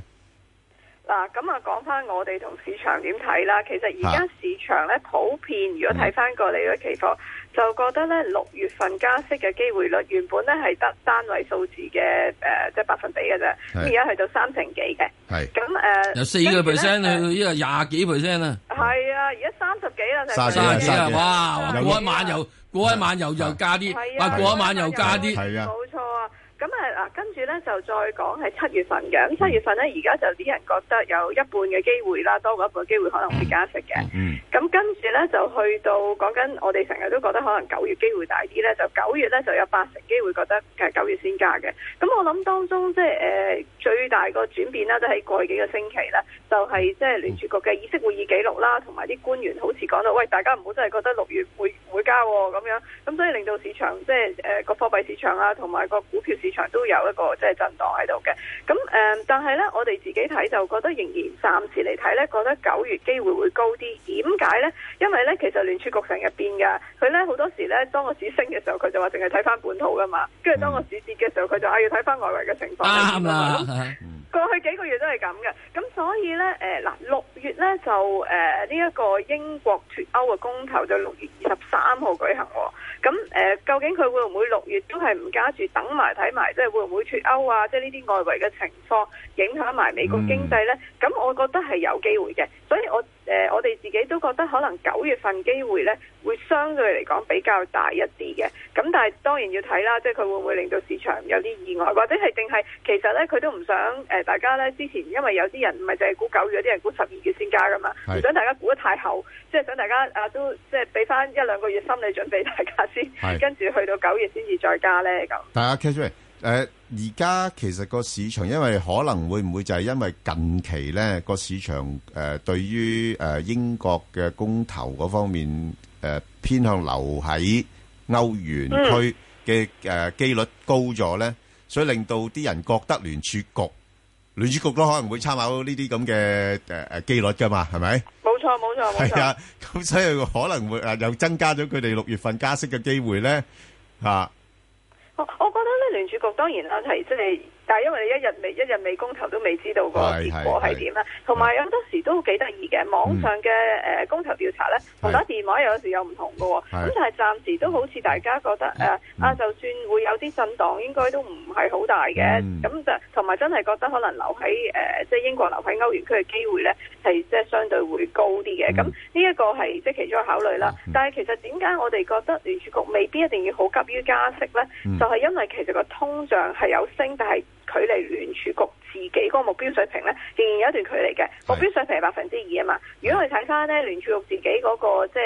Speaker 16: 嗱，咁啊，講翻我哋同市場點睇啦。其實而家市場咧普遍，如果睇翻個利率期貨，就覺得咧六月份加息嘅機會率原本咧係得單位數字嘅誒，即係百分比嘅啫。咁而家去到三成幾嘅。
Speaker 6: 係。
Speaker 16: 咁誒，
Speaker 7: 由四個 percent 去到依個廿幾 percent 啊！
Speaker 16: 係啊，而家三十幾啦，
Speaker 7: 卅
Speaker 16: 成個
Speaker 7: 幾啊！
Speaker 16: 月係
Speaker 7: 哇！
Speaker 16: 啊
Speaker 7: 過一晚又過一晚又又加啲，
Speaker 16: 係
Speaker 7: 哇！
Speaker 16: 啊，
Speaker 7: 過一晚又加啲，
Speaker 16: 係冇錯啊。咁啊嗱，跟住咧就再講係七月份嘅。咁七月份咧，而家就啲人覺得有一半嘅機會啦，多過一半嘅機會可能會加息嘅。
Speaker 21: 嗯
Speaker 16: 咁跟住咧就去到講緊，我哋成日都覺得可能九月機會大啲咧，就九月咧就有八成機會覺得誒九月先加嘅。咁我諗當中即係誒最大個轉變啦，都喺過去幾個星期啦，就係即係聯儲局嘅議息會議記錄啦，同埋啲官員好似講到，喂，大家唔好真係覺得六月會會加喎咁樣，咁所以令到市場即係誒個貨幣市場啊，同埋個股票市場都有有一個即係震盪喺度嘅。咁誒、呃但係咧，我哋自己睇就覺得仍然暫時嚟睇咧，覺得九月機會會高啲。點解咧？因為咧，其實聯儲局成日變㗎，佢咧好多時咧，當個市升嘅時候，佢就話淨係睇翻本土噶嘛，跟住當個市跌嘅時候，佢就啊要睇翻外圍嘅情況係點㗎嘛。咁過去幾個月都係咁嘅，咁所以呢，誒、嗱六月呢就誒呢一個英國脱歐嘅公投就六月二十三號舉行喎，咁誒、呃究竟佢會唔會六月都係唔加住等埋睇埋，即係會唔會脱歐啊？即係呢啲外圍嘅情況影響埋美國經濟呢？咁、我覺得係有機會嘅，所以我誒、呃我哋自己都覺得可能九月份機會呢會相對嚟講比較大一啲嘅，咁但係當然要睇啦，即係佢會唔會令到市場有啲意外，或者係定係其實呢，佢都唔想誒、呃大家呢之前因為有啲人唔係淨係估九月，有啲人估十二月先加噶嘛，
Speaker 17: 係
Speaker 16: 唔想大家估得太後，即係想大家啊都即係俾翻一兩個月心理準備大家先，
Speaker 6: 係
Speaker 16: 跟住去到九月先至再加呢。咁。
Speaker 6: 但係 Catherine，誒而家其實個市場，因為可能會唔會就係因為近期咧個市場誒、呃、對於誒、呃英國嘅公投嗰方面誒、呃偏向留喺歐元區嘅誒機率高咗咧，所以令到啲人覺得聯儲局聯儲局都可能會參考呢啲咁嘅誒誒機率噶嘛，係咪？
Speaker 16: 冇錯，冇錯，冇
Speaker 6: 係
Speaker 16: 錯
Speaker 6: 啊。，咁所以可能會誒又增加咗佢哋六月份加息嘅機會咧嚇。啊
Speaker 16: 我我覺得咧聯儲局當然啦，係即係，但係因為你一日未一日未公投都未知道個
Speaker 6: 係
Speaker 16: 結果
Speaker 6: 係嗯
Speaker 16: 係點啦，同埋有好多時都幾得意嘅，網上嘅誒公投調查咧，同打電話有時有唔同嘅喎。
Speaker 6: 係嗯
Speaker 16: 咁但係暫時都好似大家覺得誒啊，就算會有啲震盪，應該都唔係好大嘅。咁就同埋真係覺得可能留喺呃誒即係英國留喺歐元區嘅機會咧，係即係相對會高啲嘅。咁呢一個係即係其中一個考慮啦。但係其實點解我哋覺得聯儲局未必一定要好急於加息咧？就係因為其實個通脹係有升，但係距離聯儲局自己嗰個目標水平咧，仍然有一段距離嘅。目標水平係百分之二啊嘛。如果我哋睇翻咧聯儲局自己嗰、個即係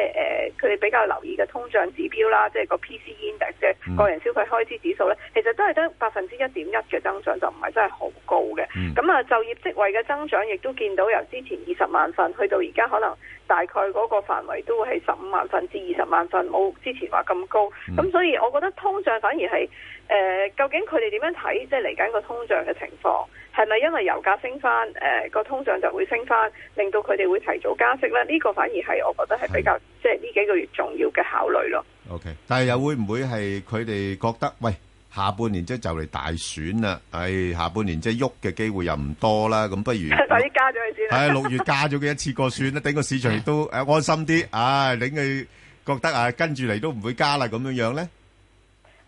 Speaker 16: 誒，佢、哋比較留意嘅通脹指標啦，即係個 PCE index 即係個人消費開支指數咧，其實都係得百分之一點一嘅增長，就唔係真係好高嘅。咁啊、就業職位嘅增長亦都見到由之前二十萬份去到而家可能大概嗰個範圍都會係十五萬份至二十萬份，冇之前話咁高。咁、所以我覺得通脹反而係誒、呃究竟佢哋點樣睇即係嚟緊個通脹嘅情況？係咪因為油價升翻，誒、個通脹就會升翻，令到佢哋會提早加息咧？呢、個反而係我覺得係比較即係呢幾個月重要嘅考慮咯。
Speaker 6: OK，但係又會唔會係佢哋覺得喂下半年即係就嚟大選啦，唉、下半年即係喐嘅機會又唔多啦，咁不如
Speaker 16: 快啲加咗佢先啦。
Speaker 6: 唉啊六月加咗佢一次過算啦，等個市場亦都誒安心啲，唉、令佢覺得啊跟住嚟都唔會加啦咁樣樣咧，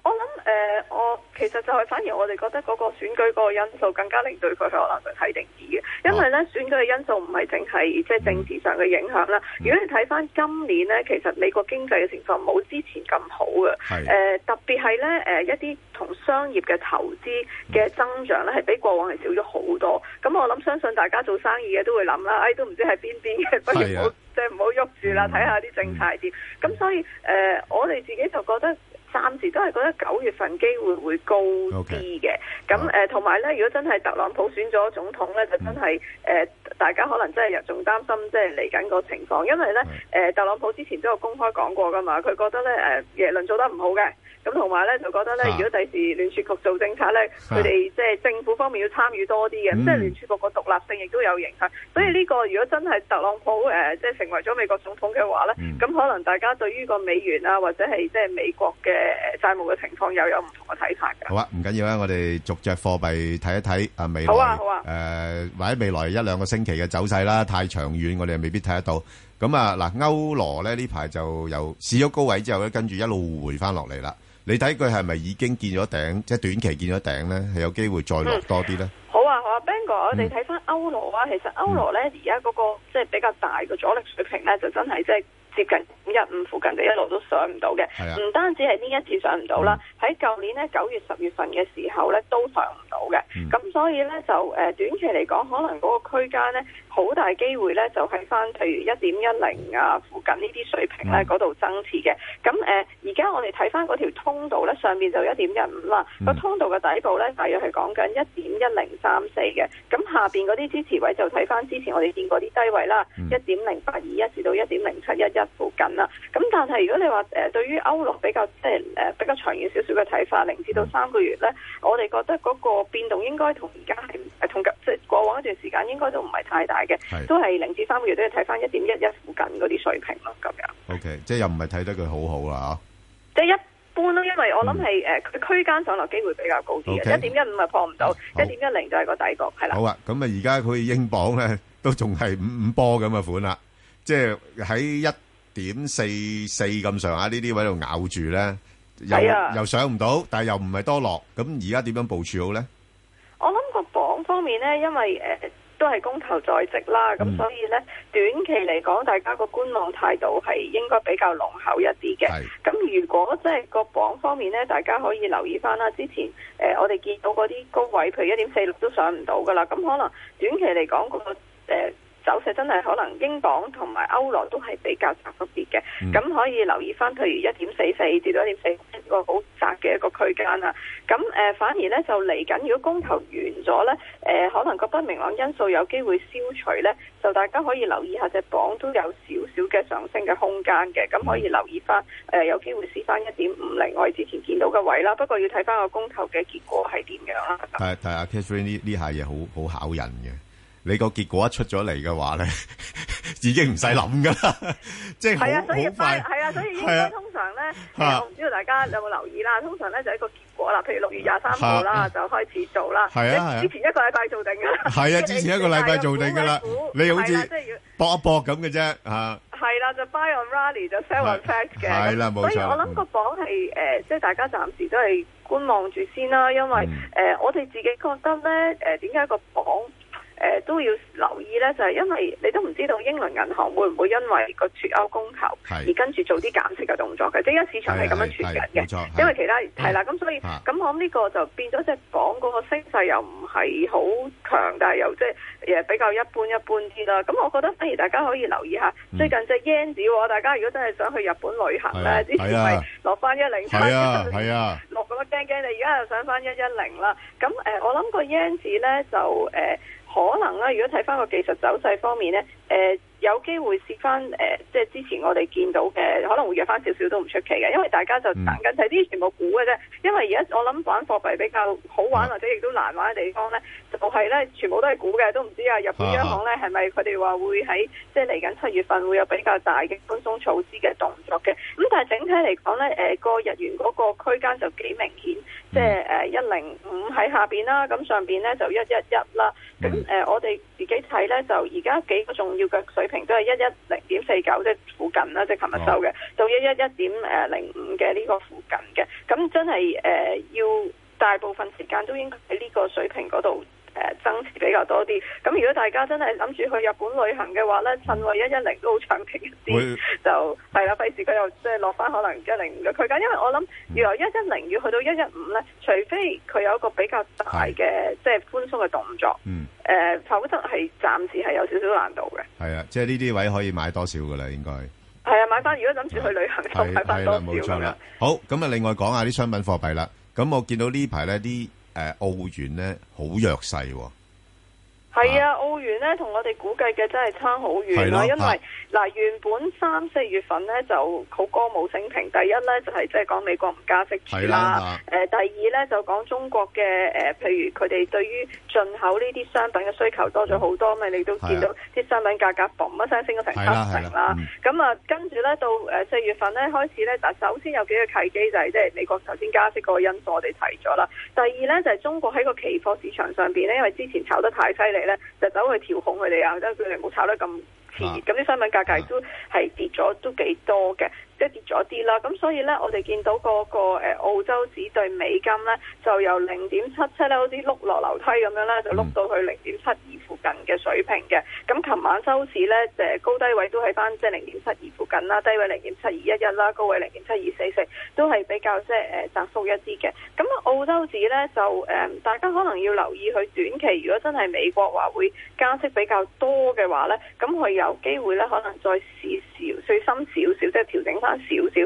Speaker 16: 我諗誒、呃我其實就係反而我哋覺得嗰個選舉嗰個因素更加令對佢可能佢睇定啲嘅，因為咧選舉嘅因素唔係淨係即係政治上嘅影響啦。如果你睇翻今年咧，其實美國經濟嘅情況冇之前咁好嘅，誒、呃特別係咧誒一啲同商業嘅投資嘅增長咧係比過往係少咗好多。咁我諗相信大家做生意嘅都會諗啦，唉、都唔知係邊邊嘅，不如
Speaker 6: 係啊
Speaker 16: 冇即係唔好喐住啦，睇下啲政策係點。咁所以誒、呃我哋自己就覺得暫時都係覺得九月份機會會高啲嘅。咁誒同埋咧，如果真係特朗普選咗總統咧，就真係誒、呃大家可能真係又仲擔心即係嚟緊個情況，因為咧誒、呃特朗普之前都有公開講過噶嘛，佢覺得咧誒、呃耶倫做得唔好嘅。咁同埋咧，就覺得咧，
Speaker 18: 啊
Speaker 16: 如果第時聯儲局做政策咧，佢哋即係政府方面要參與多啲嘅，即
Speaker 18: 嗯
Speaker 16: 係聯儲局個獨立性亦都有影響。所以呢個如果真係特朗普誒、
Speaker 6: 嗯
Speaker 16: 呃即係成為咗美國總統嘅話咧，咁、可能大家對於個美元啊，或者係即係美國嘅呃債務嘅情況又有唔同嘅睇法嘅。
Speaker 6: 好啊，唔緊要啦，我哋逐隻貨幣睇一睇啊未來
Speaker 16: 好啊好啊
Speaker 6: 呃或者未來一兩個星期嘅走勢啦，太長遠我哋未必睇得到。咁啊嗱，歐羅咧呢排就由試咗高位之後咧，跟住一路回翻落嚟啦。你睇佢係咪已經見咗頂，即係短期見咗頂咧，係有機會再落多啲咧？
Speaker 16: 好啊，好啊，Bang
Speaker 6: 嗯
Speaker 16: 哥，我哋睇翻歐羅啊，其實歐羅咧而家嗰個即係比較大嘅阻力水平咧，就真係即係接近一五附近，就一路都上唔到嘅。
Speaker 20: 係啊嗯
Speaker 16: 唔單止係呢一次上唔到啦，喺舊年咧九月、十月份嘅時候咧都上唔到嘅。
Speaker 20: 嗯
Speaker 16: 咁、所以咧就誒、呃短期嚟講，可能嗰個區間咧好大機會咧就喺翻譬如一點一零啊附近呢啲水平
Speaker 20: 嗯
Speaker 16: 咧嗰度增持嘅。咁誒而家我
Speaker 20: 嗯
Speaker 16: 哋睇翻嗰條通道咧上面就一點一五啦，個通道嘅底部咧大約係講緊一點一一零三四嘅。咁下邊嗰啲支持位就睇翻之前我哋見過啲低位啦，
Speaker 6: 嗯
Speaker 16: 一點零八二一至到一點零七一一附近啦。咁但係如果你話誒、呃、對於歐羅比較即係誒呃比較長遠少少嘅睇法，零
Speaker 6: 嗯
Speaker 16: 至到三個月咧，我哋覺得嗰個變動應該同而家係誒同即係過往一段時間應該都唔係太大嘅
Speaker 6: 係，
Speaker 16: 都係零至三個月都要睇翻一點一一附近嗰啲水平咯，咁樣。
Speaker 6: OK，即係又唔係睇得佢好好啦
Speaker 16: 即係一般咯，因為我諗係誒呃佢區間上落機會比較高啲
Speaker 6: 嗯 OK
Speaker 16: 嘅，一點一五係破唔到，一點一零就係個底角，係
Speaker 6: 吓。
Speaker 16: 啦
Speaker 6: 好。啊，咁啊而家佢英鎊咧 都仲係五五波咁嘅款啦，即係喺一點四四咁上下呢啲位度咬住咧，又
Speaker 16: 係啊
Speaker 6: 又上唔到，但係又唔係多落，咁而家點樣部署好咧？
Speaker 16: 我諗個榜方面呢，因為誒、呃都係公投在即啦，咁所以呢，短期嚟講，大家個觀望態度係應該比較濃厚一啲嘅。咁如果即係個榜方面呢，大家可以留意翻啦。之前誒、呃我哋見到嗰啲高位，譬如一點四六都上唔到噶啦，咁可能短期嚟講嗰個、呃走勢真係可能英鎊同埋歐羅都係比較窄幅啲嘅，咁、可以留意翻譬如一點四四至到一點四一個好窄嘅一個區間啦。咁誒、呃反而呢，就嚟緊，如果公投完咗呢，誒、可能個不明朗因素有機會消除呢，就大家可以留意下隻鎊都有少少嘅上升嘅空間嘅，咁可以留意翻誒、呃有機會試翻一點五零，我哋之前見到嘅位啦，不過要睇翻個公投嘅結果係點樣啦。
Speaker 6: 但係但係阿 Catherine 呢呢下嘢好好考人嘅，你個結果一出咗嚟嘅話咧， 已經唔使諗噶啦， 即係
Speaker 16: 係啊，所以
Speaker 6: 好好快。
Speaker 16: 係啊，所以應
Speaker 6: 係
Speaker 16: 該
Speaker 6: 啊
Speaker 16: 通常咧，誒
Speaker 6: 啊
Speaker 16: 我唔知道大家有冇留意啦。通常咧就係一個結果啦，譬如六月廿三號
Speaker 6: 啊
Speaker 16: 啦，就開始做啦。
Speaker 6: 係啊係啊
Speaker 16: 之前一個禮拜做定㗎啦。
Speaker 6: 係啊，之前一個禮拜做定噶啦
Speaker 16: 你估，
Speaker 6: 你好
Speaker 16: 係啦
Speaker 6: 似
Speaker 16: 即係要
Speaker 6: 搏一搏咁嘅啫嚇。
Speaker 16: 係啦，就 buy on rally 就 sell on
Speaker 6: 係
Speaker 16: fact 嘅。
Speaker 6: 係啦
Speaker 16: 咁
Speaker 6: 冇
Speaker 16: 所以
Speaker 6: 錯
Speaker 16: 我諗個榜係誒，即係大家暫時都係觀望住先啦，因為誒、
Speaker 6: 嗯
Speaker 16: 呃我哋自己覺得咧誒點解個榜誒、呃都要留意咧，就係、因為你都唔知道英倫銀行會唔會因為個脱歐公投
Speaker 6: 係
Speaker 16: 而跟住做啲減息嘅動作嘅，即係而家市場係咁樣傳緊
Speaker 6: 係係係冇錯
Speaker 16: 嘅，
Speaker 6: 係
Speaker 16: 因為其他係啦，咁所以
Speaker 6: 啊
Speaker 16: 咁我諗呢個就變咗隻榜嗰個升勢又唔係好強，但係又即係誒比較一般一般啲啦。咁我覺得反哎而大家可以留意下
Speaker 6: 嗯
Speaker 16: 最近隻 yen 子喎，大家如果真係想去日本旅行
Speaker 6: 係啊
Speaker 16: 咧，之前
Speaker 6: 係啊
Speaker 16: 咪落翻一零七，
Speaker 6: 係啊係啊。
Speaker 16: 落咁樣驚驚，你而家又上翻一一零啦。咁誒、呃我諗個 yen 字咧就誒、呃可能啦。如果睇翻個技術走勢方面咧，誒、有機會試翻誒，即係之前我哋見到嘅，呃可能會弱翻少少都唔出奇嘅，因為大家就等緊睇啲全部估嘅啫。因為而家我諗玩貨幣比較好玩或者亦都難玩嘅地方咧，就係、咧全部都係估嘅，都唔知啊日本央行咧係咪佢哋話會喺即係嚟緊七月份會有比較大嘅寬鬆措施嘅動作嘅。咁但係整體嚟講咧，誒、個日元嗰個區間就幾明顯，即係誒一零五喺下邊啦，咁上邊咧就一一一啦。咁誒、我哋自己睇咧就而家幾個重要嘅水平都係一一零點四九，即係附近啦，即係琴日收嘅，到一一一點誒零五嘅呢個附近嘅。咁真係誒、呃要大部分時間都應該喺呢個水平嗰度。誒增持比較多啲，咁如果大家真係諗住去日本旅行嘅話咧，趁位一一零都好長期一
Speaker 6: 會
Speaker 16: 啲， 就係啦，費事佢又即係落翻可能一零五嘅區間，因為我諗
Speaker 6: 嗯
Speaker 16: 原來一一零要去到一一五咧，除非佢有一個比較大嘅即係寬鬆嘅動作，
Speaker 6: 嗯，
Speaker 16: 誒、否則係暫時係有少少難度嘅。
Speaker 6: 係啊，即係呢啲位可以買多少噶啦，應該
Speaker 16: 係啊，買翻如果諗住去旅行就
Speaker 6: 係
Speaker 16: 買翻
Speaker 6: 係
Speaker 16: 多
Speaker 6: 啦，
Speaker 16: 少
Speaker 6: 冇
Speaker 16: 咁
Speaker 6: 錯
Speaker 16: 樣
Speaker 6: 啦。。好，咁啊，另外講下啲商品貨幣啦。咁我見到呢排咧啲誒澳元咧好弱勢喎，
Speaker 16: 係啊，澳元咧同我哋估計嘅真係差好遠啦，
Speaker 6: 係咯
Speaker 16: 因
Speaker 6: 啊
Speaker 16: 為嗱原本三四月份咧就好歌舞升平，第一咧就係即係講美國唔加息住
Speaker 6: 係啦
Speaker 16: 啦，
Speaker 17: 啊
Speaker 16: 誒、呃第二咧就講中國嘅誒、呃譬如佢哋對於進口呢啲商品嘅需求多咗好多，咪你都見到啲商品價格嘣一聲升咗成
Speaker 17: 啊係
Speaker 16: 七
Speaker 17: 啦
Speaker 16: 成
Speaker 17: 係啦
Speaker 16: 啦
Speaker 17: 嗯。
Speaker 16: 咁啊，跟住咧到誒四月份咧開始咧，嗱首先有幾個契機就係即係美國頭先加息嗰個因素我哋提咗啦。第二咧就係中國喺個期貨市場上邊咧，因為之前炒得太犀利咧，就走去調控佢哋啊，即係佢哋冇炒得咁。熾熱，咁啲商品價格亦都係跌咗都幾多嘅，即係跌咗啲啦。咁所以咧，我哋見到嗰個誒澳洲紙對美金咧，就由零點七七咧，好似碌落樓梯咁樣咧，就碌到去零點七二附近嘅水平嘅。咁琴晚收市咧，誒高低位都喺翻即係零點七二附近啦，低位零點七二一一啦，高位零點七二四四，都係比較即係誒呃窄幅一啲嘅。咁澳洲紙咧就誒、大家可能要留意佢短期，如果真係美國話會加息比較多嘅話咧，咁佢有機會咧可能再試試少最深少少，即係調整翻少少，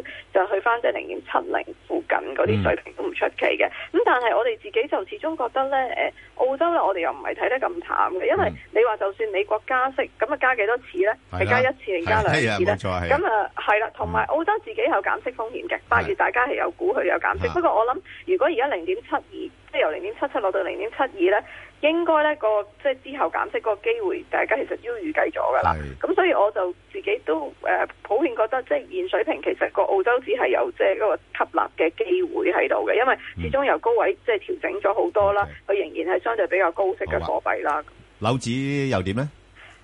Speaker 16: 就去翻即係零點七零附近嗰啲水平都唔出奇嘅。咁但係我哋自己就始終覺得咧，誒、澳洲咧，我哋又唔係睇得咁淡嘅，因為你話就算美國加息，咁啊加幾多次咧？
Speaker 6: 係啦
Speaker 16: 係加一次定加兩次
Speaker 6: 係啊
Speaker 16: 咧？
Speaker 6: 冇錯係啊嗯
Speaker 16: 咁啊係啦，同埋澳洲自己有減息風險嘅，八月大家係有估佢有減
Speaker 6: 嗯
Speaker 16: 息，不過我諗如果而家零點七二，即係由零點七七落到零點七二咧。應該呢個即係之後減息嗰個機會，大家其實都預計咗㗎啦。咁所以我就自己都誒、呃普遍覺得，即係現水平其實個澳洲只係有即係嗰個吸納嘅機會喺度嘅，因為始終由高位即係調整咗好多啦，佢仍然係相對比較高息嘅
Speaker 6: 嗯好
Speaker 16: 貨幣啦。
Speaker 6: 樓指又點咧？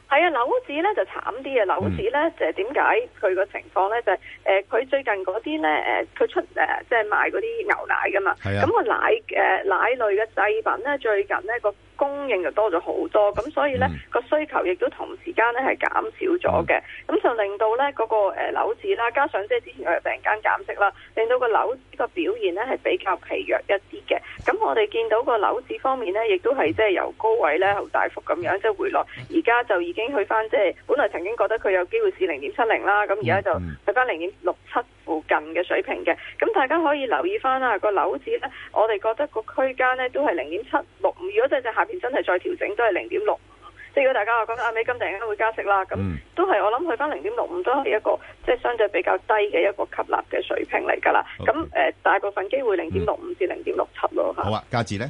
Speaker 16: 係啊，樓指咧就慘啲嘅，樓指咧
Speaker 17: 嗯
Speaker 16: 就係點解佢個情況咧就係誒佢最近嗰啲咧誒佢出誒呃即係賣嗰啲牛奶噶嘛，
Speaker 17: 係啊
Speaker 16: 咁個奶誒、奶類嘅製品咧最近咧個供應就多咗好多，咁所以
Speaker 17: 嗯
Speaker 16: 咧個、需求亦都同時間咧係減少咗嘅，咁、
Speaker 17: 嗯
Speaker 16: 就令到咧嗰、個誒樓指啦，加上即係之前佢係突然間減息啦，令到個樓指個表現咧係比較疲弱一啲嘅，咁我哋見到個樓指方面咧，亦都係即係由高位咧好大幅咁樣即係回落。而家就已經去翻即係本來曾經覺得佢有機會試零點七零啦，咁而家就去翻零點六七附近嘅水平嘅。咁大家可以留意翻啦，個樓指咧，我哋覺得個區間咧都係零點七六五，如果真係下邊真係再調整都係零點六。即係如果大家話覺得啊美金突然間會加息啦，咁都係我諗去翻零點六五都係一個即係相對比較低嘅一個吸納嘅水平嚟㗎啦。咁誒、呃大部分機會零點六五至零點六七咯嚇。
Speaker 6: 好啊，價字咧？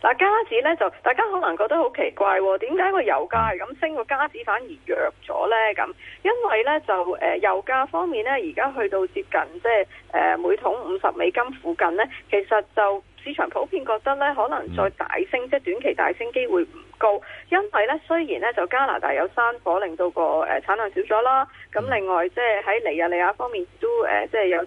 Speaker 16: 嗱，加指咧就大家可能覺得好奇怪喎，點解個油價係咁升，個加指反而弱咗咧？咁因為咧就誒、呃油價方面咧，而家去到接近即係誒每桶五十美金附近咧，其實就市場普遍覺得咧，可能再大升，即係短期大升機會唔高，因為咧雖然咧就加拿大有山火令到個誒、呃、產量少咗啦，咁另外即係喺尼日利亞方面都誒、呃即係有啲誒、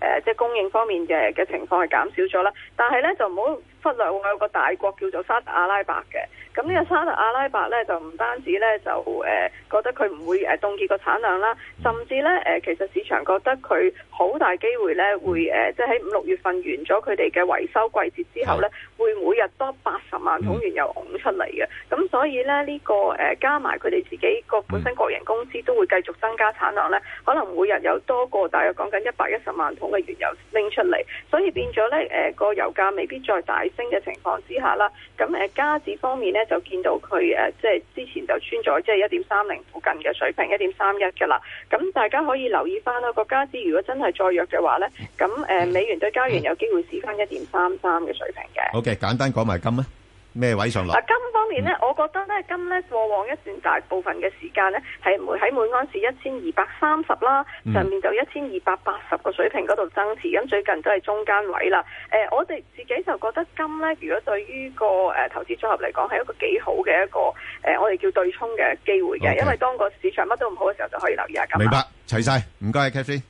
Speaker 16: 呃即係供應方面嘅嘅情況係減少咗啦，但係咧就唔好。忽略我有個大國叫做沙特阿拉伯嘅，咁呢個沙特阿拉伯咧就唔單止咧就誒、呃、覺得佢唔會誒凍結個產量啦，甚至咧誒、呃其實市場覺得佢好大機會咧會誒、呃即係喺五六月份完咗佢哋嘅維修季節之後咧，會每日多八十萬桶原油拱出嚟嘅，咁所以咧呢、個誒、呃加埋佢哋自己個本身國營公司都會繼續增加產量咧，可能每日有多過大約講緊一百一十萬桶嘅原油拎出嚟，所以變咗咧誒個油價未必再大升嘅情況之下啦，咁誒加指方面咧就見到佢誒、呃即係之前就穿咗即係一點三零附近嘅水平一點三一嘅啦，咁大家可以留意翻啦，個加指如果真係再弱嘅話咧，咁誒、呃美元對加元有機會試翻一點三三嘅水平嘅。
Speaker 6: 好嘅，簡單講埋金啊，咩位上落？
Speaker 16: 嗱，金方面咧，我覺得咧金咧過往一段大部分嘅時間咧係每喺每安士一千二百三十啦，
Speaker 18: 嗯
Speaker 16: 上面就一千二百八十個水平嗰度增持，咁最近都係中間位啦。誒、我哋自己就覺得金咧，如果對於個誒、投資組合嚟講係一個幾好嘅一個誒、我哋叫對沖嘅機會嘅
Speaker 6: OK
Speaker 16: 因為當個市場乜都唔好嘅時候，就可以留意下金啦。
Speaker 6: 明白，齊晒，唔該，Catherine。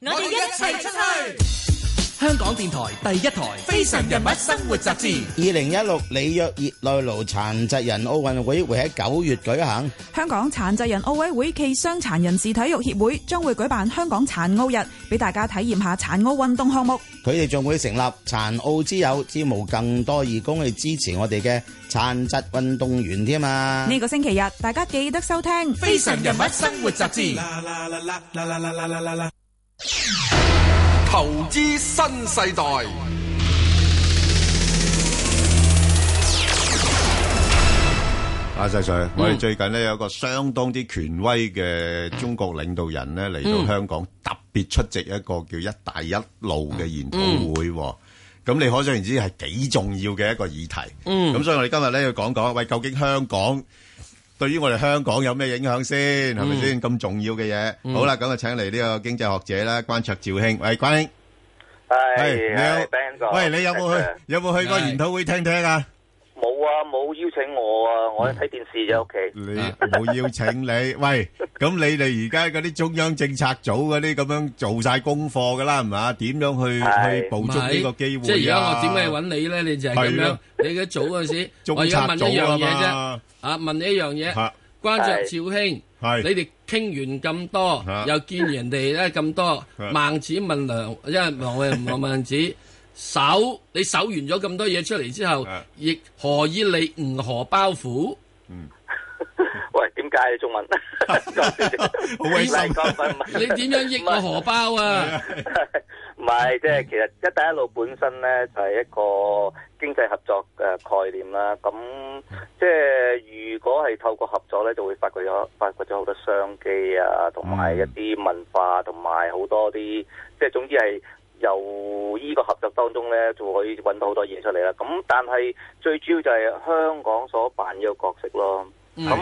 Speaker 20: 我哋一齊出去。
Speaker 21: 香港電台第一台《非常人物生活雜誌》。
Speaker 22: 二零一六里約熱內盧殘疾人奧運會會喺九月舉行，
Speaker 23: 香港殘疾人奧委會暨傷殘人士體育協會將會舉辦香港殘奧日，俾大家體驗下殘奧運動項目。
Speaker 22: 佢哋仲會成立殘奧之友，招募更多義工去支持我哋嘅殘疾運動員添啊！
Speaker 23: 呢個星期日，大家記得收聽《
Speaker 21: 非常人物生活雜誌》。
Speaker 5: 投資新世代，
Speaker 6: 啊，石Sir，我哋最近呢，有一個相當之權威嘅中國領導人呢，嚟到
Speaker 24: 嗯。
Speaker 6: 香港，特別出席一個叫「一帶一路」嘅研討會喎。咁你可想而知係幾重要嘅一個議題。
Speaker 24: 嗯。
Speaker 6: 咁所以我哋今日呢，要講講，喂，究竟香港對於我哋香港有咩影響先？係咪先？咁重要嘅嘢。
Speaker 24: 嗯。
Speaker 6: 好啦，咁啊，請嚟呢個經濟學者啦，關焯照兄。喂，關兄。係，你
Speaker 28: 係，
Speaker 6: 有-
Speaker 28: 係，Ben 哥，
Speaker 6: 喂，你有
Speaker 28: Ben
Speaker 6: 冇去-
Speaker 28: Sir。
Speaker 6: 有冇去過研討會聽聽啊？
Speaker 28: 冇啊，冇邀請我啊，我睇電視啫屋企。
Speaker 6: 你冇邀請你，喂，咁你哋而家嗰啲中央政策組嗰啲咁樣做晒功課噶啦，係嘛？點樣去去捕捉呢個機會啊？
Speaker 7: 即係而家我點解揾你咧？你就係咁
Speaker 6: 係
Speaker 7: 樣
Speaker 6: 啊。
Speaker 7: 你嘅早嗰陣時，
Speaker 6: 中
Speaker 7: 我而家問一樣嘢
Speaker 6: 策組
Speaker 7: 啫。
Speaker 6: 啊
Speaker 7: 啊，問一樣嘢
Speaker 6: 嚇，
Speaker 7: 關着趙兄，你哋傾完咁多，又見人哋咧咁多，
Speaker 6: 嚇
Speaker 7: 孟子問梁，因為孟子問孟子。守你守完咗咁多嘢出嚟之後，亦何以利吾荷包乎？
Speaker 28: 喂，點界中 文，好
Speaker 7: 開心你點樣益我荷包啊？
Speaker 28: 唔係，即係其實一帶一路本身咧就係、一個經濟合作嘅概念啦。咁即係如果係透過合作咧，就會發掘咗發掘咗好多商機啊，同埋一啲文化，同埋好多啲即係總之係。由呢個合作當中咧，就可以揾到好多嘢出嚟啦。咁但係最主要就係香港所扮演嘅角色咯。
Speaker 21: 嗯
Speaker 28: 咁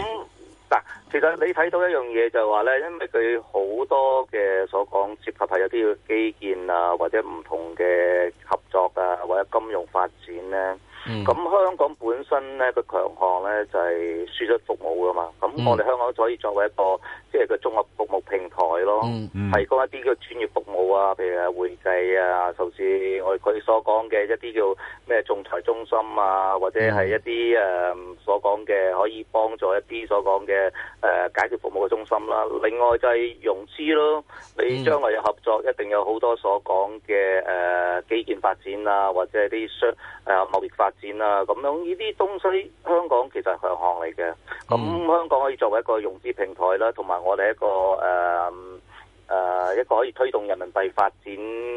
Speaker 28: 嗱、其實你睇到一樣嘢就係話咧，因為佢好多嘅所講涉及係有啲嘅基建啊，或者唔同嘅合作啊，或者金融發展咧。咁、香港本身咧個強項咧就係、輸出服務噶嘛，咁我哋香港可以作為一個即係個綜合服務平台咯，提供一啲叫專業服務啊，譬如係會計啊，甚至我哋佢所講嘅一啲叫咩仲裁中心啊，或者係一啲誒、所講嘅可以幫助一啲所講嘅誒解決服務嘅中心啦。另外就係融資咯，你將來有合作一定有好多所講嘅誒基建發展啊，或者係啲商誒貿易發展啊，咁樣呢啲東西香港其實係強項嚟嘅。咁、香港可以作為一個融資平台啦，同埋我哋一個誒。誒、一個可以推動人民幣發展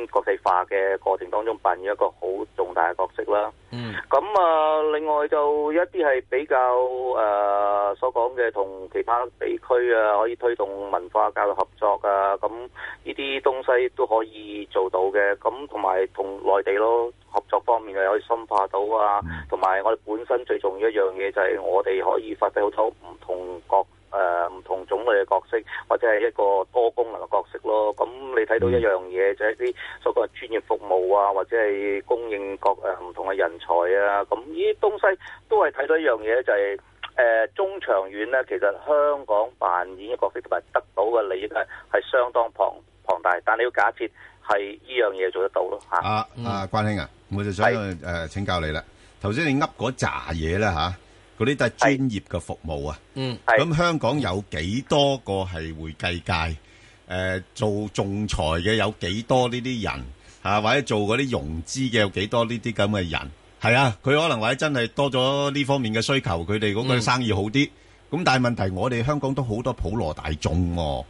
Speaker 28: 國際化嘅過程當中扮演一個好重大嘅角色啦。
Speaker 1: 嗯
Speaker 28: 咁啊，另外就一啲係比較誒、呃所講嘅同其他地區啊，可以推動文化教育合作啊，咁呢啲東西都可以做到嘅。咁同埋同內地咯合作方面又可以深化到啊，同埋、我哋本身最重要一樣嘢就係我哋可以發揮好多唔同角。誒唔、同種類嘅角色，或者係一個多功能嘅角色咯。咁你睇到一樣嘢就係、一啲所謂專業服務啊，或者係供應各誒唔、同嘅人才啊。咁呢啲東西都係睇到一樣嘢就係、誒、呃中長遠咧，其實香港扮演嘅角色同埋得到嘅利益咧，係相當龐龐大。但你要假設係呢樣嘢做得到咯嚇。
Speaker 6: 啊啊，關兄啊，我就想誒請教你啦。頭先你噏嗰扎嘢啦吓，嗰啲都係專業嘅服務啊。
Speaker 7: 嗯，
Speaker 6: 咁香港有幾多個係會計界？诶、做仲裁嘅有幾多呢啲人啊？或者做嗰啲融資嘅有幾多呢啲咁嘅人？係啊，佢可能或者真係多咗呢方面嘅需求，佢哋嗰個
Speaker 2: 嗯
Speaker 6: 生意好啲。咁、但係問題，我哋香港都好多普羅大眾喎、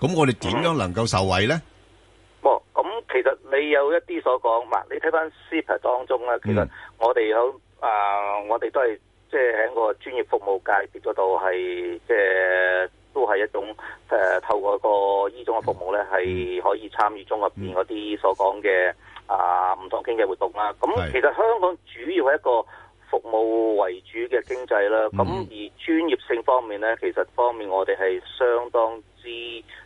Speaker 6: 咁我哋點樣能夠受惠咧？
Speaker 28: 哦，咁其實你有一啲所講，嗱，你睇翻 CPA 當中咧，其實我哋有啊、我哋都係即係喺個專業服務界別嗰度係即係都係一種誒、透過個呢種嘅服務咧，係可以參與綜合邊嗰啲所講嘅啊唔同經濟活動啦。咁其實香港主要係一個。服務為主嘅經濟啦，咁、而專業性方面咧，其實方面我哋係相當之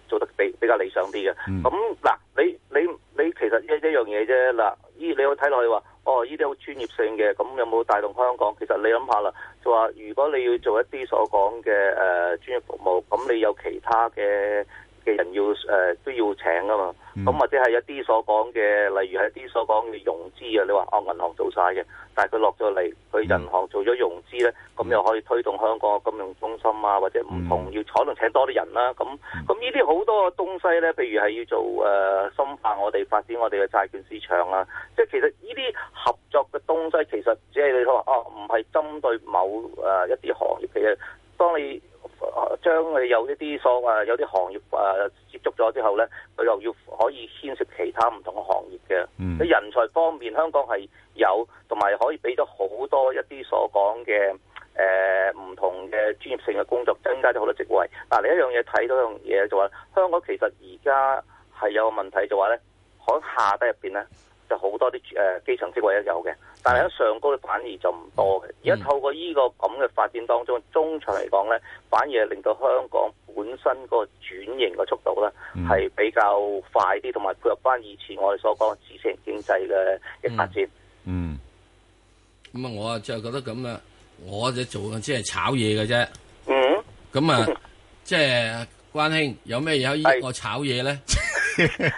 Speaker 28: 做得比比較理想啲嘅。咁嗱、你你你其實一一樣嘢啫，嗱，依你有睇落去話，哦，依啲好專業性嘅，咁有冇帶動香港？其實你諗下啦，就話如果你要做一啲所講嘅誒專業服務，咁你有其他嘅。嘅人要誒、呃都要請噶嘛，咁、或者係一啲所講嘅，例如係一啲所講嘅融資啊，你話哦銀行做晒嘅，但係佢落咗嚟，佢銀行做咗融資咧，咁、又可以推動香港嘅金融中心啊，或者唔同、要可能請多啲人啦、咁咁呢啲好多東西咧，譬如係要做誒、呃深化我哋發展我哋嘅債券市場啊，即係其實呢啲合作嘅東西其實只係你話哦，唔係針對某誒、呃一啲行業嘅嘢，當你將佢有一啲所誒有啲行業誒、呃接觸咗之後咧，佢又要可以牽涉其他唔同嘅行業嘅。喺、人才方面，香港係有，同埋可以俾咗好多一啲所講嘅誒唔同嘅專業性嘅工作，增加咗好多職位。嗱、另一樣嘢睇到一樣嘢就話，香港其實而家係有個問題就話咧，喺下低入邊咧。就好多啲誒、呃基層職位都有嘅，但係喺上高咧反而就唔多嘅。而家透過呢個咁嘅發展當中，中長嚟講咧，反而係令到香港本身個轉型嘅速度咧係、比較快啲，同埋配合翻以前我哋所講嘅知識型經濟嘅嘅發展。
Speaker 6: 嗯，
Speaker 7: 咁啊，我啊就覺得咁啊，我就做即係炒嘢嘅啫。
Speaker 28: 嗯，
Speaker 7: 咁啊，即係關兄有咩嘢可以益我炒 嘢咧？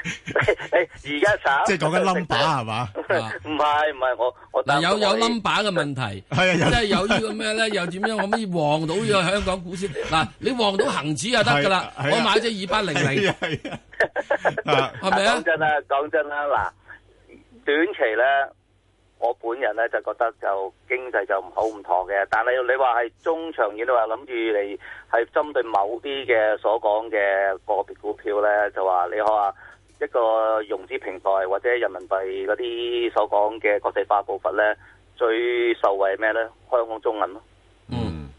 Speaker 28: 而家炒
Speaker 7: 即係講緊 number 係
Speaker 6: 嘛？
Speaker 28: 唔係唔係，我我
Speaker 7: 啊嗱有有 number 嘅問題，
Speaker 6: 係
Speaker 7: 啊，即係有呢個咩咧？又點樣可唔可以旺到呢個香港股市？嗱，你旺到恒指就得㗎啦，
Speaker 28: 係啊係啊
Speaker 7: 我買咗二八零
Speaker 28: 係
Speaker 7: 零
Speaker 28: 啊。係咪啊？講真啦，講真啦，嗱，短期咧，我本人咧就覺得就經濟就唔好唔妥嘅，但係你話係中長遠，你話諗住嚟係針對某啲嘅所講嘅個別股票咧，就話你可話一個融資平台或者人民幣嗰啲所講嘅國際化步伐咧，最受惠係咩咧？香港中銀咯。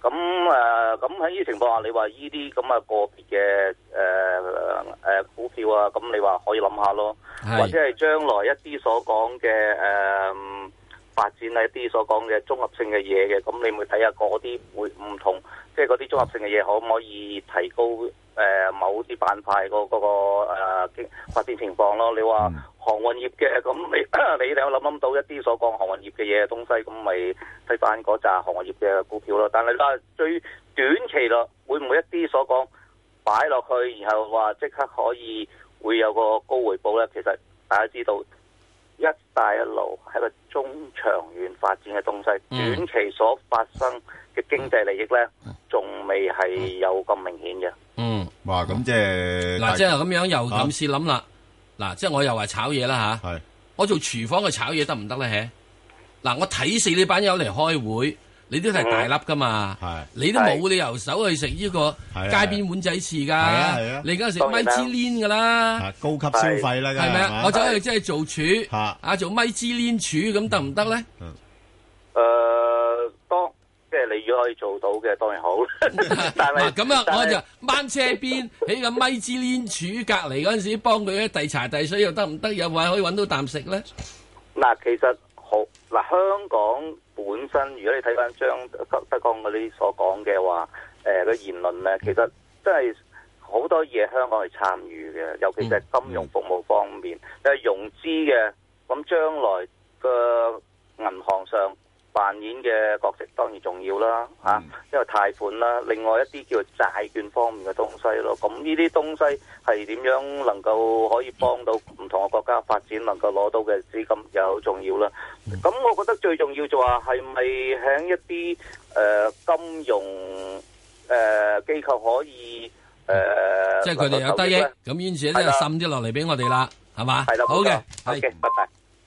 Speaker 28: 咁誒，咁喺呢啲情況下，你話呢啲咁嘅個別嘅誒誒股票啊，咁你話可以諗下咯，
Speaker 1: 係
Speaker 28: 或者係將來一啲所講嘅誒嗯發展啊，一啲所講嘅綜合性嘅嘢嘅，咁你咪睇下嗰啲會唔同，即係嗰啲綜合性嘅嘢可唔可以提高誒、呃某啲板塊嗰嗰個誒經發展情況咯？你話航運業嘅，咁你 你有諗諗到一啲所講航運業嘅嘢嘅東西，咁咪睇翻嗰扎航運業嘅股票咯。但係你話最短期咯，會唔會一啲所講擺落去，然後話即刻可以會有個高回報咧？其實大家知道。一帶一路係一個中長遠發展嘅東西，
Speaker 1: 嗯
Speaker 28: 短期所發生嘅經濟利益呢，仲未係有咁明顯嘅。
Speaker 7: 嗯，
Speaker 6: 哇，咁即係啊
Speaker 7: 嗱，即係咁樣又咁試諗啦。嗱，即係我又話炒嘢啦吓，我做廚房嘅炒嘢得唔得咧？吓，嗱，我睇死你班友嚟開會，你都
Speaker 6: 嗯
Speaker 7: 係大粒噶嘛，你都冇理由手去食呢個
Speaker 6: 係啊
Speaker 7: 街邊碗仔翅
Speaker 6: 係啊
Speaker 7: 噶
Speaker 6: 係啊，
Speaker 7: 你而家食
Speaker 6: 當然
Speaker 7: 米
Speaker 6: 啦
Speaker 7: 芝蓮噶啦，
Speaker 6: 高級消費啦
Speaker 7: 係
Speaker 6: 梗係
Speaker 7: 咪
Speaker 6: 係
Speaker 7: 啊
Speaker 6: 嘛？
Speaker 7: 我走去即係做廚，啊做米芝蓮廚咁得唔得咧？
Speaker 28: 誒、呃當即係你如果可以做到嘅，當然好。但係
Speaker 7: 咁啊，我就掹車邊喺個米芝蓮柱隔離嗰陣時，幫佢遞茶遞水又得唔得？又話可以揾到啖食咧？
Speaker 28: 嗱，其實好嗱，香港本身如果你睇翻張德德江嗰啲所講嘅話，誒、呃、個言論咧，其實真係好多嘢香港係參與嘅，尤其是係金融服務方面，誒、融資嘅，咁將來嘅銀行上扮演嘅角色當然重要啦，嚇、因為貸款啦，另外一啲叫做債券方面嘅東西咯。咁呢啲東西係點樣能夠可以幫到唔同嘅國家發展，能夠攞到嘅資金又好重要啦。
Speaker 7: 嗯
Speaker 28: 咁我覺得最重要就話係咪喺一啲誒、呃金融誒、呃、機構可以誒，
Speaker 7: 即係佢哋有得益，
Speaker 28: 能夠受益呢
Speaker 7: 咁於是咧
Speaker 28: 係啦
Speaker 7: 滲啲落嚟俾我哋啦，係嘛？
Speaker 28: 係啦，
Speaker 7: 好
Speaker 28: 冇
Speaker 7: 嘅，
Speaker 28: 錯，OK，拜拜。